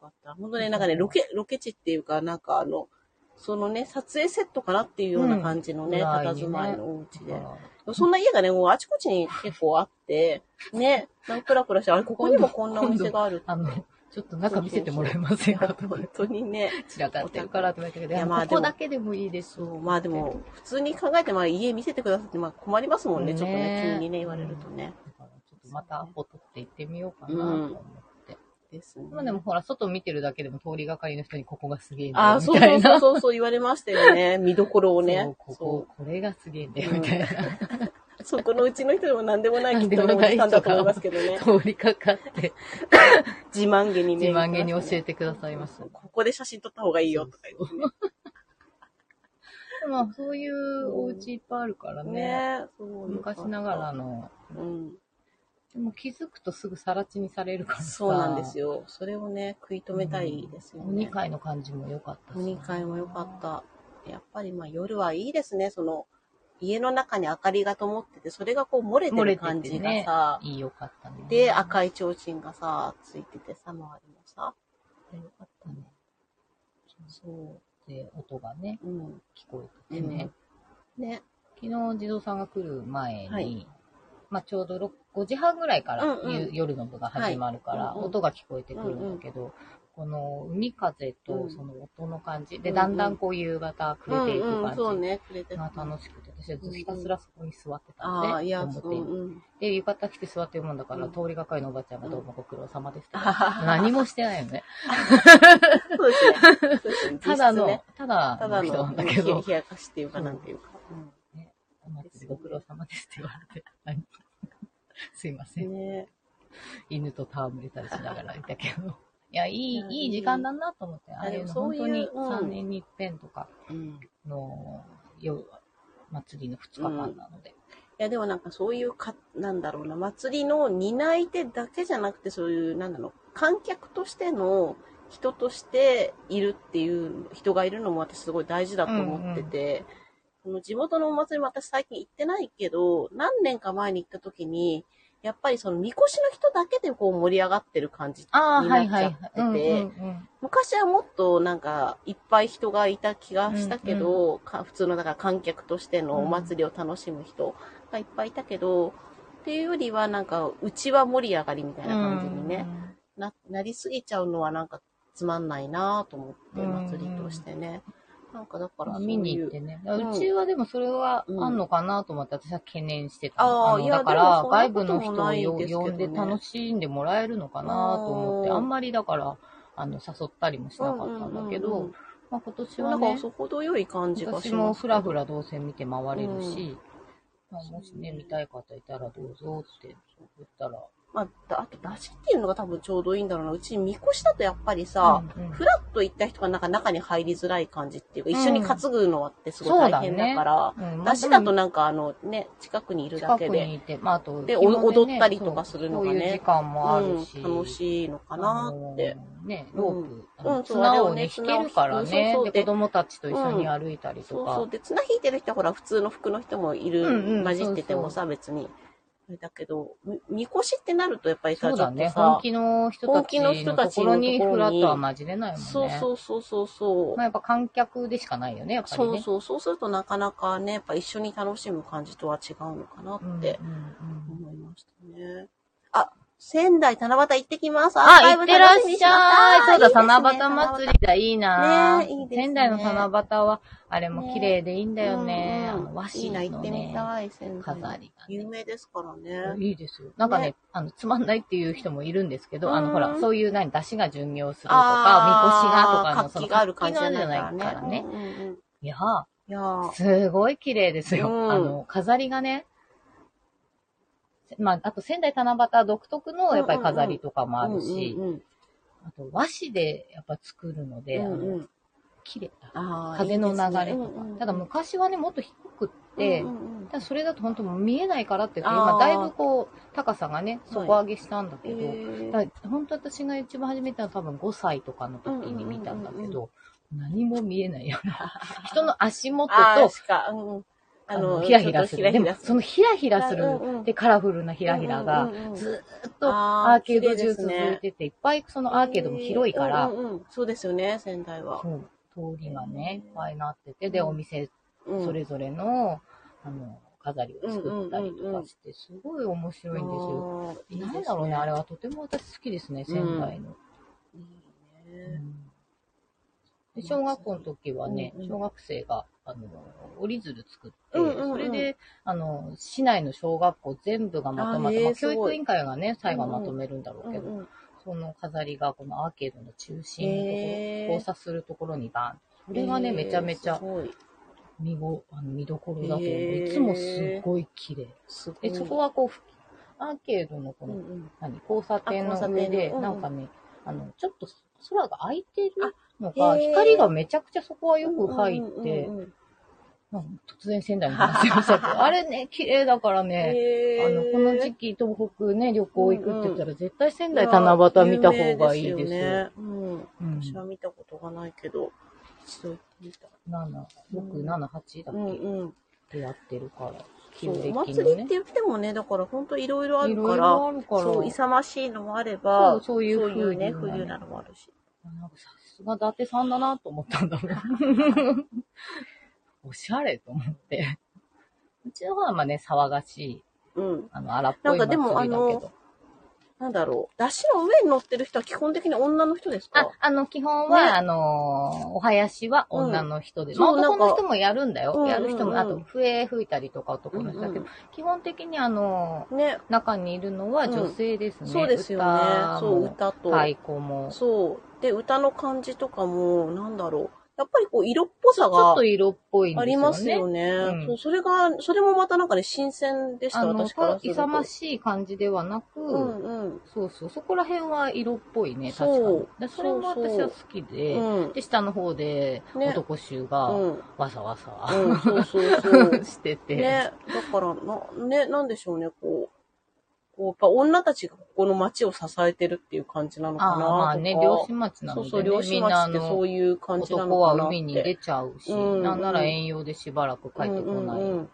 Speaker 1: かった。本当ね、なんかね、ロケ、ロケ地っていうか、なんかあの、そのね、撮影セットかなっていうような感じのね、
Speaker 2: うん
Speaker 1: 佇まいのお
Speaker 2: だ
Speaker 1: 家
Speaker 2: か
Speaker 1: で。
Speaker 2: ら
Speaker 1: そんな家がね、もうあちこちに結構あって、ね、なんかプラプラして、あれ、ここにもこんなお店があるって。
Speaker 2: あの、ちょっと中見せてもらえませんかとか
Speaker 1: 本当にね。
Speaker 2: 散らかってるからって言われたけど、
Speaker 1: いやまあ
Speaker 2: ここだけでもいいです。
Speaker 1: そう、まあでも、普通に考えて、まあ家見せてくださって、まあ困りますもんね、
Speaker 2: ね
Speaker 1: ちょっとね、急にね、言われるとね。
Speaker 2: だからちょっとまたアポ取って行ってみようかなと
Speaker 1: うん
Speaker 2: 思って。
Speaker 1: ですね。
Speaker 2: まあでもほら、外見てるだけでも通りがかりの人にここがすげえんだ
Speaker 1: あ
Speaker 2: よ
Speaker 1: あ、
Speaker 2: み
Speaker 1: そう
Speaker 2: た
Speaker 1: そ
Speaker 2: いうな。
Speaker 1: そうそうそう言われましたよね。見どころを
Speaker 2: そう
Speaker 1: ね。
Speaker 2: こ
Speaker 1: そ
Speaker 2: こ、これがすげえんだよみたいな。
Speaker 1: う。そこのうちの人でも何でもないき
Speaker 2: 何
Speaker 1: っ
Speaker 2: で
Speaker 1: と
Speaker 2: も
Speaker 1: のお
Speaker 2: な
Speaker 1: じ
Speaker 2: い
Speaker 1: さんだ
Speaker 2: 人
Speaker 1: と思い
Speaker 2: が
Speaker 1: ますけどね。
Speaker 2: 通りかかって、
Speaker 1: 自慢げに
Speaker 2: 自
Speaker 1: ね
Speaker 2: 慢げに教え
Speaker 1: て
Speaker 2: てくださいました。
Speaker 1: ここで写真撮った方がいいよとか言ってね。
Speaker 2: でもそういうお家いっぱいあるからね。
Speaker 1: ねえ、そう
Speaker 2: 昔ながら
Speaker 1: の。
Speaker 2: の。
Speaker 1: うん。
Speaker 2: でも気づくとすぐ更地にされるからさ
Speaker 1: そうなんですよ。それをね、食い止めたいですよ
Speaker 2: お二
Speaker 1: ね。
Speaker 2: 階の感じも良かったし。
Speaker 1: 二階も良かった。やっぱりまあ夜はいいですね、その、家の中に明かりが灯ってて、それがこう漏れてる感じがさ、
Speaker 2: いい良かったね。
Speaker 1: で、赤い提灯がさ、ついててさ、周りもさ、
Speaker 2: 良かったね。
Speaker 1: そ
Speaker 2: で、音がね、
Speaker 1: う、うん、
Speaker 2: 聞こえててね。
Speaker 1: ね、
Speaker 2: 昨日、地蔵さんが来る前に、
Speaker 1: はい
Speaker 2: まあ、ちょうどろ5時半ぐらいから、
Speaker 1: うんうん
Speaker 2: ゆ夜の部が始まるから、
Speaker 1: はいうんうん
Speaker 2: 音が聞こえてくるんだけど、この海風
Speaker 1: う
Speaker 2: と
Speaker 1: ん
Speaker 2: その音の感じで、
Speaker 1: うんうん
Speaker 2: だんだんこう夕方暮れていく
Speaker 1: うんうん、
Speaker 2: 感じ
Speaker 1: そうね、くれて
Speaker 2: が楽しくて、私はずっとひたすらそこに座ってたんで、
Speaker 1: ああ、いや、
Speaker 2: 表
Speaker 1: そう、
Speaker 2: に
Speaker 1: うん。
Speaker 2: で、浴衣着て座ってるもんだから、
Speaker 1: うん
Speaker 2: 通りがかりのおばちゃんがどうもご苦労様です。
Speaker 1: 何
Speaker 2: 何もしてない よね。
Speaker 1: そうですねそうですね。
Speaker 2: ただ
Speaker 1: 実質
Speaker 2: の、
Speaker 1: ね
Speaker 2: ただ
Speaker 1: ただ
Speaker 2: の人
Speaker 1: の
Speaker 2: なんだ けど
Speaker 1: ひ、冷やかしっていうか
Speaker 2: そう
Speaker 1: なんていうか。
Speaker 2: ご苦労様ですって言われて、何 すいません。
Speaker 1: ね
Speaker 2: 犬と戯れたりしながらいたけど。 いや、い
Speaker 1: い
Speaker 2: い
Speaker 1: や、
Speaker 2: いい時間だなと思って、ああいう
Speaker 1: でも
Speaker 2: の
Speaker 1: そう
Speaker 2: 本
Speaker 1: いう
Speaker 2: 当に
Speaker 1: うん
Speaker 2: 3年に一遍とか
Speaker 1: うん。い
Speaker 2: の夜、祭りの2日間なので。
Speaker 1: や、でもなんかそういうか、なんだろうな、祭りの担い手だけじゃなくて、そういう、なんだろう、観客としての人としているっていう人がいるのも私すごい大事だと思ってて、この地元のお祭りも私最近行ってないけど、何年か前に行った時に、やっぱりその、みこしの人だけでこう盛り上がってる感じ
Speaker 2: ああ、
Speaker 1: に
Speaker 2: は
Speaker 1: なっ
Speaker 2: い
Speaker 1: ち
Speaker 2: は
Speaker 1: ゃ
Speaker 2: い
Speaker 1: ってて、。
Speaker 2: うんうん
Speaker 1: 昔はもっとなんかいっぱい人がいた気がしたけど、か普通のだから観客としてのお祭りを楽しむ人がいっぱいいたけど、っていうよりはなんかうちは盛り上がりみたいな感じにね、ななりすぎちゃうのはなんかつまんないなぁと思って
Speaker 2: うん
Speaker 1: 祭りとしてね、なんかだか
Speaker 2: ま
Speaker 1: ら
Speaker 2: あ
Speaker 1: そういう
Speaker 2: 見に行ってね。
Speaker 1: ん
Speaker 2: うちはでもそれは
Speaker 1: うん
Speaker 2: あんのかなと思って私は懸念してた。
Speaker 1: あー
Speaker 2: あの
Speaker 1: いや
Speaker 2: だから
Speaker 1: でもそ
Speaker 2: 外
Speaker 1: んなこ
Speaker 2: 部
Speaker 1: と
Speaker 2: の
Speaker 1: も
Speaker 2: 人
Speaker 1: ないです
Speaker 2: を
Speaker 1: けどね
Speaker 2: 呼んで楽しんでもらえるのかなと思って、
Speaker 1: あー
Speaker 2: あんまりだから、あの、誘ったりもしなかったんだけ
Speaker 1: うんうんうんう
Speaker 2: ど
Speaker 1: ん、
Speaker 2: まあ今年
Speaker 1: な
Speaker 2: は
Speaker 1: んか
Speaker 2: ね、
Speaker 1: そほど良い感じがし
Speaker 2: 私
Speaker 1: ま
Speaker 2: も
Speaker 1: す
Speaker 2: ふらふら動線見て回れる
Speaker 1: う
Speaker 2: し、まあもしね、見たい方いたらどうぞって言ったら、
Speaker 1: まあ、だあと出しっていうのが多分ちょうどいいんだろうなうちみこしだとやっぱりさ、
Speaker 2: うんうん
Speaker 1: フラッと行った人がなんか中に入りづらい感じっていうか、
Speaker 2: うん
Speaker 1: 一緒に担ぐのはってすご
Speaker 2: そ
Speaker 1: いう
Speaker 2: だ
Speaker 1: 大変
Speaker 2: ね
Speaker 1: だから、
Speaker 2: うんまあ
Speaker 1: 出しだとなんかあのね、近くにいるだ
Speaker 2: 近く
Speaker 1: けで、
Speaker 2: にいて、まああと、
Speaker 1: で
Speaker 2: 暇ね
Speaker 1: 踊ったりとかするのがね
Speaker 2: そうそういう時間もあるし、
Speaker 1: うん、楽しいのかなって。
Speaker 2: あのね、ロープ、
Speaker 1: うん
Speaker 2: あの
Speaker 1: うんそう
Speaker 2: 綱をね、
Speaker 1: あ
Speaker 2: 引
Speaker 1: れをね
Speaker 2: けるから
Speaker 1: 綱を引
Speaker 2: ね
Speaker 1: くそうそうで
Speaker 2: で、子供たちと一緒に歩いたり
Speaker 1: そ
Speaker 2: と
Speaker 1: う
Speaker 2: か、
Speaker 1: そう。で、綱引いてる人はほら、普通の服の人もいる、
Speaker 2: うんうん
Speaker 1: 混じっててもさ、別に。あれだけど、み、みこしってなるとやっぱりさ、
Speaker 2: そうだね、
Speaker 1: ちょっとさ
Speaker 2: 本気の人たち
Speaker 1: 本気の人
Speaker 2: の
Speaker 1: た
Speaker 2: と
Speaker 1: ち
Speaker 2: こ
Speaker 1: のところ
Speaker 2: ろ
Speaker 1: に
Speaker 2: にフラットは混じれないもんね。
Speaker 1: そうそうそうそうそう。
Speaker 2: まあ、やっぱ観客でしかないよね、やっぱり
Speaker 1: そう
Speaker 2: ね。
Speaker 1: そう、そうするとなかなかね、やっぱ一緒に楽しむ感じとは違うのかな
Speaker 2: うんうん
Speaker 1: っ
Speaker 2: う
Speaker 1: て
Speaker 2: ん
Speaker 1: 思いましたね。あ、仙台七夕行ってきます。
Speaker 2: あ、行ってらっしゃい。そうだ、七夕
Speaker 1: り。
Speaker 2: 祭りだ、いいな
Speaker 1: ねいいですね
Speaker 2: 仙台の七夕は、あれも綺麗でいいんだよ
Speaker 1: うん
Speaker 2: ね。あ
Speaker 1: うん
Speaker 2: の和
Speaker 1: いい
Speaker 2: 紙
Speaker 1: な、行
Speaker 2: の
Speaker 1: ってみ
Speaker 2: ね、
Speaker 1: たい、仙台。
Speaker 2: 飾りがね
Speaker 1: 有名ですからね。
Speaker 2: いいですよ。なんかね、
Speaker 1: ね
Speaker 2: あの、つまんないっていう人もいるんですけど、あ
Speaker 1: う
Speaker 2: の、
Speaker 1: ん
Speaker 2: ほら、そういう何、出汁が巡業すると
Speaker 1: あー
Speaker 2: か、みこしがとかの、
Speaker 1: 活気がある感じじゃ
Speaker 2: 活気
Speaker 1: な
Speaker 2: が
Speaker 1: い
Speaker 2: あるじゃ
Speaker 1: か
Speaker 2: ない
Speaker 1: ら
Speaker 2: から
Speaker 1: ね
Speaker 2: ね。。
Speaker 1: うんうんうん
Speaker 2: いや
Speaker 1: いやー
Speaker 2: ー、すごい綺麗ですよ。
Speaker 1: うん
Speaker 2: あの、飾りがね、まあ、あと仙台七夕独特の、やっぱり飾りとかもあるし、
Speaker 1: うんうんうん
Speaker 2: あと和紙でやっぱ作るので、
Speaker 1: う
Speaker 2: あ
Speaker 1: んう
Speaker 2: の
Speaker 1: ん
Speaker 2: 切れた。
Speaker 1: あ
Speaker 2: 風の流れとか。ただ
Speaker 1: っ
Speaker 2: 昔はね、もっと低くって、ただそれだと本当もう見えないからって言っ
Speaker 1: あ
Speaker 2: て、
Speaker 1: ー
Speaker 2: 今だいぶこう、高さがね、底上げしたんだけど、
Speaker 1: え
Speaker 2: だから本当私が一番初めての多分5歳とかの時に見たんだけど、何も見えないよ な。人の足元と、
Speaker 1: あ
Speaker 2: あ
Speaker 1: ーしか、うんうん、
Speaker 2: の、ひらひらす
Speaker 1: ち
Speaker 2: る。
Speaker 1: ょっとひら
Speaker 2: で
Speaker 1: ひ
Speaker 2: も
Speaker 1: ら、す
Speaker 2: そのひらひらす
Speaker 1: うんうんう
Speaker 2: る、
Speaker 1: ん
Speaker 2: で、カラフルなひらひら
Speaker 1: う
Speaker 2: が
Speaker 1: ん、うんうん
Speaker 2: ずーっと
Speaker 1: あー
Speaker 2: アーケード中続
Speaker 1: 綺麗
Speaker 2: い
Speaker 1: ですね
Speaker 2: てて、いっぱいそのアーケードも広いから、
Speaker 1: うんうんうんそうですよね、仙台は。
Speaker 2: そう、通りがね、いっぱいなってて、で、
Speaker 1: うん
Speaker 2: お店
Speaker 1: うん
Speaker 2: それぞれの、あの、飾りを作ったり
Speaker 1: うんうん
Speaker 2: と
Speaker 1: うんう
Speaker 2: か
Speaker 1: ん
Speaker 2: して、すごい面白いんですよ。
Speaker 1: あーいいですよ。
Speaker 2: なんだろうね、あれはとても私好きですね、仙台の。
Speaker 1: いい
Speaker 2: うん
Speaker 1: ね。
Speaker 2: で小学校の時はね、
Speaker 1: うんうん
Speaker 2: 小学生が、あの、折り鶴作って、
Speaker 1: うんうんうん
Speaker 2: それで、あの、市内の小学校全部がまとまっ
Speaker 1: あ
Speaker 2: て、
Speaker 1: へえ
Speaker 2: まあ、
Speaker 1: す
Speaker 2: 教
Speaker 1: ごい
Speaker 2: 育委員会がね、最後はまとめるんだろうけど、
Speaker 1: うんうん
Speaker 2: その飾りがこのアーケードの中心のところ、
Speaker 1: へえ
Speaker 2: 交差するところにバン。それがね、めちゃめちゃ
Speaker 1: すごい。
Speaker 2: 見ごあの見どころだと思う。
Speaker 1: へえ
Speaker 2: いつもすごい綺麗。
Speaker 1: すごい。
Speaker 2: で、そこはこう、アーケードの
Speaker 1: う
Speaker 2: こ
Speaker 1: ん
Speaker 2: の、
Speaker 1: うん、
Speaker 2: 何、交差点の
Speaker 1: あ交差
Speaker 2: 上
Speaker 1: 点の
Speaker 2: で、
Speaker 1: うんうん
Speaker 2: なんかね、あの、ちょっと空が空いてるのか、
Speaker 1: あへえ
Speaker 2: 光がめちゃくちゃそこはよく入
Speaker 1: うん
Speaker 2: っ
Speaker 1: うん
Speaker 2: て
Speaker 1: う、んうん
Speaker 2: なんか突然仙台の 話をしたけどあれね、綺麗だからね、
Speaker 1: へー
Speaker 2: あの、この時期東北ね、旅行行くって言ったら、絶対仙台七夕見た方がいいです
Speaker 1: 有名
Speaker 2: よ。
Speaker 1: よね。うん。
Speaker 2: うん
Speaker 1: 私は見たことがないけど、一度行ってみたい。
Speaker 2: 7、6、7、8だっけ、
Speaker 1: うんうん。
Speaker 2: ってやってるから、
Speaker 1: そ
Speaker 2: 旧
Speaker 1: う、
Speaker 2: 暦
Speaker 1: お
Speaker 2: の
Speaker 1: 祭りって
Speaker 2: ね。
Speaker 1: 言ってもね、だから本当いろいろあ
Speaker 2: い
Speaker 1: るか
Speaker 2: ろい
Speaker 1: ら
Speaker 2: ろ、あるから、
Speaker 1: そう、
Speaker 2: なんか
Speaker 1: 勇ましいのもあれば、
Speaker 2: そうそういう
Speaker 1: そういうね、
Speaker 2: 風流
Speaker 1: 冬な
Speaker 2: な
Speaker 1: のもあるし。
Speaker 2: さすが伊達さんだなと思ったんだもん。 おしゃれと思って。うちの方はまあね、騒がしい、
Speaker 1: うん。
Speaker 2: あの、荒っぽい
Speaker 1: なん
Speaker 2: 祭
Speaker 1: かで
Speaker 2: りだ
Speaker 1: も
Speaker 2: けど。
Speaker 1: なんだろう。出汁の上に乗ってる人は基本的に女の人ですか
Speaker 2: あ、あの、基本
Speaker 1: ね
Speaker 2: は、あのー、お囃子は女の人で、
Speaker 1: うん
Speaker 2: まあ
Speaker 1: そうなん
Speaker 2: 男
Speaker 1: か
Speaker 2: の人もやるんだよ。
Speaker 1: うんうんうん
Speaker 2: やる人も、あと、笛吹いたりとか男の人だけど、
Speaker 1: うんうん
Speaker 2: 基本的にあの
Speaker 1: ね。
Speaker 2: ー、中にいるのは女性ですね。
Speaker 1: そうですよね
Speaker 2: 歌。も
Speaker 1: そう、歌と。
Speaker 2: 太鼓も。ち
Speaker 1: そう。で、歌の感じとかも、なんだろう。やっぱりこう、色っぽさ
Speaker 2: ょっ
Speaker 1: が
Speaker 2: と色っぽいん
Speaker 1: あ
Speaker 2: です
Speaker 1: り
Speaker 2: よね。
Speaker 1: ますよね。
Speaker 2: うん
Speaker 1: そう、それが、それもまたなんかね、新鮮でした、
Speaker 2: あの
Speaker 1: 私からすると。
Speaker 2: 勇ましい感じではなく、
Speaker 1: うんうん。
Speaker 2: そうそう、そこら辺は色っぽいね、確か
Speaker 1: そ
Speaker 2: に
Speaker 1: う。
Speaker 2: でそれも
Speaker 1: そうそう
Speaker 2: 私は好きで、
Speaker 1: うん。
Speaker 2: で、下の方で
Speaker 1: ね
Speaker 2: 男衆
Speaker 1: う
Speaker 2: が
Speaker 1: ん。
Speaker 2: わさわさ、
Speaker 1: うん、そうそうそう。
Speaker 2: してて、
Speaker 1: ね、だから、な、ね、なんでしょうね、こう。こう、やっぱ女たちがここの街を支えてるっていう感じなのか
Speaker 2: あ
Speaker 1: な
Speaker 2: あ、
Speaker 1: とか。
Speaker 2: まあね、漁師町な
Speaker 1: そ
Speaker 2: の
Speaker 1: う
Speaker 2: で、
Speaker 1: そ
Speaker 2: ね、
Speaker 1: う、漁師
Speaker 2: みんなあ
Speaker 1: 町ってそ
Speaker 2: の、
Speaker 1: ういう感じなの
Speaker 2: 男
Speaker 1: か
Speaker 2: は
Speaker 1: なって。
Speaker 2: 海に出ちゃうし、
Speaker 1: うん
Speaker 2: なんなら遠洋でしばらく帰ってこない。
Speaker 1: うんうんうん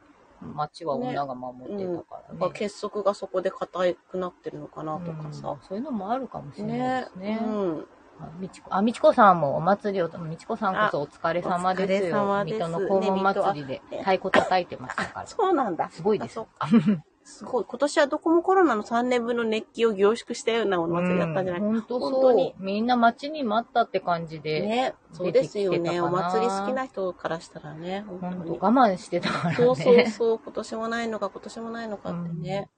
Speaker 2: 町は女が守ってたからね。
Speaker 1: まあ結束がそこで固くなってるのかなとか
Speaker 2: う
Speaker 1: さ
Speaker 2: ん。そういうのもあるかもしれない
Speaker 1: ね
Speaker 2: ですね。
Speaker 1: うん。
Speaker 2: あみちこ、あ、みちこさんもお祭りを、みちこさんこそお疲れ様です
Speaker 1: あお疲れ様
Speaker 2: よ。
Speaker 1: です
Speaker 2: 水戸の肛門祭りで
Speaker 1: ね
Speaker 2: 太鼓叩いてましたから。
Speaker 1: そうなんだ。
Speaker 2: すごいです
Speaker 1: あ。 そうすごい。今年はどこもコロナの3年分の熱気を凝縮したようなお祭りだったんじゃないか。
Speaker 2: 本当
Speaker 1: 本当
Speaker 2: そ
Speaker 1: に
Speaker 2: う。みんな待ちに待ったって感じで、
Speaker 1: ね。そうですよ
Speaker 2: 出てきて
Speaker 1: ね。
Speaker 2: た
Speaker 1: お
Speaker 2: かな
Speaker 1: 祭り好きな人からしたらね。
Speaker 2: 本
Speaker 1: 本当
Speaker 2: 当
Speaker 1: に。
Speaker 2: 我慢してたからね。
Speaker 1: そうそうそう。今年もないのか今年もないのかってね。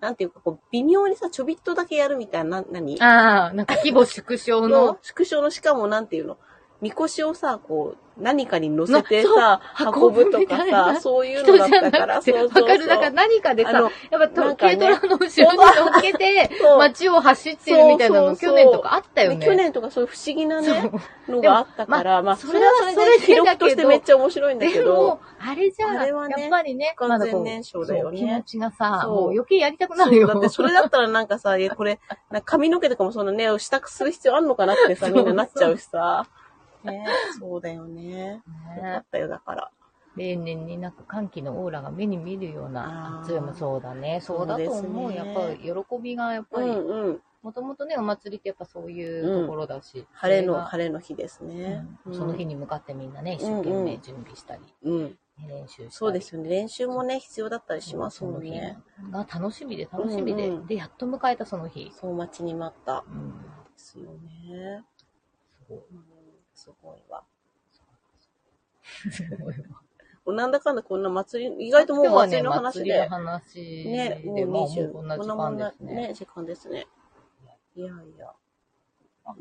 Speaker 1: なんていうか、こう、微妙にさ、ちょびっとだけやるみたいな、な、何
Speaker 2: ああ、なんか規模縮小の
Speaker 1: の、縮小のしかもなんていうのみこしをさ、こう、何かに乗せてさ、
Speaker 2: なそう
Speaker 1: 運ぶとか
Speaker 2: 運ぶみたい
Speaker 1: さ、
Speaker 2: な
Speaker 1: そういう
Speaker 2: 人
Speaker 1: のだっ
Speaker 2: じゃ
Speaker 1: た
Speaker 2: な
Speaker 1: から、
Speaker 2: くて、わかる。だから何かでさ、
Speaker 1: あの
Speaker 2: やっぱ
Speaker 1: な
Speaker 2: と
Speaker 1: んか
Speaker 2: 軽
Speaker 1: ね
Speaker 2: トラの後ろに乗っけて、
Speaker 1: そう
Speaker 2: 街を走ってるみたいなの
Speaker 1: そうそうそう
Speaker 2: 去年とかあったよ
Speaker 1: ね
Speaker 2: ね。
Speaker 1: 去年とかそういう不思議な
Speaker 2: そ
Speaker 1: ね
Speaker 2: う、
Speaker 1: のがあったから、まあ、それは
Speaker 2: それは
Speaker 1: そ
Speaker 2: それ
Speaker 1: れ
Speaker 2: で
Speaker 1: 記録としてめっちゃ面白いんだけ
Speaker 2: で
Speaker 1: ど
Speaker 2: も、、あれじゃ
Speaker 1: あ
Speaker 2: あ、
Speaker 1: れはね
Speaker 2: やっぱりね、
Speaker 1: 不完全燃焼だよね
Speaker 2: そう気持ちがさ、
Speaker 1: そう
Speaker 2: もう余計やりたくなる
Speaker 1: そう
Speaker 2: よ。
Speaker 1: だってそれだったらなんかさ、いやこれ、なんか髪の毛とかもそんなね、支度する必要あんのかなってさ、
Speaker 2: そう
Speaker 1: みんななっちゃうしさ。ね、そうだよね。よか
Speaker 2: ね
Speaker 1: ったよ、だから。
Speaker 2: 例年になく歓喜のオーラが目に見えるような、
Speaker 1: あー
Speaker 2: それもそうだね。そうだと思う。
Speaker 1: そうです
Speaker 2: や
Speaker 1: ね
Speaker 2: っぱり喜びが、やっぱ
Speaker 1: う
Speaker 2: り、
Speaker 1: んうん。
Speaker 2: もともとね、お祭りってやっぱそういうところだし。
Speaker 1: 晴れの、
Speaker 2: そ
Speaker 1: 晴れの日です
Speaker 2: れが
Speaker 1: ね。
Speaker 2: う
Speaker 1: うんん
Speaker 2: その日に向かってみんなね、一生懸命準備したり、
Speaker 1: うん。
Speaker 2: ね練習したり。
Speaker 1: そうですよね。練習もね、必要だったりしますもんね。
Speaker 2: その日が楽しみで楽しみで、
Speaker 1: うんうん
Speaker 2: で、やっと迎えたその日。
Speaker 1: そう待ちに待った。
Speaker 2: うん。
Speaker 1: ですよね。
Speaker 2: すごい。
Speaker 1: うん、すごいわ。
Speaker 2: す ごい。
Speaker 1: なんだかんだこんな祭り、意外ともう祭りの話
Speaker 2: 今
Speaker 1: で
Speaker 2: 日。はね祭りの話
Speaker 1: ね
Speaker 2: で、、
Speaker 1: もう
Speaker 2: まあも
Speaker 1: 20、
Speaker 2: うこんな
Speaker 1: こん
Speaker 2: 時間です
Speaker 1: なもん
Speaker 2: ね。
Speaker 1: なね、時間ですね。いやいや。
Speaker 2: こ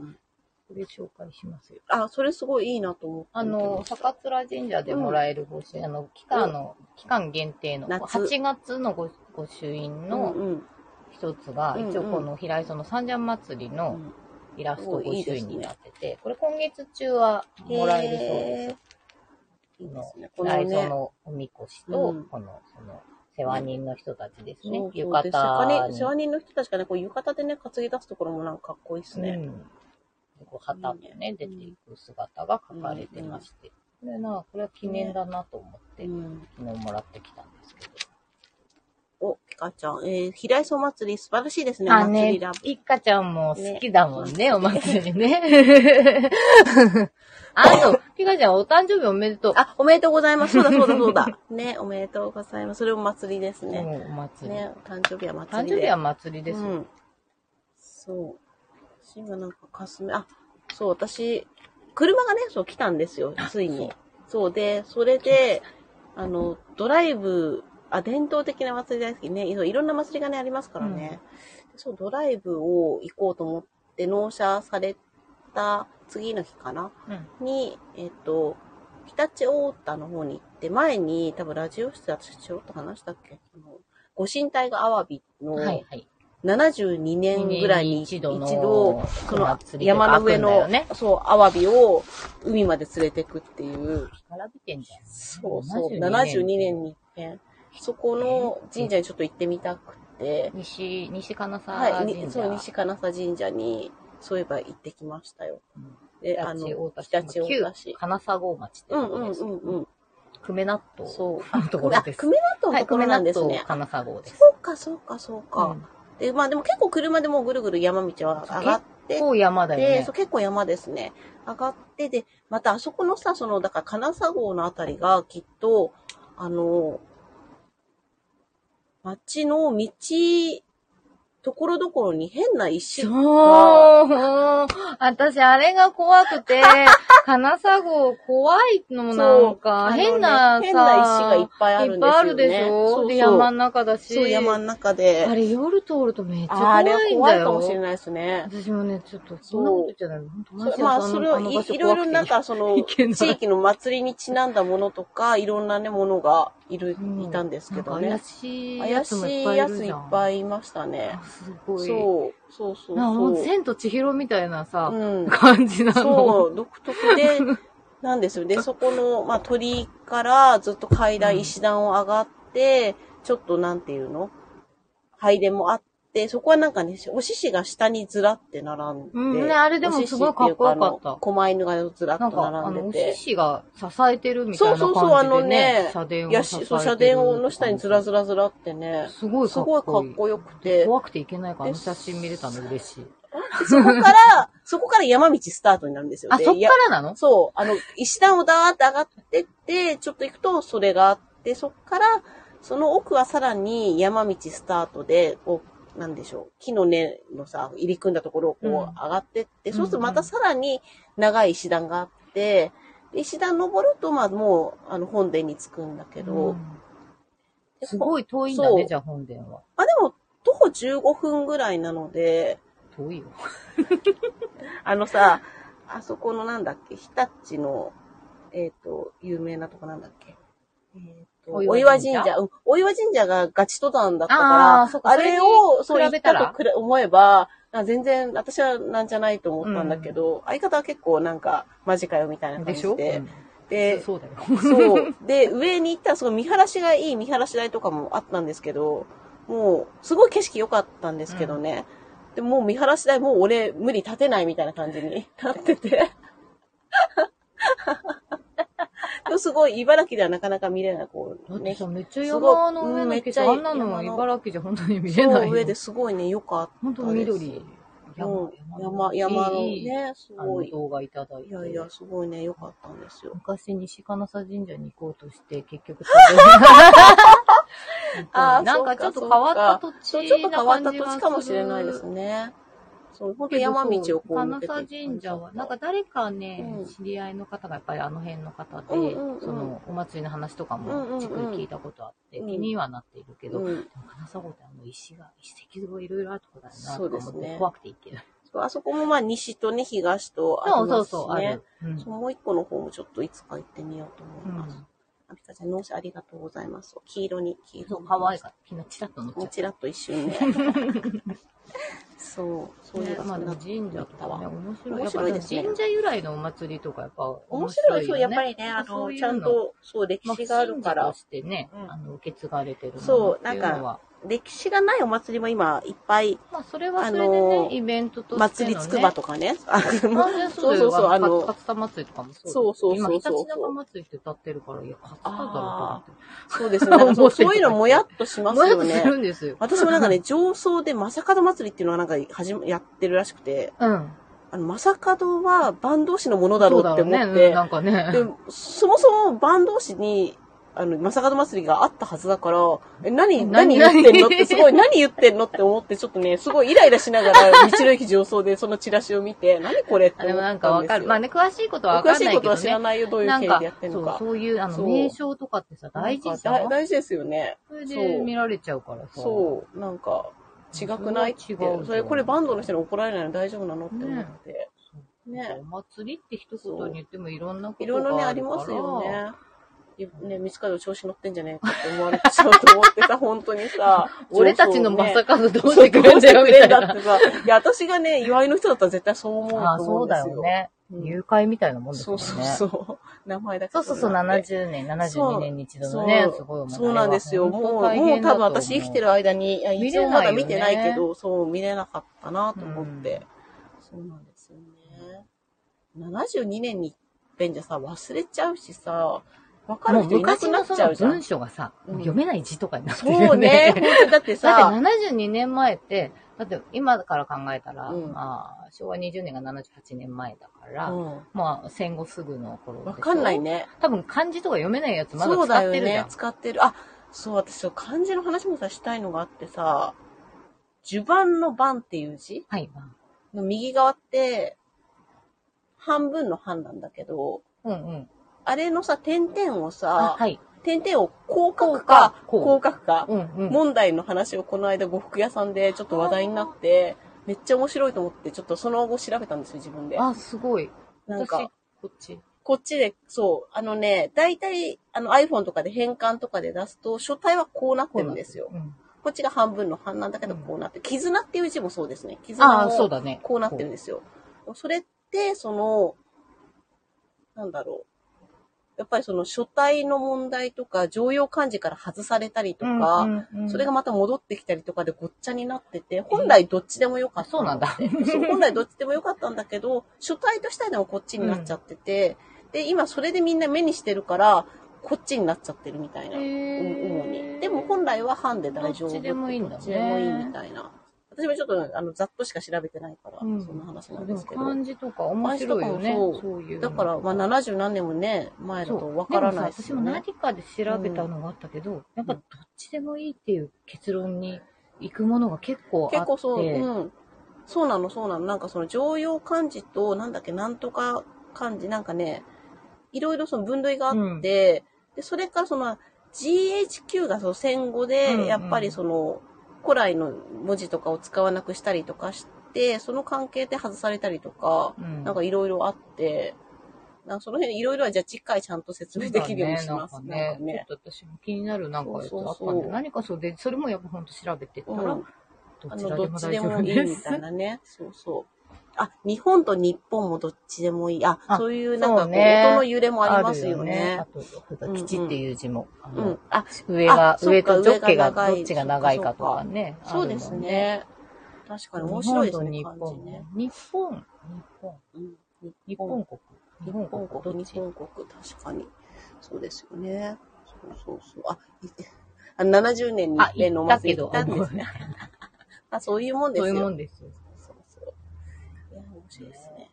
Speaker 2: れ紹介しますよ。
Speaker 1: あ、それすごいいいなと思って。
Speaker 2: あの、坂倉神社でもらえるご朱印、あの、期間の、期間限定の、
Speaker 1: 夏
Speaker 2: 8月のごご朱印
Speaker 1: うん
Speaker 2: の
Speaker 1: うん、
Speaker 2: 一つが、
Speaker 1: うんうん
Speaker 2: 一応この平磯の三社祭りの、
Speaker 1: うん
Speaker 2: イラスト
Speaker 1: おい
Speaker 2: 5
Speaker 1: いで
Speaker 2: 種類
Speaker 1: すね
Speaker 2: になってて、これ今月中はもらえるそうです。
Speaker 1: へーいいですね。この
Speaker 2: 内臓
Speaker 1: ね、
Speaker 2: のおみこしと、
Speaker 1: うん
Speaker 2: この、その、世話人の人たちですね。
Speaker 1: そうそう
Speaker 2: 浴
Speaker 1: で
Speaker 2: 衣
Speaker 1: 世話人の人たちがね、こう浴衣でね、担ぎ出すところもなんかかっこいいですね。
Speaker 2: うん。こう旗もね、出ていく姿が書かれてまして。これな、これは記念だなと思って、
Speaker 1: うん
Speaker 2: 昨日もらってきたんですけど。
Speaker 1: お、ピカちゃん。えー、平磯祭り素晴らしいですね。
Speaker 2: あ
Speaker 1: 祭
Speaker 2: ね
Speaker 1: りラ、ブ。
Speaker 2: ピッカちゃんも好きだもんね、
Speaker 1: ね
Speaker 2: お祭り ね。あと、ピッカちゃんお誕生日おめでとう。
Speaker 1: あ、おめでとうございます。そうだそうだそう だ。ね、おめでとうございます。それも祭りです
Speaker 2: う
Speaker 1: ね。
Speaker 2: んお祭り。
Speaker 1: ね、誕生日は祭
Speaker 2: 誕
Speaker 1: り
Speaker 2: 生
Speaker 1: で。
Speaker 2: 日は祭りです
Speaker 1: う
Speaker 2: よ。
Speaker 1: ん。そう。私今なんかかすめ、あ、そう、私、車がね、そう来たんですよ、ついに。そうで、それで、あの、ドライブ、あ、伝統的な祭り大好きね。いろいろんな祭りがね、ありますからね。そう、ドライブを行こうと思って納車された次の日かな。
Speaker 2: うん。
Speaker 1: に、えっと、常陸太田の方に行って、前に多分ラジオ室で私ちょろっと話したっけあのご神体がアワビの、
Speaker 2: はいはい。
Speaker 1: 72年ぐらいに
Speaker 2: 一
Speaker 1: 一
Speaker 2: 度
Speaker 1: 度、
Speaker 2: の
Speaker 1: その
Speaker 2: 祭りとか
Speaker 1: 山の上
Speaker 2: ある
Speaker 1: の、
Speaker 2: んだよね
Speaker 1: そう、アワビを海まで連れてくっていう、
Speaker 2: 並べてんじゃん。
Speaker 1: そうそう、
Speaker 2: 72
Speaker 1: 72
Speaker 2: 年
Speaker 1: 年に一遍、そこの神社にちょっと行ってみたくて、
Speaker 2: 西、西金沢神社。
Speaker 1: はい、にそう、西金沢神社に、そういえば行ってきましたよ。
Speaker 2: うん
Speaker 1: で、あ
Speaker 2: 常
Speaker 1: の
Speaker 2: 陸、大田市
Speaker 1: 常陸
Speaker 2: 旧
Speaker 1: 大田市。
Speaker 2: 金沢郷町って
Speaker 1: う
Speaker 2: と
Speaker 1: んう
Speaker 2: こ
Speaker 1: ん
Speaker 2: で
Speaker 1: う
Speaker 2: す。
Speaker 1: んうん。
Speaker 2: 久米納豆
Speaker 1: そう。
Speaker 2: のところ
Speaker 1: あ、
Speaker 2: です。
Speaker 1: 久米納豆
Speaker 2: は
Speaker 1: の
Speaker 2: い、
Speaker 1: ところなんですね。
Speaker 2: 金沢郷です。
Speaker 1: そうか、そうか、そう
Speaker 2: う
Speaker 1: か。
Speaker 2: ん
Speaker 1: で、まあでも結構車でもうぐるぐる山道は上がって、
Speaker 2: こう山だよ
Speaker 1: で、
Speaker 2: ね
Speaker 1: そう。結構山ですね。上がって、で、またあそこのさ、その、だから金沢郷のあたりがきっと、あの、街の道、ところどころに変な石が、
Speaker 2: そう。私、あれが怖 くて、金沢郷怖いのもなんか、
Speaker 1: あのね
Speaker 2: 変なさ、
Speaker 1: 変な石がいっぱいあ
Speaker 2: い
Speaker 1: る
Speaker 2: っ
Speaker 1: ん
Speaker 2: ぱ
Speaker 1: です
Speaker 2: い
Speaker 1: よ、ね。
Speaker 2: あるでしょ
Speaker 1: そうそう
Speaker 2: で、山の中だし。
Speaker 1: そう、山の中で。
Speaker 2: あれ、夜通るとめっちゃ
Speaker 1: あ
Speaker 2: 怖い
Speaker 1: あ
Speaker 2: ん
Speaker 1: れ
Speaker 2: だ
Speaker 1: は
Speaker 2: よ。
Speaker 1: 怖いかもしれないですね。
Speaker 2: 私もね、ちょっと、そんなこと言っちゃダメ。本当マジ
Speaker 1: そ
Speaker 2: で
Speaker 1: うまあ、
Speaker 2: の
Speaker 1: それを
Speaker 2: の
Speaker 1: い
Speaker 2: 場所
Speaker 1: いろいろなん
Speaker 2: 怖く
Speaker 1: かその
Speaker 2: いけない
Speaker 1: 地域の祭りにちなんだものとかいろんなねものがいる、
Speaker 2: てうん
Speaker 1: いたんですけど
Speaker 2: なん
Speaker 1: ね
Speaker 2: か怪しいや
Speaker 1: 怪
Speaker 2: つもい
Speaker 1: し
Speaker 2: っ
Speaker 1: い
Speaker 2: ぱいい
Speaker 1: や
Speaker 2: る
Speaker 1: つ
Speaker 2: じ
Speaker 1: いっ
Speaker 2: ゃん。
Speaker 1: ぱいいましたね
Speaker 2: あすごい。
Speaker 1: そうそうそう
Speaker 2: なんかもう、
Speaker 1: そう
Speaker 2: 千と千尋みたいなさ、
Speaker 1: うん
Speaker 2: 感じなの。
Speaker 1: そう独特でなんですよでそこの、まあ、鳥居からずっと階
Speaker 2: うん
Speaker 1: 段石段を上がって、ちょっとなんていうの拝殿もあってそこはなんかねお獅子が下にずらって並んで、
Speaker 2: うんねあれでもすごいかっこよかった
Speaker 1: お獅子ていうあの狛犬がずらっ
Speaker 2: な
Speaker 1: と
Speaker 2: んか、あ
Speaker 1: 並
Speaker 2: の、
Speaker 1: ん
Speaker 2: お
Speaker 1: でて
Speaker 2: 獅子が支えてるみたいな
Speaker 1: そ
Speaker 2: 感
Speaker 1: うそうそうあ
Speaker 2: じ
Speaker 1: の
Speaker 2: でね
Speaker 1: ね、
Speaker 2: 社殿
Speaker 1: い
Speaker 2: を支え
Speaker 1: や
Speaker 2: て
Speaker 1: し
Speaker 2: る。
Speaker 1: そう、社殿の下にずらずらずらってね、
Speaker 2: すごい
Speaker 1: す
Speaker 2: かっ
Speaker 1: ごいか
Speaker 2: こい
Speaker 1: っ
Speaker 2: い。
Speaker 1: こよくて、
Speaker 2: 怖くていけないから、あの
Speaker 1: で
Speaker 2: 写真見れたの嬉しい。
Speaker 1: そこから、そこから山道スタートになるんですよ。
Speaker 2: あ、
Speaker 1: で
Speaker 2: そっ
Speaker 1: い
Speaker 2: か
Speaker 1: や
Speaker 2: らなの
Speaker 1: そう、あの、石段をダーって上がってって、ちょっと行くとそれがあって、そっから、その奥はさらに山道スタートで、こう、なんでしょう、木の根のさ、入り組んだところをこう
Speaker 2: うん
Speaker 1: 上がってって、そうすると
Speaker 2: うんうん
Speaker 1: またさらに長い石段があって、で石段登ると、まあもう、あの、本殿に着くんだけど、
Speaker 2: うんすごい遠いんだ
Speaker 1: そ
Speaker 2: ね、
Speaker 1: う
Speaker 2: じゃあ本殿は。
Speaker 1: まあでも、徒歩15分ぐらいなので、
Speaker 2: 遠いよ。
Speaker 1: あのさ、あそこのなんだっけ、日立の、えっ、と、有名なとこなんだっけ。えーと
Speaker 2: お
Speaker 1: お
Speaker 2: 岩
Speaker 1: 岩
Speaker 2: 神
Speaker 1: 神
Speaker 2: 社
Speaker 1: 社、うん、お岩神社がガチ登山だった
Speaker 2: あー
Speaker 1: か
Speaker 2: そっ
Speaker 1: ら、
Speaker 2: か
Speaker 1: あれを、
Speaker 2: そ
Speaker 1: そう
Speaker 2: れ
Speaker 1: 言
Speaker 2: に
Speaker 1: っ
Speaker 2: 比べたら
Speaker 1: たとくれ思えば、なんか全然私はなんじゃないと思ったんだけど、相方は結構なんか、マジかよみたいな感
Speaker 2: で
Speaker 1: じ
Speaker 2: しょ
Speaker 1: で。
Speaker 2: うん
Speaker 1: で、
Speaker 2: そうだよ。
Speaker 1: そう。で、上に行ったら、その見晴らしがいい見晴らし台とかもあったんですけど、もう、すごい景色良かったんですけどね。でもう見晴らし台、もう俺無理立てないみたいな感じに なってて。でもすごい、茨城ではなかなか見れない、こ
Speaker 2: だ
Speaker 1: う、
Speaker 2: って
Speaker 1: ね。
Speaker 2: さ、めっちゃ山の上の景
Speaker 1: す
Speaker 2: 色、
Speaker 1: ごい
Speaker 2: あ
Speaker 1: うんんめっちゃ
Speaker 2: な
Speaker 1: 山の
Speaker 2: の茨城じゃ本当に見れな
Speaker 1: そ、
Speaker 2: いうよ。
Speaker 1: 上ですごいね、良かった
Speaker 2: 本
Speaker 1: です。
Speaker 2: 当緑。
Speaker 1: うん
Speaker 2: 山、
Speaker 1: 山、山の
Speaker 2: いい
Speaker 1: ね、す
Speaker 2: あの
Speaker 1: ごい。
Speaker 2: 動画いただいて。
Speaker 1: いやいや、すごいね、良かったんですよ。
Speaker 2: 昔、西金沢神社に行こうとして、結局、本 当
Speaker 1: あー
Speaker 2: になんかちょっと変わった土地
Speaker 1: そう、ちょっと変わった土地かもしれないですね。そう、本当山道をこう抜
Speaker 2: 金
Speaker 1: けて
Speaker 2: 沢
Speaker 1: いく感じだった
Speaker 2: 神社は、なんか誰かね、
Speaker 1: うん
Speaker 2: 知り合いの方がやっぱりあの辺の方で、
Speaker 1: うんうんうん
Speaker 2: そのお祭りの話とか
Speaker 1: うんうんう
Speaker 2: も
Speaker 1: ん
Speaker 2: じっくり聞いたことあって、
Speaker 1: うん
Speaker 2: 気にはなっているけど、
Speaker 1: うん。
Speaker 2: 金沢ってあの石が、石石像いろいろあるとこだよなと
Speaker 1: そうです
Speaker 2: 思って、
Speaker 1: ね
Speaker 2: 怖くて行けない。
Speaker 1: あそこもまあ西とね、東とあ
Speaker 2: そ
Speaker 1: り
Speaker 2: うそ
Speaker 1: ま
Speaker 2: う
Speaker 1: すしね。
Speaker 2: そう、ある。うん
Speaker 1: そうもう一個の方もちょっといつか行ってみようと思います。
Speaker 2: うん
Speaker 1: あピカちゃん、納車ありがとうございます。黄色に、黄色
Speaker 2: そ
Speaker 1: に。
Speaker 2: う、可愛かった。昨日チラッと乗っちゃ
Speaker 1: も
Speaker 2: っ
Speaker 1: う
Speaker 2: た。
Speaker 1: ちらっと一瞬ね。そう、そういう
Speaker 2: ね
Speaker 1: やつ
Speaker 2: まあでも
Speaker 1: な
Speaker 2: 神社とかね、面白い。
Speaker 1: 面白いですね
Speaker 2: やっぱ神社由来のお祭りとかやっぱ
Speaker 1: 面白い、
Speaker 2: よ
Speaker 1: そう、
Speaker 2: ね
Speaker 1: やっぱりね、あ
Speaker 2: そ
Speaker 1: の、
Speaker 2: ういう
Speaker 1: ちゃんと、そう、歴史があるか
Speaker 2: ま
Speaker 1: ら
Speaker 2: 神事と、してね、
Speaker 1: うん
Speaker 2: あの受け継がれてるもの
Speaker 1: そう
Speaker 2: っていうのは。
Speaker 1: 歴史がないお祭りも今、いっぱい、
Speaker 2: まあそれはそれでね、
Speaker 1: あの
Speaker 2: イベントとしての、
Speaker 1: 祭
Speaker 2: ね。
Speaker 1: りつくばとかね。あ
Speaker 2: まあねそうそうそう、あの、
Speaker 1: の
Speaker 2: か、つた祭りとかもそうです
Speaker 1: そうそうそうそう
Speaker 2: 今、ひたちなか祭りって歌ってるから、いや、勝つただろうか
Speaker 1: そうです ね。なんかそうそういうのもやっとし
Speaker 2: な
Speaker 1: ま
Speaker 2: って。
Speaker 1: す
Speaker 2: もやっ
Speaker 1: よ
Speaker 2: とする
Speaker 1: ね。
Speaker 2: んですよ。
Speaker 1: 私もなんか ね、上層で正門祭りっていうのはなんか始め、やってるらしくて、
Speaker 2: うん。
Speaker 1: あの、正門は番同士のものだろうって
Speaker 2: そう
Speaker 1: 思
Speaker 2: だろ
Speaker 1: っ
Speaker 2: うね。うん
Speaker 1: て、
Speaker 2: なんかね。
Speaker 1: で、そもそも番同士に、あの、正門祭りがあったはずだから、え、何、何
Speaker 2: 何
Speaker 1: 言ってんのって、すごい、 何言ってんのって思って、ちょっとね、すごいイライラしながら、 道の駅上層でそのチラシを見て、何これって
Speaker 2: あで
Speaker 1: 思
Speaker 2: もな
Speaker 1: っ
Speaker 2: んか
Speaker 1: たん
Speaker 2: わ
Speaker 1: ですよ。
Speaker 2: かる。まあね、詳しいことはわ
Speaker 1: 詳
Speaker 2: か
Speaker 1: し
Speaker 2: ん
Speaker 1: い
Speaker 2: ない
Speaker 1: こ
Speaker 2: け
Speaker 1: と
Speaker 2: ど
Speaker 1: は知ら
Speaker 2: ね。
Speaker 1: ないよ、どういう
Speaker 2: な
Speaker 1: 経
Speaker 2: ん
Speaker 1: 緯
Speaker 2: か
Speaker 1: でやって、ん
Speaker 2: そ
Speaker 1: の
Speaker 2: う
Speaker 1: か、。
Speaker 2: そういう、あの、
Speaker 1: そう
Speaker 2: 名称とかってさ、大事じゃ
Speaker 1: なんか
Speaker 2: ん
Speaker 1: だ大事ですよね。
Speaker 2: それで見られちゃうからさ。
Speaker 1: そう、なんか、違くないって。
Speaker 2: それは違うじゃん
Speaker 1: それ、これバンドの人に怒られないの大丈夫なのって思って。ね
Speaker 2: お祭りって一言に言ってもいろんなこ
Speaker 1: い
Speaker 2: とが
Speaker 1: ろ
Speaker 2: あ
Speaker 1: い
Speaker 2: るか
Speaker 1: ろ
Speaker 2: ら。
Speaker 1: ね、ありますよね。いね、見つかる調子乗ってんじゃねえかって思われちゃうと思って さ、本当にさ。
Speaker 2: 俺たちのま
Speaker 1: か
Speaker 2: さかのどう
Speaker 1: どう
Speaker 2: し
Speaker 1: して
Speaker 2: て
Speaker 1: く
Speaker 2: く
Speaker 1: れ
Speaker 2: れ
Speaker 1: ん
Speaker 2: ん
Speaker 1: だよ
Speaker 2: だよ
Speaker 1: みた
Speaker 2: みた
Speaker 1: い
Speaker 2: い
Speaker 1: な
Speaker 2: な。
Speaker 1: いや、私がね、祝いの人だったら絶対そう思うと
Speaker 2: ああ、
Speaker 1: 思
Speaker 2: そううん
Speaker 1: で
Speaker 2: だ
Speaker 1: す
Speaker 2: よ
Speaker 1: よ。う
Speaker 2: ね。
Speaker 1: ん
Speaker 2: 入会みたいなもんです
Speaker 1: そ
Speaker 2: も
Speaker 1: うん
Speaker 2: ね。
Speaker 1: そうそう。名前だけ
Speaker 2: そうそうそう、
Speaker 1: 取るなんて
Speaker 2: 70年、72年に一度のね
Speaker 1: そ、う
Speaker 2: すごいお祭りは
Speaker 1: そうなんですよ。もう、
Speaker 2: 本当大
Speaker 1: もう
Speaker 2: 変だ
Speaker 1: 多
Speaker 2: と
Speaker 1: 分
Speaker 2: 思
Speaker 1: 私生きてる間に、いや一応まだ見てない
Speaker 2: 見れ
Speaker 1: け
Speaker 2: ない
Speaker 1: ど、
Speaker 2: よ
Speaker 1: そう、見れなかったなと思って。そうなんですよね。72年に一遍じゃさ、忘れちゃうしさ、わか
Speaker 2: も
Speaker 1: る
Speaker 2: う
Speaker 1: 人いなく
Speaker 2: 昔
Speaker 1: な
Speaker 2: の
Speaker 1: っち
Speaker 2: そ
Speaker 1: ゃ
Speaker 2: の
Speaker 1: うじゃん
Speaker 2: 文。章がさ、
Speaker 1: うん
Speaker 2: 読めない字とかになってる
Speaker 1: そ
Speaker 2: よ
Speaker 1: うね。本
Speaker 2: ね。
Speaker 1: 当にだって
Speaker 2: だ
Speaker 1: さ、
Speaker 2: って72年前って、だって今から考えたら、
Speaker 1: うん
Speaker 2: まあ、昭和20年が78年前だから、
Speaker 1: うん
Speaker 2: まあ、戦後すぐの頃でしょ
Speaker 1: わかんない。ね。
Speaker 2: 多分漢字とか読めないやつまだ
Speaker 1: そうだ
Speaker 2: 使
Speaker 1: よ
Speaker 2: ってるじゃ
Speaker 1: ね
Speaker 2: ん。。
Speaker 1: 使ってる。あ、そう、私、そう漢字の話もさ、したいのがあってさ、呪盤の盤っていう字
Speaker 2: はい。
Speaker 1: の右側って、半分の半なんだけど、
Speaker 2: うんうん。
Speaker 1: あれのさ、点々を
Speaker 2: あ
Speaker 1: さ、、
Speaker 2: はい。
Speaker 1: 点々をこう書くか、
Speaker 2: こう
Speaker 1: こう書くか、
Speaker 2: うんうん。
Speaker 1: 問題の話をこの間呉服屋さんでちょっと話題になって、めっちゃ面白いと思って、ちょっとその後調べたんですよ、自分で。
Speaker 2: あ、すごい。
Speaker 1: なんか、
Speaker 2: こっち。
Speaker 1: こっちで、そう、あのね、大体、あの iPhone とかで変換とかで出すと、書体はこうなってるんですよ。
Speaker 2: うん
Speaker 1: こっちが半分の半なんだけど、こうなって、絆っていう字もそうですね。絆も
Speaker 2: ああ、そうだね。
Speaker 1: こうなってるんですよ。それって、その、なんだろう。やっぱりその書体の問題とか、常用漢字から外されたりとか、
Speaker 2: うんうんうん
Speaker 1: それがまた戻ってきたりとかでごっちゃになってて、本来どっちでもよか
Speaker 2: あ
Speaker 1: った。
Speaker 2: そうな んだ。
Speaker 1: そう本来どっちでもよかったんだけど、書体としてはでもこっちになっちゃってて、で、今それでみんな目にしてるから、こっちになっちゃってるみたいな。うん主に。でも本来は半で大丈夫。
Speaker 2: どっちでもいいんだね
Speaker 1: どっちでもいいみたいな。私もちょっと、あの、ざっとしか調べてないから、
Speaker 2: うん
Speaker 1: そんな話なん
Speaker 2: で
Speaker 1: で
Speaker 2: も
Speaker 1: すけど。
Speaker 2: 漢字とか面白いよね。
Speaker 1: 漢字とかもそう
Speaker 2: そういうの
Speaker 1: だ
Speaker 2: と。
Speaker 1: から、まあ、70何年もね、前だ
Speaker 2: そう
Speaker 1: とわからないで
Speaker 2: ですす
Speaker 1: よ
Speaker 2: よ、
Speaker 1: ね。
Speaker 2: 私も何かで調べたのがあったけど、やっぱどっちでもいいっていう結論に行くものが結構あって。
Speaker 1: 結構そう、うん。そうなの、そうなの。なんかその常用漢字と、なんだっけ、なんとか漢字、なんかね、いろいろその分類があって、
Speaker 2: うん
Speaker 1: で、それからその GHQ がその戦後
Speaker 2: うんう
Speaker 1: で、
Speaker 2: ん
Speaker 1: やっぱりその、古来の文字とかを使わなくしたりとかして、その関係で外されたりとか、
Speaker 2: うん
Speaker 1: なんかいろいろあって、なんかその辺いろいろはじゃあ次回ちゃんと説明できるようにします。
Speaker 2: そうだねなんかね、ちょっと私も気になるなんかやつあった
Speaker 1: そうそ
Speaker 2: ん
Speaker 1: うそ
Speaker 2: で、
Speaker 1: う
Speaker 2: 何かそうで、それもやっぱほんと調べてった
Speaker 1: う
Speaker 2: ら、
Speaker 1: ん
Speaker 2: ど
Speaker 1: あ
Speaker 2: ち
Speaker 1: の、
Speaker 2: ら
Speaker 1: ど
Speaker 2: で
Speaker 1: っ
Speaker 2: も
Speaker 1: ち
Speaker 2: 大
Speaker 1: で
Speaker 2: 丈夫
Speaker 1: もいい
Speaker 2: で
Speaker 1: み
Speaker 2: す。
Speaker 1: たいなね。そうそう。あ、日本と日本もどっちでもいい。あ、
Speaker 2: あ
Speaker 1: そういうなんかこ
Speaker 2: そう
Speaker 1: う、
Speaker 2: ね
Speaker 1: 音の揺れもありますよ
Speaker 2: あ
Speaker 1: ね。
Speaker 2: るよあと、基地っていう字も、あ
Speaker 1: う
Speaker 2: の
Speaker 1: ん。あ、
Speaker 2: 上が
Speaker 1: あ、そっ
Speaker 2: 上
Speaker 1: か
Speaker 2: と
Speaker 1: 上
Speaker 2: 直
Speaker 1: が
Speaker 2: 径が
Speaker 1: 長い
Speaker 2: どっちが長いかとかね。
Speaker 1: そうです
Speaker 2: あるもん。
Speaker 1: ね。確かに面白いですね、
Speaker 2: 日
Speaker 1: 感
Speaker 2: 本
Speaker 1: じ
Speaker 2: と
Speaker 1: ね。
Speaker 2: 日本、日本、
Speaker 1: うん
Speaker 2: 日本国。
Speaker 1: 日
Speaker 2: 日
Speaker 1: 本国
Speaker 2: 本国、どっ
Speaker 1: 日
Speaker 2: ち
Speaker 1: 本国、確かに。そうですよね。そうそうそう。あ、い あ70年に
Speaker 2: あ、
Speaker 1: 一遍のお
Speaker 2: 行った
Speaker 1: 祭
Speaker 2: け
Speaker 1: り行
Speaker 2: ど
Speaker 1: っ、たんですね。あ、そういうもんで
Speaker 2: そう
Speaker 1: す
Speaker 2: いうも
Speaker 1: よ。
Speaker 2: んですよ。
Speaker 1: そうそう。いや、面白いですね。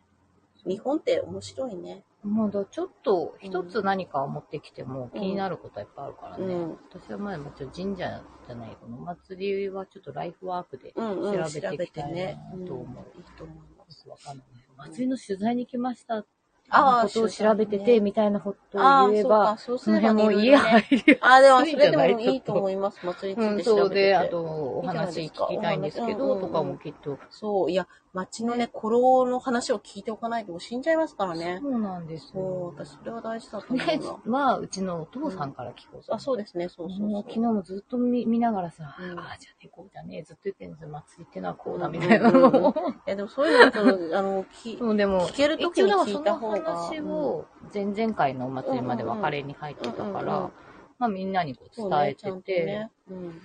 Speaker 1: 日本って面白いね。
Speaker 2: まだちょっと一つ何かを持ってきても気になることはいっぱいあるからね。
Speaker 1: うん
Speaker 2: 私は前もちょっと神社じゃない、このお祭りはちょっとライフワークで
Speaker 1: うんうん、
Speaker 2: 調べていきたいなと思
Speaker 1: う
Speaker 2: う。
Speaker 1: んいいと思います。
Speaker 2: よくわかんない。お祭りの取材に来ました。
Speaker 1: ああ
Speaker 2: ことを調べてて、みたいなこと
Speaker 1: あ
Speaker 2: を
Speaker 1: あ、
Speaker 2: 言え
Speaker 1: そう
Speaker 2: ば
Speaker 1: か、、そうす
Speaker 2: そ
Speaker 1: れ
Speaker 2: の
Speaker 1: ば
Speaker 2: 辺
Speaker 1: ね、
Speaker 2: も
Speaker 1: い
Speaker 2: 家
Speaker 1: ろいろね
Speaker 2: 入る。
Speaker 1: ああ、でも
Speaker 2: いい
Speaker 1: そ
Speaker 2: んじ
Speaker 1: れ
Speaker 2: ゃ
Speaker 1: で
Speaker 2: ない
Speaker 1: もいいと思います。祭りにつ
Speaker 2: う
Speaker 1: い
Speaker 2: ん、
Speaker 1: て調
Speaker 2: そ
Speaker 1: べ
Speaker 2: う
Speaker 1: てて。
Speaker 2: で、あとお話聞きたいんですけど、とかもきっと。
Speaker 1: そう、いや、街のね、古老の話を聞いておかないと死んじゃいますからね。
Speaker 2: そうなんです
Speaker 1: そう、
Speaker 2: よ。
Speaker 1: 私それは大事だと
Speaker 2: とり
Speaker 1: 思
Speaker 2: あえ
Speaker 1: う
Speaker 2: ず
Speaker 1: の。
Speaker 2: は、うちのお父さんから聞こう。
Speaker 1: あ、そうですね、そうそうそう。
Speaker 2: もう昨日もずっと見見ながらさ、
Speaker 1: うん
Speaker 2: ああ、じゃあね、こうだね、ずっと言ってんですよ、祭りってのはこう
Speaker 1: う
Speaker 2: だ、
Speaker 1: ん
Speaker 2: みたいなのを。
Speaker 1: え、でもそういうのと、あ の、き、
Speaker 2: そうでも
Speaker 1: 聞、けるとき
Speaker 2: 一応
Speaker 1: に聞
Speaker 2: だからそ
Speaker 1: いた方
Speaker 2: の
Speaker 1: が。
Speaker 2: 話を、前々回のお祭りまで別れに入ってたから、
Speaker 1: うんうんうん
Speaker 2: まあみんなにこう
Speaker 1: そ
Speaker 2: 伝
Speaker 1: うね
Speaker 2: え
Speaker 1: ちゃ
Speaker 2: て
Speaker 1: んと
Speaker 2: て、
Speaker 1: ね。うん。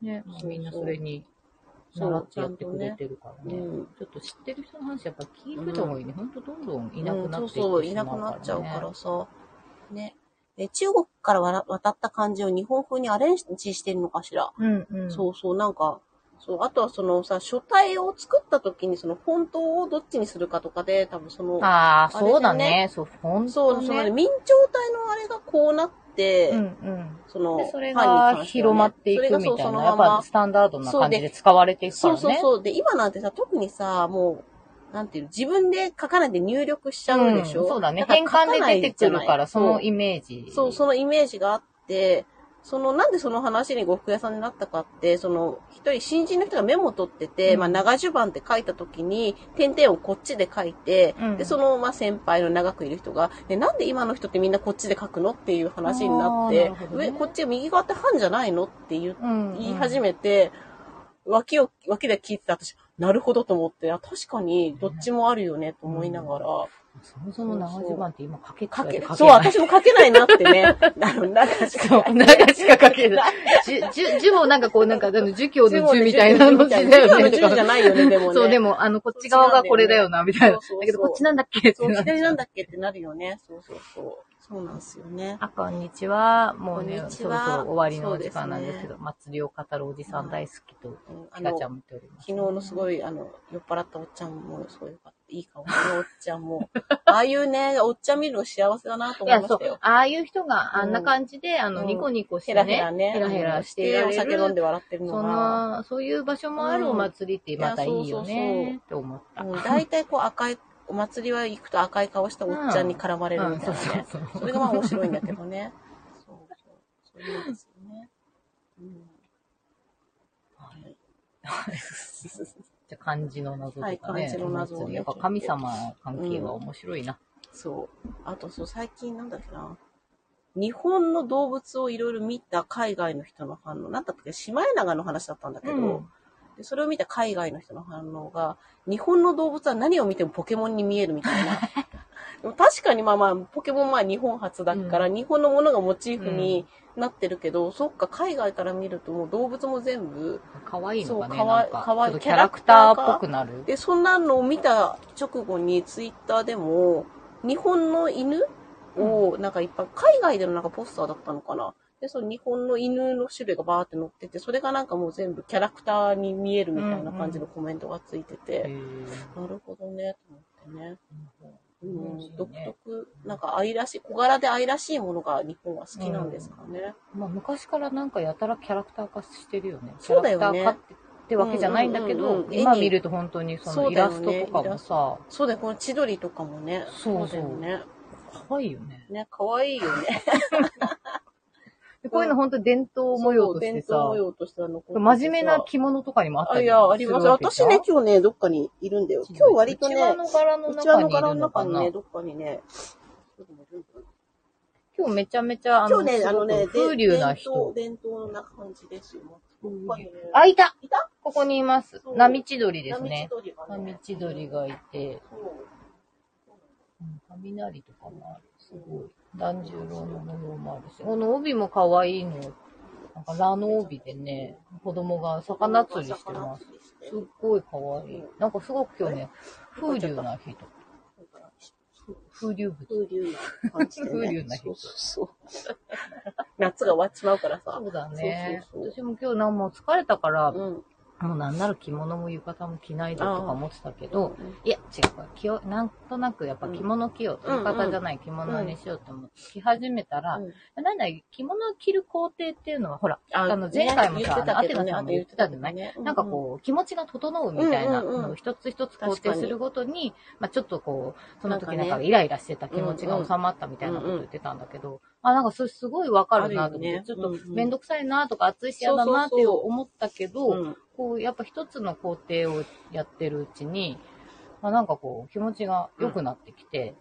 Speaker 2: ね、まあみんなそれに
Speaker 1: そう
Speaker 2: 習ってやってくれてるから
Speaker 1: ち
Speaker 2: ね。
Speaker 1: ゃんとねうん
Speaker 2: ちょっと知ってる人の話やっぱ聞いといた方がいいね。ほんとどんどんいなくなっていってしまうか
Speaker 1: う
Speaker 2: ら、ね
Speaker 1: んそうそう、いなくなっちゃうからさ。ね。え、中国からわら渡った漢字を日本風にアレンジしてるのかしら。
Speaker 2: うんうん。う。
Speaker 1: そうそう、なんか、そう、あとはそのさ、書体を作った時にそのフォントをどっちにするかとかで、多分その、
Speaker 2: ああ、
Speaker 1: あれだね
Speaker 2: そうだね。そう、ほん
Speaker 1: そう、
Speaker 2: と
Speaker 1: その
Speaker 2: ね。
Speaker 1: 明朝体のあれがこうなって、
Speaker 2: うんうん。
Speaker 1: その、
Speaker 2: で、それ
Speaker 1: ファンに関
Speaker 2: が
Speaker 1: してはね
Speaker 2: 広まっていくみたい
Speaker 1: それがそうその
Speaker 2: な、や
Speaker 1: ま
Speaker 2: っ
Speaker 1: ま
Speaker 2: ぱスタンダードな感じで使われていくか
Speaker 1: そ
Speaker 2: ら
Speaker 1: う
Speaker 2: ね。
Speaker 1: そうそう。で、今なんてさ、特にさ、もう、なんていうの、自分で書かないで入力しちゃうんでしょ、
Speaker 2: うんそうだね。
Speaker 1: から
Speaker 2: 変
Speaker 1: 書か
Speaker 2: 換
Speaker 1: ない
Speaker 2: で出てくるから、
Speaker 1: じ
Speaker 2: そ
Speaker 1: ゃない
Speaker 2: のイメージ。
Speaker 1: そう、そのイメージがあって、その、なんでその話に呉服屋さんになったかって、その、一人新人の人がメモ取ってて、
Speaker 2: うん
Speaker 1: まあ、長襦袢って書いた時に、点々をこっちで書いて、
Speaker 2: うん
Speaker 1: で、その、まあ、先輩の長くいる人が、え、なんで今の人ってみんなこっちで書くのっていう話になっ
Speaker 2: あーな
Speaker 1: て、
Speaker 2: るほどね
Speaker 1: 上、こっち右側って半じゃないのって言っ
Speaker 2: うんうん
Speaker 1: 言い始めて、脇を、脇で聞いてた私、なるほどと思って、あ、確かにどっちもあるよねと思いながら、
Speaker 2: そもそも長襦袢って今書け
Speaker 1: かけ、
Speaker 2: 書け
Speaker 1: そう、
Speaker 2: ない。
Speaker 1: 私も書けないなってね、 あの、中し
Speaker 2: そ
Speaker 1: か
Speaker 2: う、長しか書けない。じゅ、じゅ、じゅもなんかこう、なんか、あの、儒教の儒みたいなの字だよね。
Speaker 1: 字じゃないよね、でもね。
Speaker 2: そう、でも、あの、こっち側がこれだよな、みたいな。
Speaker 1: そうそうそう
Speaker 2: だけど、こっちなんだっけって
Speaker 1: そう、
Speaker 2: なっちゃう
Speaker 1: 左なんだっけってなるよね。そうそうそう。そうなんですよね。
Speaker 2: あ、こんにちは。もうね、
Speaker 1: こんにち
Speaker 2: そろ
Speaker 1: は
Speaker 2: そろ終わりのお時間なん
Speaker 1: そうで
Speaker 2: で
Speaker 1: すす
Speaker 2: け
Speaker 1: ね
Speaker 2: ど、祭りを語るおじさん大好きと、
Speaker 1: うんあ
Speaker 2: ひか
Speaker 1: の、
Speaker 2: ちゃ
Speaker 1: 昨
Speaker 2: んも言っております。
Speaker 1: 日のすごい、あの、酔っ払ったおっちゃんも、そういう、いい顔のおっちゃんも、 ああいうね、おっちゃん見るの幸せだなと
Speaker 2: い
Speaker 1: 思い
Speaker 2: や、
Speaker 1: ま
Speaker 2: そ
Speaker 1: したよ
Speaker 2: う。。ああいう人があんな感じで、あの、
Speaker 1: うん
Speaker 2: ニコニコし
Speaker 1: ヘ
Speaker 2: て
Speaker 1: ラ
Speaker 2: ね、
Speaker 1: ヘラね。
Speaker 2: ヘラヘラしてい
Speaker 1: あ
Speaker 2: ら
Speaker 1: の
Speaker 2: れ
Speaker 1: しお
Speaker 2: る
Speaker 1: 酒飲んで笑ってるの
Speaker 2: そ
Speaker 1: が。
Speaker 2: の、そういう場所もある
Speaker 1: うん
Speaker 2: お祭りってまたいいよ
Speaker 1: いやそうそうそう
Speaker 2: ね、って思った。
Speaker 1: うん大体こう赤い、お祭りは行くと赤い顔したおっちゃんに絡まれるみたいなね。
Speaker 2: そう
Speaker 1: それがまあ面白いんだけどね。そうそう。そういうんですよね。うん。はい。
Speaker 2: じゃあ漢字の謎とかね。
Speaker 1: はい漢字の謎をね
Speaker 2: お祭りやっぱ神様関係は面白いな。
Speaker 1: そう。あとそう、最近なんだっけな。日本の動物をいろいろ見た海外の人の反応、なんだったっけ、シマエナガの話だったんだけ
Speaker 2: う
Speaker 1: ど、
Speaker 2: ん。
Speaker 1: でそれを見た海外の人の反応が、日本の動物は何を見てもポケモンに見えるみた いな。でも確かにまあまあ、ポケモンは日本初だから、日本のものがモチーフになってるけど、そっか、海外から見るともう動物も全部、
Speaker 2: 可愛いのかね。
Speaker 1: そうかわい
Speaker 2: なん
Speaker 1: かわいい
Speaker 2: ちょっとキャラクターっぽくなる。
Speaker 1: で、そんなのを見た直後にツイッターでも、日本の犬を、なんかいっぱい、海外でのなんかポスターだったのかな。で、その日本の犬の種類がバーって載ってて、それがなんかもう全部キャラクターに見えるみたいな感じのコメントがついてて、
Speaker 2: へー
Speaker 1: なるほどね、と思ってね。う
Speaker 2: 面
Speaker 1: ん、
Speaker 2: 白い
Speaker 1: 独
Speaker 2: ね
Speaker 1: 特、なんか愛らしい、小柄で愛らしいものが日本は好きなんですかね。
Speaker 2: まあ昔からなんかやたらキャラクター化してるよね。
Speaker 1: そうだよね
Speaker 2: キャラクター化ってわけじゃないんだけ
Speaker 1: うんうん
Speaker 2: ど
Speaker 1: う、んうん
Speaker 2: 今見ると本当にそ
Speaker 1: そ
Speaker 2: の
Speaker 1: う
Speaker 2: イ
Speaker 1: だよね
Speaker 2: ラストとかもさ、
Speaker 1: そうだよ、この千鳥とかもね。
Speaker 2: そう
Speaker 1: だ
Speaker 2: そう
Speaker 1: よね。
Speaker 2: 可愛いよね。
Speaker 1: ね、可愛いよね。
Speaker 2: でこういうの本当伝統模様として
Speaker 1: そう伝統
Speaker 2: さ
Speaker 1: 模、様としては残っててさ
Speaker 2: 真面目な着物とかにもあった
Speaker 1: あ、い
Speaker 2: り
Speaker 1: や、あります。
Speaker 2: るわけじ
Speaker 1: 私
Speaker 2: ゃん
Speaker 1: ね、今日ね、どっかにいるんだよ。今日割とね、
Speaker 2: うちわの柄の
Speaker 1: うちわ
Speaker 2: 中
Speaker 1: の
Speaker 2: にい
Speaker 1: 柄の
Speaker 2: るの
Speaker 1: 中
Speaker 2: か
Speaker 1: に
Speaker 2: な
Speaker 1: ね、どっかにね、
Speaker 2: 今日めちゃめちゃ、あ
Speaker 1: 今
Speaker 2: の、
Speaker 1: 日ね、あのね、
Speaker 2: すごく風流な
Speaker 1: 伝統
Speaker 2: 人。
Speaker 1: 伝統な感じですよ。どっかにね
Speaker 2: あ、いた
Speaker 1: いた
Speaker 2: ここにいます
Speaker 1: そ。う
Speaker 2: 波千鳥です
Speaker 1: 波千
Speaker 2: ね。
Speaker 1: 鳥が
Speaker 2: 波
Speaker 1: ね。
Speaker 2: 千鳥がいて、
Speaker 1: そう
Speaker 2: うん雷とかもある。すごい。團十郎の模様もあるし。この帯も可愛いの。なんか、ラの帯でね、子供が魚釣りしてます。すっごい可愛い。なんかすごく今日ね、風流な人。風流物。
Speaker 1: 風流な感じで、ね。
Speaker 2: 風流な
Speaker 1: そうそうそう。 夏が終わっちまうからさ
Speaker 2: そ。うだね。
Speaker 1: そうそう
Speaker 2: 私も今日なんもう疲れたから、
Speaker 1: うん。
Speaker 2: もうなんなら着物も浴衣も着ないでとか思ってたけど、
Speaker 1: うん
Speaker 2: いや、違うわ。着よう、なんとなくやっぱ着物着ようと、
Speaker 1: うん
Speaker 2: 浴衣じゃない着物にしようと思って着始めたら、なんだ、着物を着る工程っていうのは、ほら、
Speaker 1: あ
Speaker 2: あの、前回もさ、あの、ア
Speaker 1: 言ってたけど
Speaker 2: テナ
Speaker 1: ね
Speaker 2: さんも言ってたじゃない、
Speaker 1: ね
Speaker 2: なんかこう、気持ちが整うみたいな
Speaker 1: うんうんうん
Speaker 2: のを一つ一つ工程するごとに、まあちょっとこう、その時
Speaker 1: な
Speaker 2: なんん
Speaker 1: か
Speaker 2: か
Speaker 1: ね
Speaker 2: イライラしてた気持ちが収まったみたいなこと言ってたんだけど、あ、なんかそれすごいわかるなと思って、
Speaker 1: あるよね
Speaker 2: ちょっと
Speaker 1: うんうん
Speaker 2: めんどくさいなとか、暑いし嫌だな
Speaker 1: そう
Speaker 2: っ
Speaker 1: そ
Speaker 2: て
Speaker 1: うそう
Speaker 2: 思ったけど、
Speaker 1: うん。
Speaker 2: こう、やっぱ一つの工程をやってるうちに、まあ、なんかこう、気持ちが良くなってきて、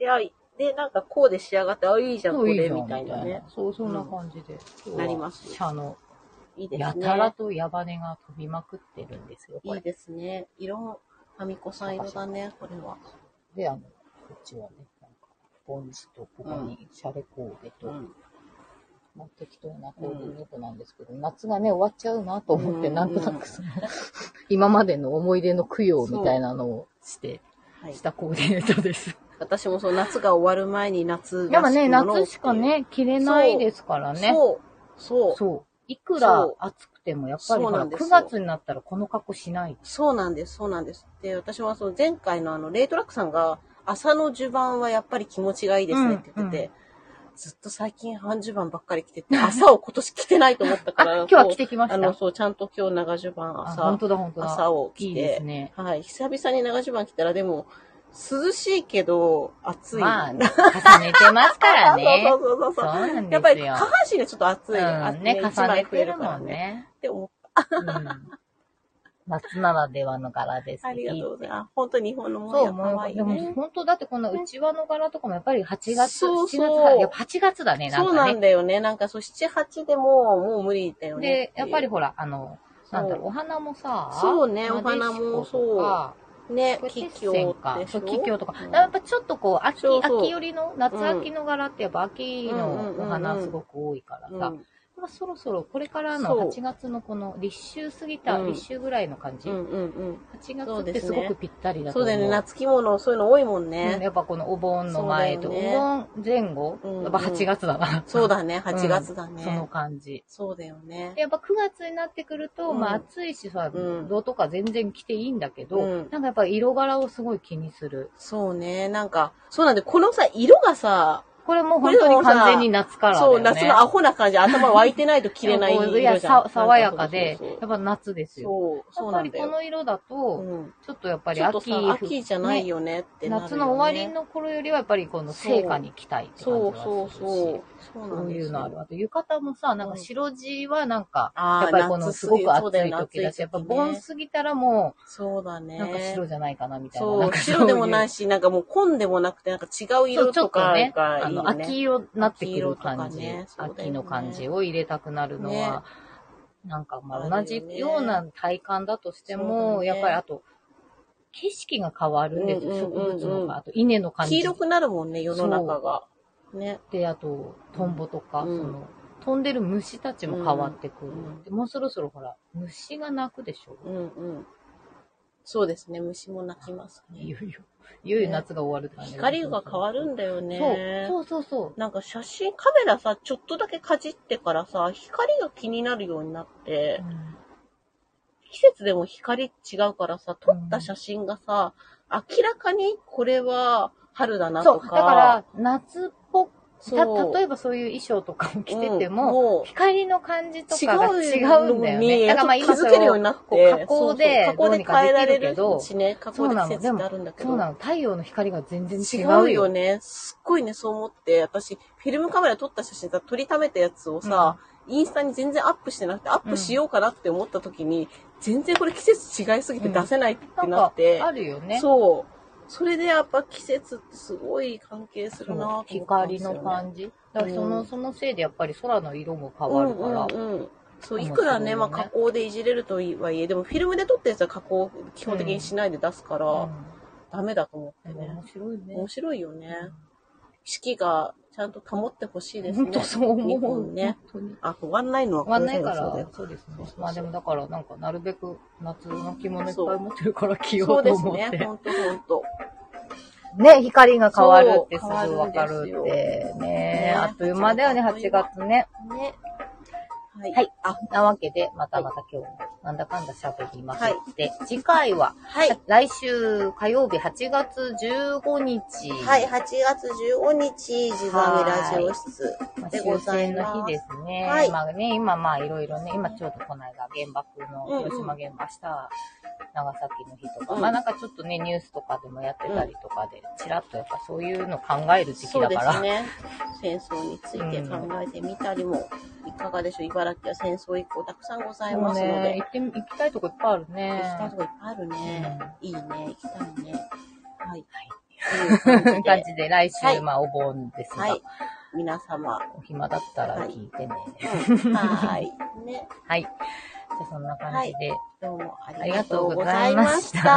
Speaker 1: で、あで、なんかこうで仕上がって、あ、いいじゃん、
Speaker 2: そ
Speaker 1: こ
Speaker 2: ういい
Speaker 1: れ、
Speaker 2: じゃん
Speaker 1: みたいなね。。
Speaker 2: そう、そんな感じで。今日は
Speaker 1: なります
Speaker 2: 茶の、
Speaker 1: いいですね。
Speaker 2: やたらと矢羽が飛びまくってるんですよ、
Speaker 1: いい
Speaker 2: これ。
Speaker 1: ですね。色も、はみこさん色だね、これは。
Speaker 2: で、あの、こっちはね、なんか、ポン酢とここにシャレコーデと、
Speaker 1: うん。
Speaker 2: まあ、適当なコーディネートなんですけど、夏がね、終わっちゃうなと思って、
Speaker 1: うん
Speaker 2: なんとなくその、 今までの思い出の供養みたいなのをして、
Speaker 1: はい
Speaker 2: し。たコーディネート です。
Speaker 1: 私もそう、夏が終わる前に夏
Speaker 2: やっぱね、
Speaker 1: らいものを
Speaker 2: 夏しかね、着れないですからね。
Speaker 1: そう。そう。そう
Speaker 2: そう。いくら
Speaker 1: そう
Speaker 2: 暑くても、やっぱ
Speaker 1: そ
Speaker 2: り
Speaker 1: う
Speaker 2: ほ
Speaker 1: な
Speaker 2: ら、
Speaker 1: んですよ
Speaker 2: 9月になったらこの格好しな
Speaker 1: な
Speaker 2: い。
Speaker 1: んです、そうなんです。で、私はその前回のあの、レイトラックさんが、朝の襦袢はやっぱり気持ちがいいですねって言ってて、
Speaker 2: うんう
Speaker 1: ずっと最近半襦袢ばっかり着てて、朝を今年着てないと思ったか
Speaker 2: あ
Speaker 1: ら、、
Speaker 2: 今日は着
Speaker 1: て
Speaker 2: てきま
Speaker 1: あ
Speaker 2: し
Speaker 1: の、
Speaker 2: た。
Speaker 1: そう、ちゃんと今日長襦袢
Speaker 2: あ、
Speaker 1: 朝、
Speaker 2: 本当だ、本当だ。
Speaker 1: 朝を
Speaker 2: い
Speaker 1: 着
Speaker 2: い
Speaker 1: て
Speaker 2: ですね。
Speaker 1: はい、久々に長襦袢着たら、でも、涼しいけど、暑い。
Speaker 2: まあ、重ねてますからね。
Speaker 1: そうそうそう
Speaker 2: そう
Speaker 1: そう。
Speaker 2: なんですよ。
Speaker 1: やっぱり下半身がちょっと暑い。
Speaker 2: うん、ね、
Speaker 1: 一
Speaker 2: 重
Speaker 1: 枚
Speaker 2: ね
Speaker 1: 増
Speaker 2: て
Speaker 1: える
Speaker 2: る
Speaker 1: から
Speaker 2: もん
Speaker 1: ね。
Speaker 2: ね。
Speaker 1: でも、
Speaker 2: うん。夏ならではの柄です。
Speaker 1: ありがとうございます。あ本当に日本のもの
Speaker 2: そ
Speaker 1: や
Speaker 2: う、
Speaker 1: か
Speaker 2: も
Speaker 1: わ
Speaker 2: う、
Speaker 1: いい
Speaker 2: でも
Speaker 1: ね。
Speaker 2: 本当だってこんな内輪の柄とかもやっぱり8月、
Speaker 1: そう
Speaker 2: 7月
Speaker 1: そう
Speaker 2: だ、やっぱ8月だね、なん
Speaker 1: そう
Speaker 2: か
Speaker 1: な
Speaker 2: ね
Speaker 1: ん。だよね。なんかそう、7、8でもう、もう無理だよね
Speaker 2: で、やっぱり
Speaker 1: ていう、
Speaker 2: ほら、あの、なんだろう、お花もさ、
Speaker 1: そうね
Speaker 2: なでしこ
Speaker 1: お花も
Speaker 2: とか
Speaker 1: ね
Speaker 2: こ、れ
Speaker 1: 気
Speaker 2: 鉄線
Speaker 1: 境
Speaker 2: か
Speaker 1: で。し
Speaker 2: そ
Speaker 1: ょ
Speaker 2: う、気境とか。
Speaker 1: う
Speaker 2: だ
Speaker 1: ん
Speaker 2: からやっぱちょっとこう、秋、
Speaker 1: そうそう
Speaker 2: 秋寄りの、夏秋の柄ってやっぱ秋のお花すごく多いからさ、
Speaker 1: うん
Speaker 2: まあ、そろそろこれからの
Speaker 1: そう
Speaker 2: 8月のこの立秋過ぎた、
Speaker 1: うん
Speaker 2: 立秋ぐらいの感じ、
Speaker 1: うんうん
Speaker 2: 8
Speaker 1: そう
Speaker 2: 月
Speaker 1: で
Speaker 2: って
Speaker 1: す
Speaker 2: す
Speaker 1: ね
Speaker 2: ごくぴったり
Speaker 1: うん。
Speaker 2: だ
Speaker 1: そ
Speaker 2: と
Speaker 1: う
Speaker 2: 思う。
Speaker 1: だよね。夏着物、そういうの多いもん
Speaker 2: うん
Speaker 1: ね。
Speaker 2: やっぱこのお盆の前と、
Speaker 1: そうだよね
Speaker 2: お盆前後、
Speaker 1: うん
Speaker 2: やっぱ8月だな。
Speaker 1: そうだね。8月だ
Speaker 2: その
Speaker 1: ね。
Speaker 2: 感じ。
Speaker 1: そうだよね
Speaker 2: で。やっぱ9月になってくると、
Speaker 1: うん
Speaker 2: まあ暑いしさ、
Speaker 1: うん
Speaker 2: どうとか全然着ていいんだけど、
Speaker 1: うん
Speaker 2: なんかやっぱ色柄をすごい気にする。
Speaker 1: そうね。なんか、そうなんで、このさ、色がさ、
Speaker 2: これもう本当に完全に夏からだよね。
Speaker 1: そう、夏のアホな感じ、頭湧いてないと着れない 色じゃん。
Speaker 2: いや、さ爽やかで
Speaker 1: そう、
Speaker 2: やっぱ夏ですよ。
Speaker 1: そう、
Speaker 2: や
Speaker 1: そう
Speaker 2: っ
Speaker 1: な
Speaker 2: ぱ
Speaker 1: ん
Speaker 2: り
Speaker 1: だ
Speaker 2: こ
Speaker 1: よ。
Speaker 2: の色だと、
Speaker 1: うん
Speaker 2: ちょっとやっぱり
Speaker 1: ちょっと
Speaker 2: 秋、
Speaker 1: さ、秋じゃないよねってなるよね。
Speaker 2: 夏の終わりの頃よりはやっぱりこの成果に来たいって感じ
Speaker 1: そう
Speaker 2: がするし。
Speaker 1: そうそう。そう
Speaker 2: そ
Speaker 1: なん
Speaker 2: う
Speaker 1: です
Speaker 2: いう
Speaker 1: よ
Speaker 2: のある。あと、浴衣もさ、なんか白地はなんか、
Speaker 1: あー
Speaker 2: やっぱりこの
Speaker 1: 夏
Speaker 2: すごく
Speaker 1: そう
Speaker 2: 暑
Speaker 1: だよ
Speaker 2: い
Speaker 1: ね
Speaker 2: 時だし、やっぱ
Speaker 1: 暑い時ね
Speaker 2: 盆過ぎたらも
Speaker 1: そうだ
Speaker 2: う、
Speaker 1: ね。
Speaker 2: なんか白じゃないかなみたいな。
Speaker 1: そ
Speaker 2: な、
Speaker 1: うん
Speaker 2: か
Speaker 1: 白でもない
Speaker 2: し、
Speaker 1: し、なんかもう紺でもなくて、なんか違う
Speaker 2: そ
Speaker 1: 色
Speaker 2: う、ち
Speaker 1: と
Speaker 2: ょっと
Speaker 1: かがいい
Speaker 2: ね、
Speaker 1: ね。
Speaker 2: あの、秋色になってくる感じ、
Speaker 1: 秋色とかねそうだよね
Speaker 2: 秋の感じを入れたくなるのは、
Speaker 1: ね
Speaker 2: なんかま
Speaker 1: あ
Speaker 2: あ同
Speaker 1: るよ
Speaker 2: じ
Speaker 1: ね
Speaker 2: ような体感だとして
Speaker 1: そう
Speaker 2: も、
Speaker 1: だね
Speaker 2: やっぱりあと、景色が変わるんですよ、
Speaker 1: うんうんうんうん
Speaker 2: 植物のが。あと、稲の感じ。
Speaker 1: 黄色くなるもんね、世の中が。ね。
Speaker 2: で、あと、トンボとか、
Speaker 1: うん
Speaker 2: その、飛んでる虫たちも変わってくる。
Speaker 1: うん
Speaker 2: でもうそろそろほら、虫が鳴くでしょ、
Speaker 1: うんうん。そうですね、虫も鳴きますね。
Speaker 2: いよいよ。いよいよ夏が終わるって感じ
Speaker 1: 光が変わるんだよね。
Speaker 2: そうそうそう
Speaker 1: なんか写真、カメラさ、ちょっとだけかじってからさ、光が気になるようになっ
Speaker 2: そう。
Speaker 1: て
Speaker 2: う、ん
Speaker 1: 季節でも光違うからさ、撮った写真がさ、明らかにこれは春だな
Speaker 2: そ
Speaker 1: と
Speaker 2: う、
Speaker 1: か。
Speaker 2: だから、夏っぽく、た、
Speaker 1: そう
Speaker 2: 例えばそういう衣装とかを着てて
Speaker 1: うん
Speaker 2: も、
Speaker 1: もう
Speaker 2: 光の感じと
Speaker 1: 違
Speaker 2: かが
Speaker 1: う
Speaker 2: 違うんだよね。だからまあ今
Speaker 1: 気づ
Speaker 2: そ
Speaker 1: ける
Speaker 2: れ
Speaker 1: よう
Speaker 2: を
Speaker 1: になって、
Speaker 2: こう加工で
Speaker 1: そうそう加工で
Speaker 2: どうにか
Speaker 1: 変え
Speaker 2: できる
Speaker 1: られ
Speaker 2: け
Speaker 1: る
Speaker 2: ど
Speaker 1: しね、加工で季節ってあるんだけど。
Speaker 2: そうなの。太陽の光が全然違
Speaker 1: 違
Speaker 2: うよ。
Speaker 1: うよね。すっごいね、そう思って。私、フィルムカメラで撮った写真さ、撮りためたやつをさ、インスタに全然アップしてなくて、アップしようかなって思った時に、全然これ季節違いすぎて出せないって
Speaker 2: なん
Speaker 1: なっ
Speaker 2: か
Speaker 1: て、
Speaker 2: あるよね。
Speaker 1: そう。それでやっぱ季節ってすごい関係するなぁと思ったんで
Speaker 2: 光
Speaker 1: すよ、ね。
Speaker 2: の感じ。だからその、
Speaker 1: うん
Speaker 2: そのせいでやっぱり空の色も変わるから。
Speaker 1: うんうんうんそう、
Speaker 2: 面白い
Speaker 1: い
Speaker 2: よね
Speaker 1: くらね、まあ加工でいじれるとはいえ、でもフィルムで撮ったやつは加工基本的にしないで出すから、
Speaker 2: う
Speaker 1: ダメだと思って
Speaker 2: ん
Speaker 1: ね。
Speaker 2: 面白いね
Speaker 1: 面。白いよね。四季がちゃんと保ってほしいです
Speaker 2: 本
Speaker 1: ね
Speaker 2: 当。そう思う。
Speaker 1: 日本ね
Speaker 2: 本当に。
Speaker 1: あ、終わんないのは
Speaker 2: 終わんないか
Speaker 1: そうだ
Speaker 2: ら
Speaker 1: よ、
Speaker 2: そうです
Speaker 1: そう
Speaker 2: ね
Speaker 1: そう。そう
Speaker 2: まあでもだから、なんか、なるべく夏の着物いっぱい持ってるから着よ
Speaker 1: そう
Speaker 2: うと
Speaker 1: です
Speaker 2: 思って。
Speaker 1: ね。ほんとほんと。
Speaker 2: ね、光が変わるってす
Speaker 1: そう
Speaker 2: ぐ
Speaker 1: 変わる
Speaker 2: わ
Speaker 1: んですよ
Speaker 2: かるって。ね
Speaker 1: ね
Speaker 2: あっという間だよね、8月ね。
Speaker 1: ね。はい。
Speaker 2: はい
Speaker 1: あ、
Speaker 2: なわけで、またまた今日も、なんだかんだ喋りまし
Speaker 1: はい
Speaker 2: て、次回は、
Speaker 1: はい。
Speaker 2: 来週火曜日8月15日。
Speaker 1: はい、8月15日、地ザミラジオ室
Speaker 2: まあ
Speaker 1: で
Speaker 2: 終
Speaker 1: ござい
Speaker 2: 戦の
Speaker 1: ま。
Speaker 2: 日ですすね。
Speaker 1: はい
Speaker 2: まあね、今まあいろいろね、今ちょうどこの間原爆の、広島原爆した、長崎の日とか、
Speaker 1: うん
Speaker 2: まあなんかちょっとね、ニュースとかでもやってたりとかで、ちらっとやっぱそういうの考える時期
Speaker 1: そう
Speaker 2: だ
Speaker 1: で
Speaker 2: から。
Speaker 1: すね。戦争について考えてみたりも、いかがでしょう。茨城は戦争以降たくさんござい
Speaker 2: もう
Speaker 1: ますの
Speaker 2: ね、
Speaker 1: で、
Speaker 2: 行ってみ、行きたいとこいっぱいあるね
Speaker 1: 行。きたいとこいっぱいあるね。いいね、行きたいね。はい。
Speaker 2: うん
Speaker 1: と
Speaker 2: と
Speaker 1: い
Speaker 2: いうう
Speaker 1: 感
Speaker 2: 感
Speaker 1: じで
Speaker 2: じで、来週、
Speaker 1: はい
Speaker 2: まあお盆ですが、
Speaker 1: はい。皆様。
Speaker 2: お暇だったら聞いてね。
Speaker 1: うんはーい。ね。
Speaker 2: はい。じゃあそんな感じで、
Speaker 1: どうもあ
Speaker 2: あ
Speaker 1: り
Speaker 2: り
Speaker 1: が
Speaker 2: が
Speaker 1: と
Speaker 2: と
Speaker 1: う
Speaker 2: う
Speaker 1: ご
Speaker 2: ご
Speaker 1: ざ
Speaker 2: ざ
Speaker 1: い
Speaker 2: い
Speaker 1: ま
Speaker 2: ま
Speaker 1: し。
Speaker 2: したた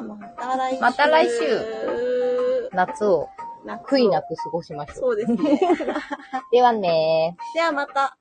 Speaker 1: また来週。
Speaker 2: また来週夏を
Speaker 1: 夏を
Speaker 2: 悔いなく過ごしましょう。
Speaker 1: そうですね。
Speaker 2: ではねー。
Speaker 1: ではまた。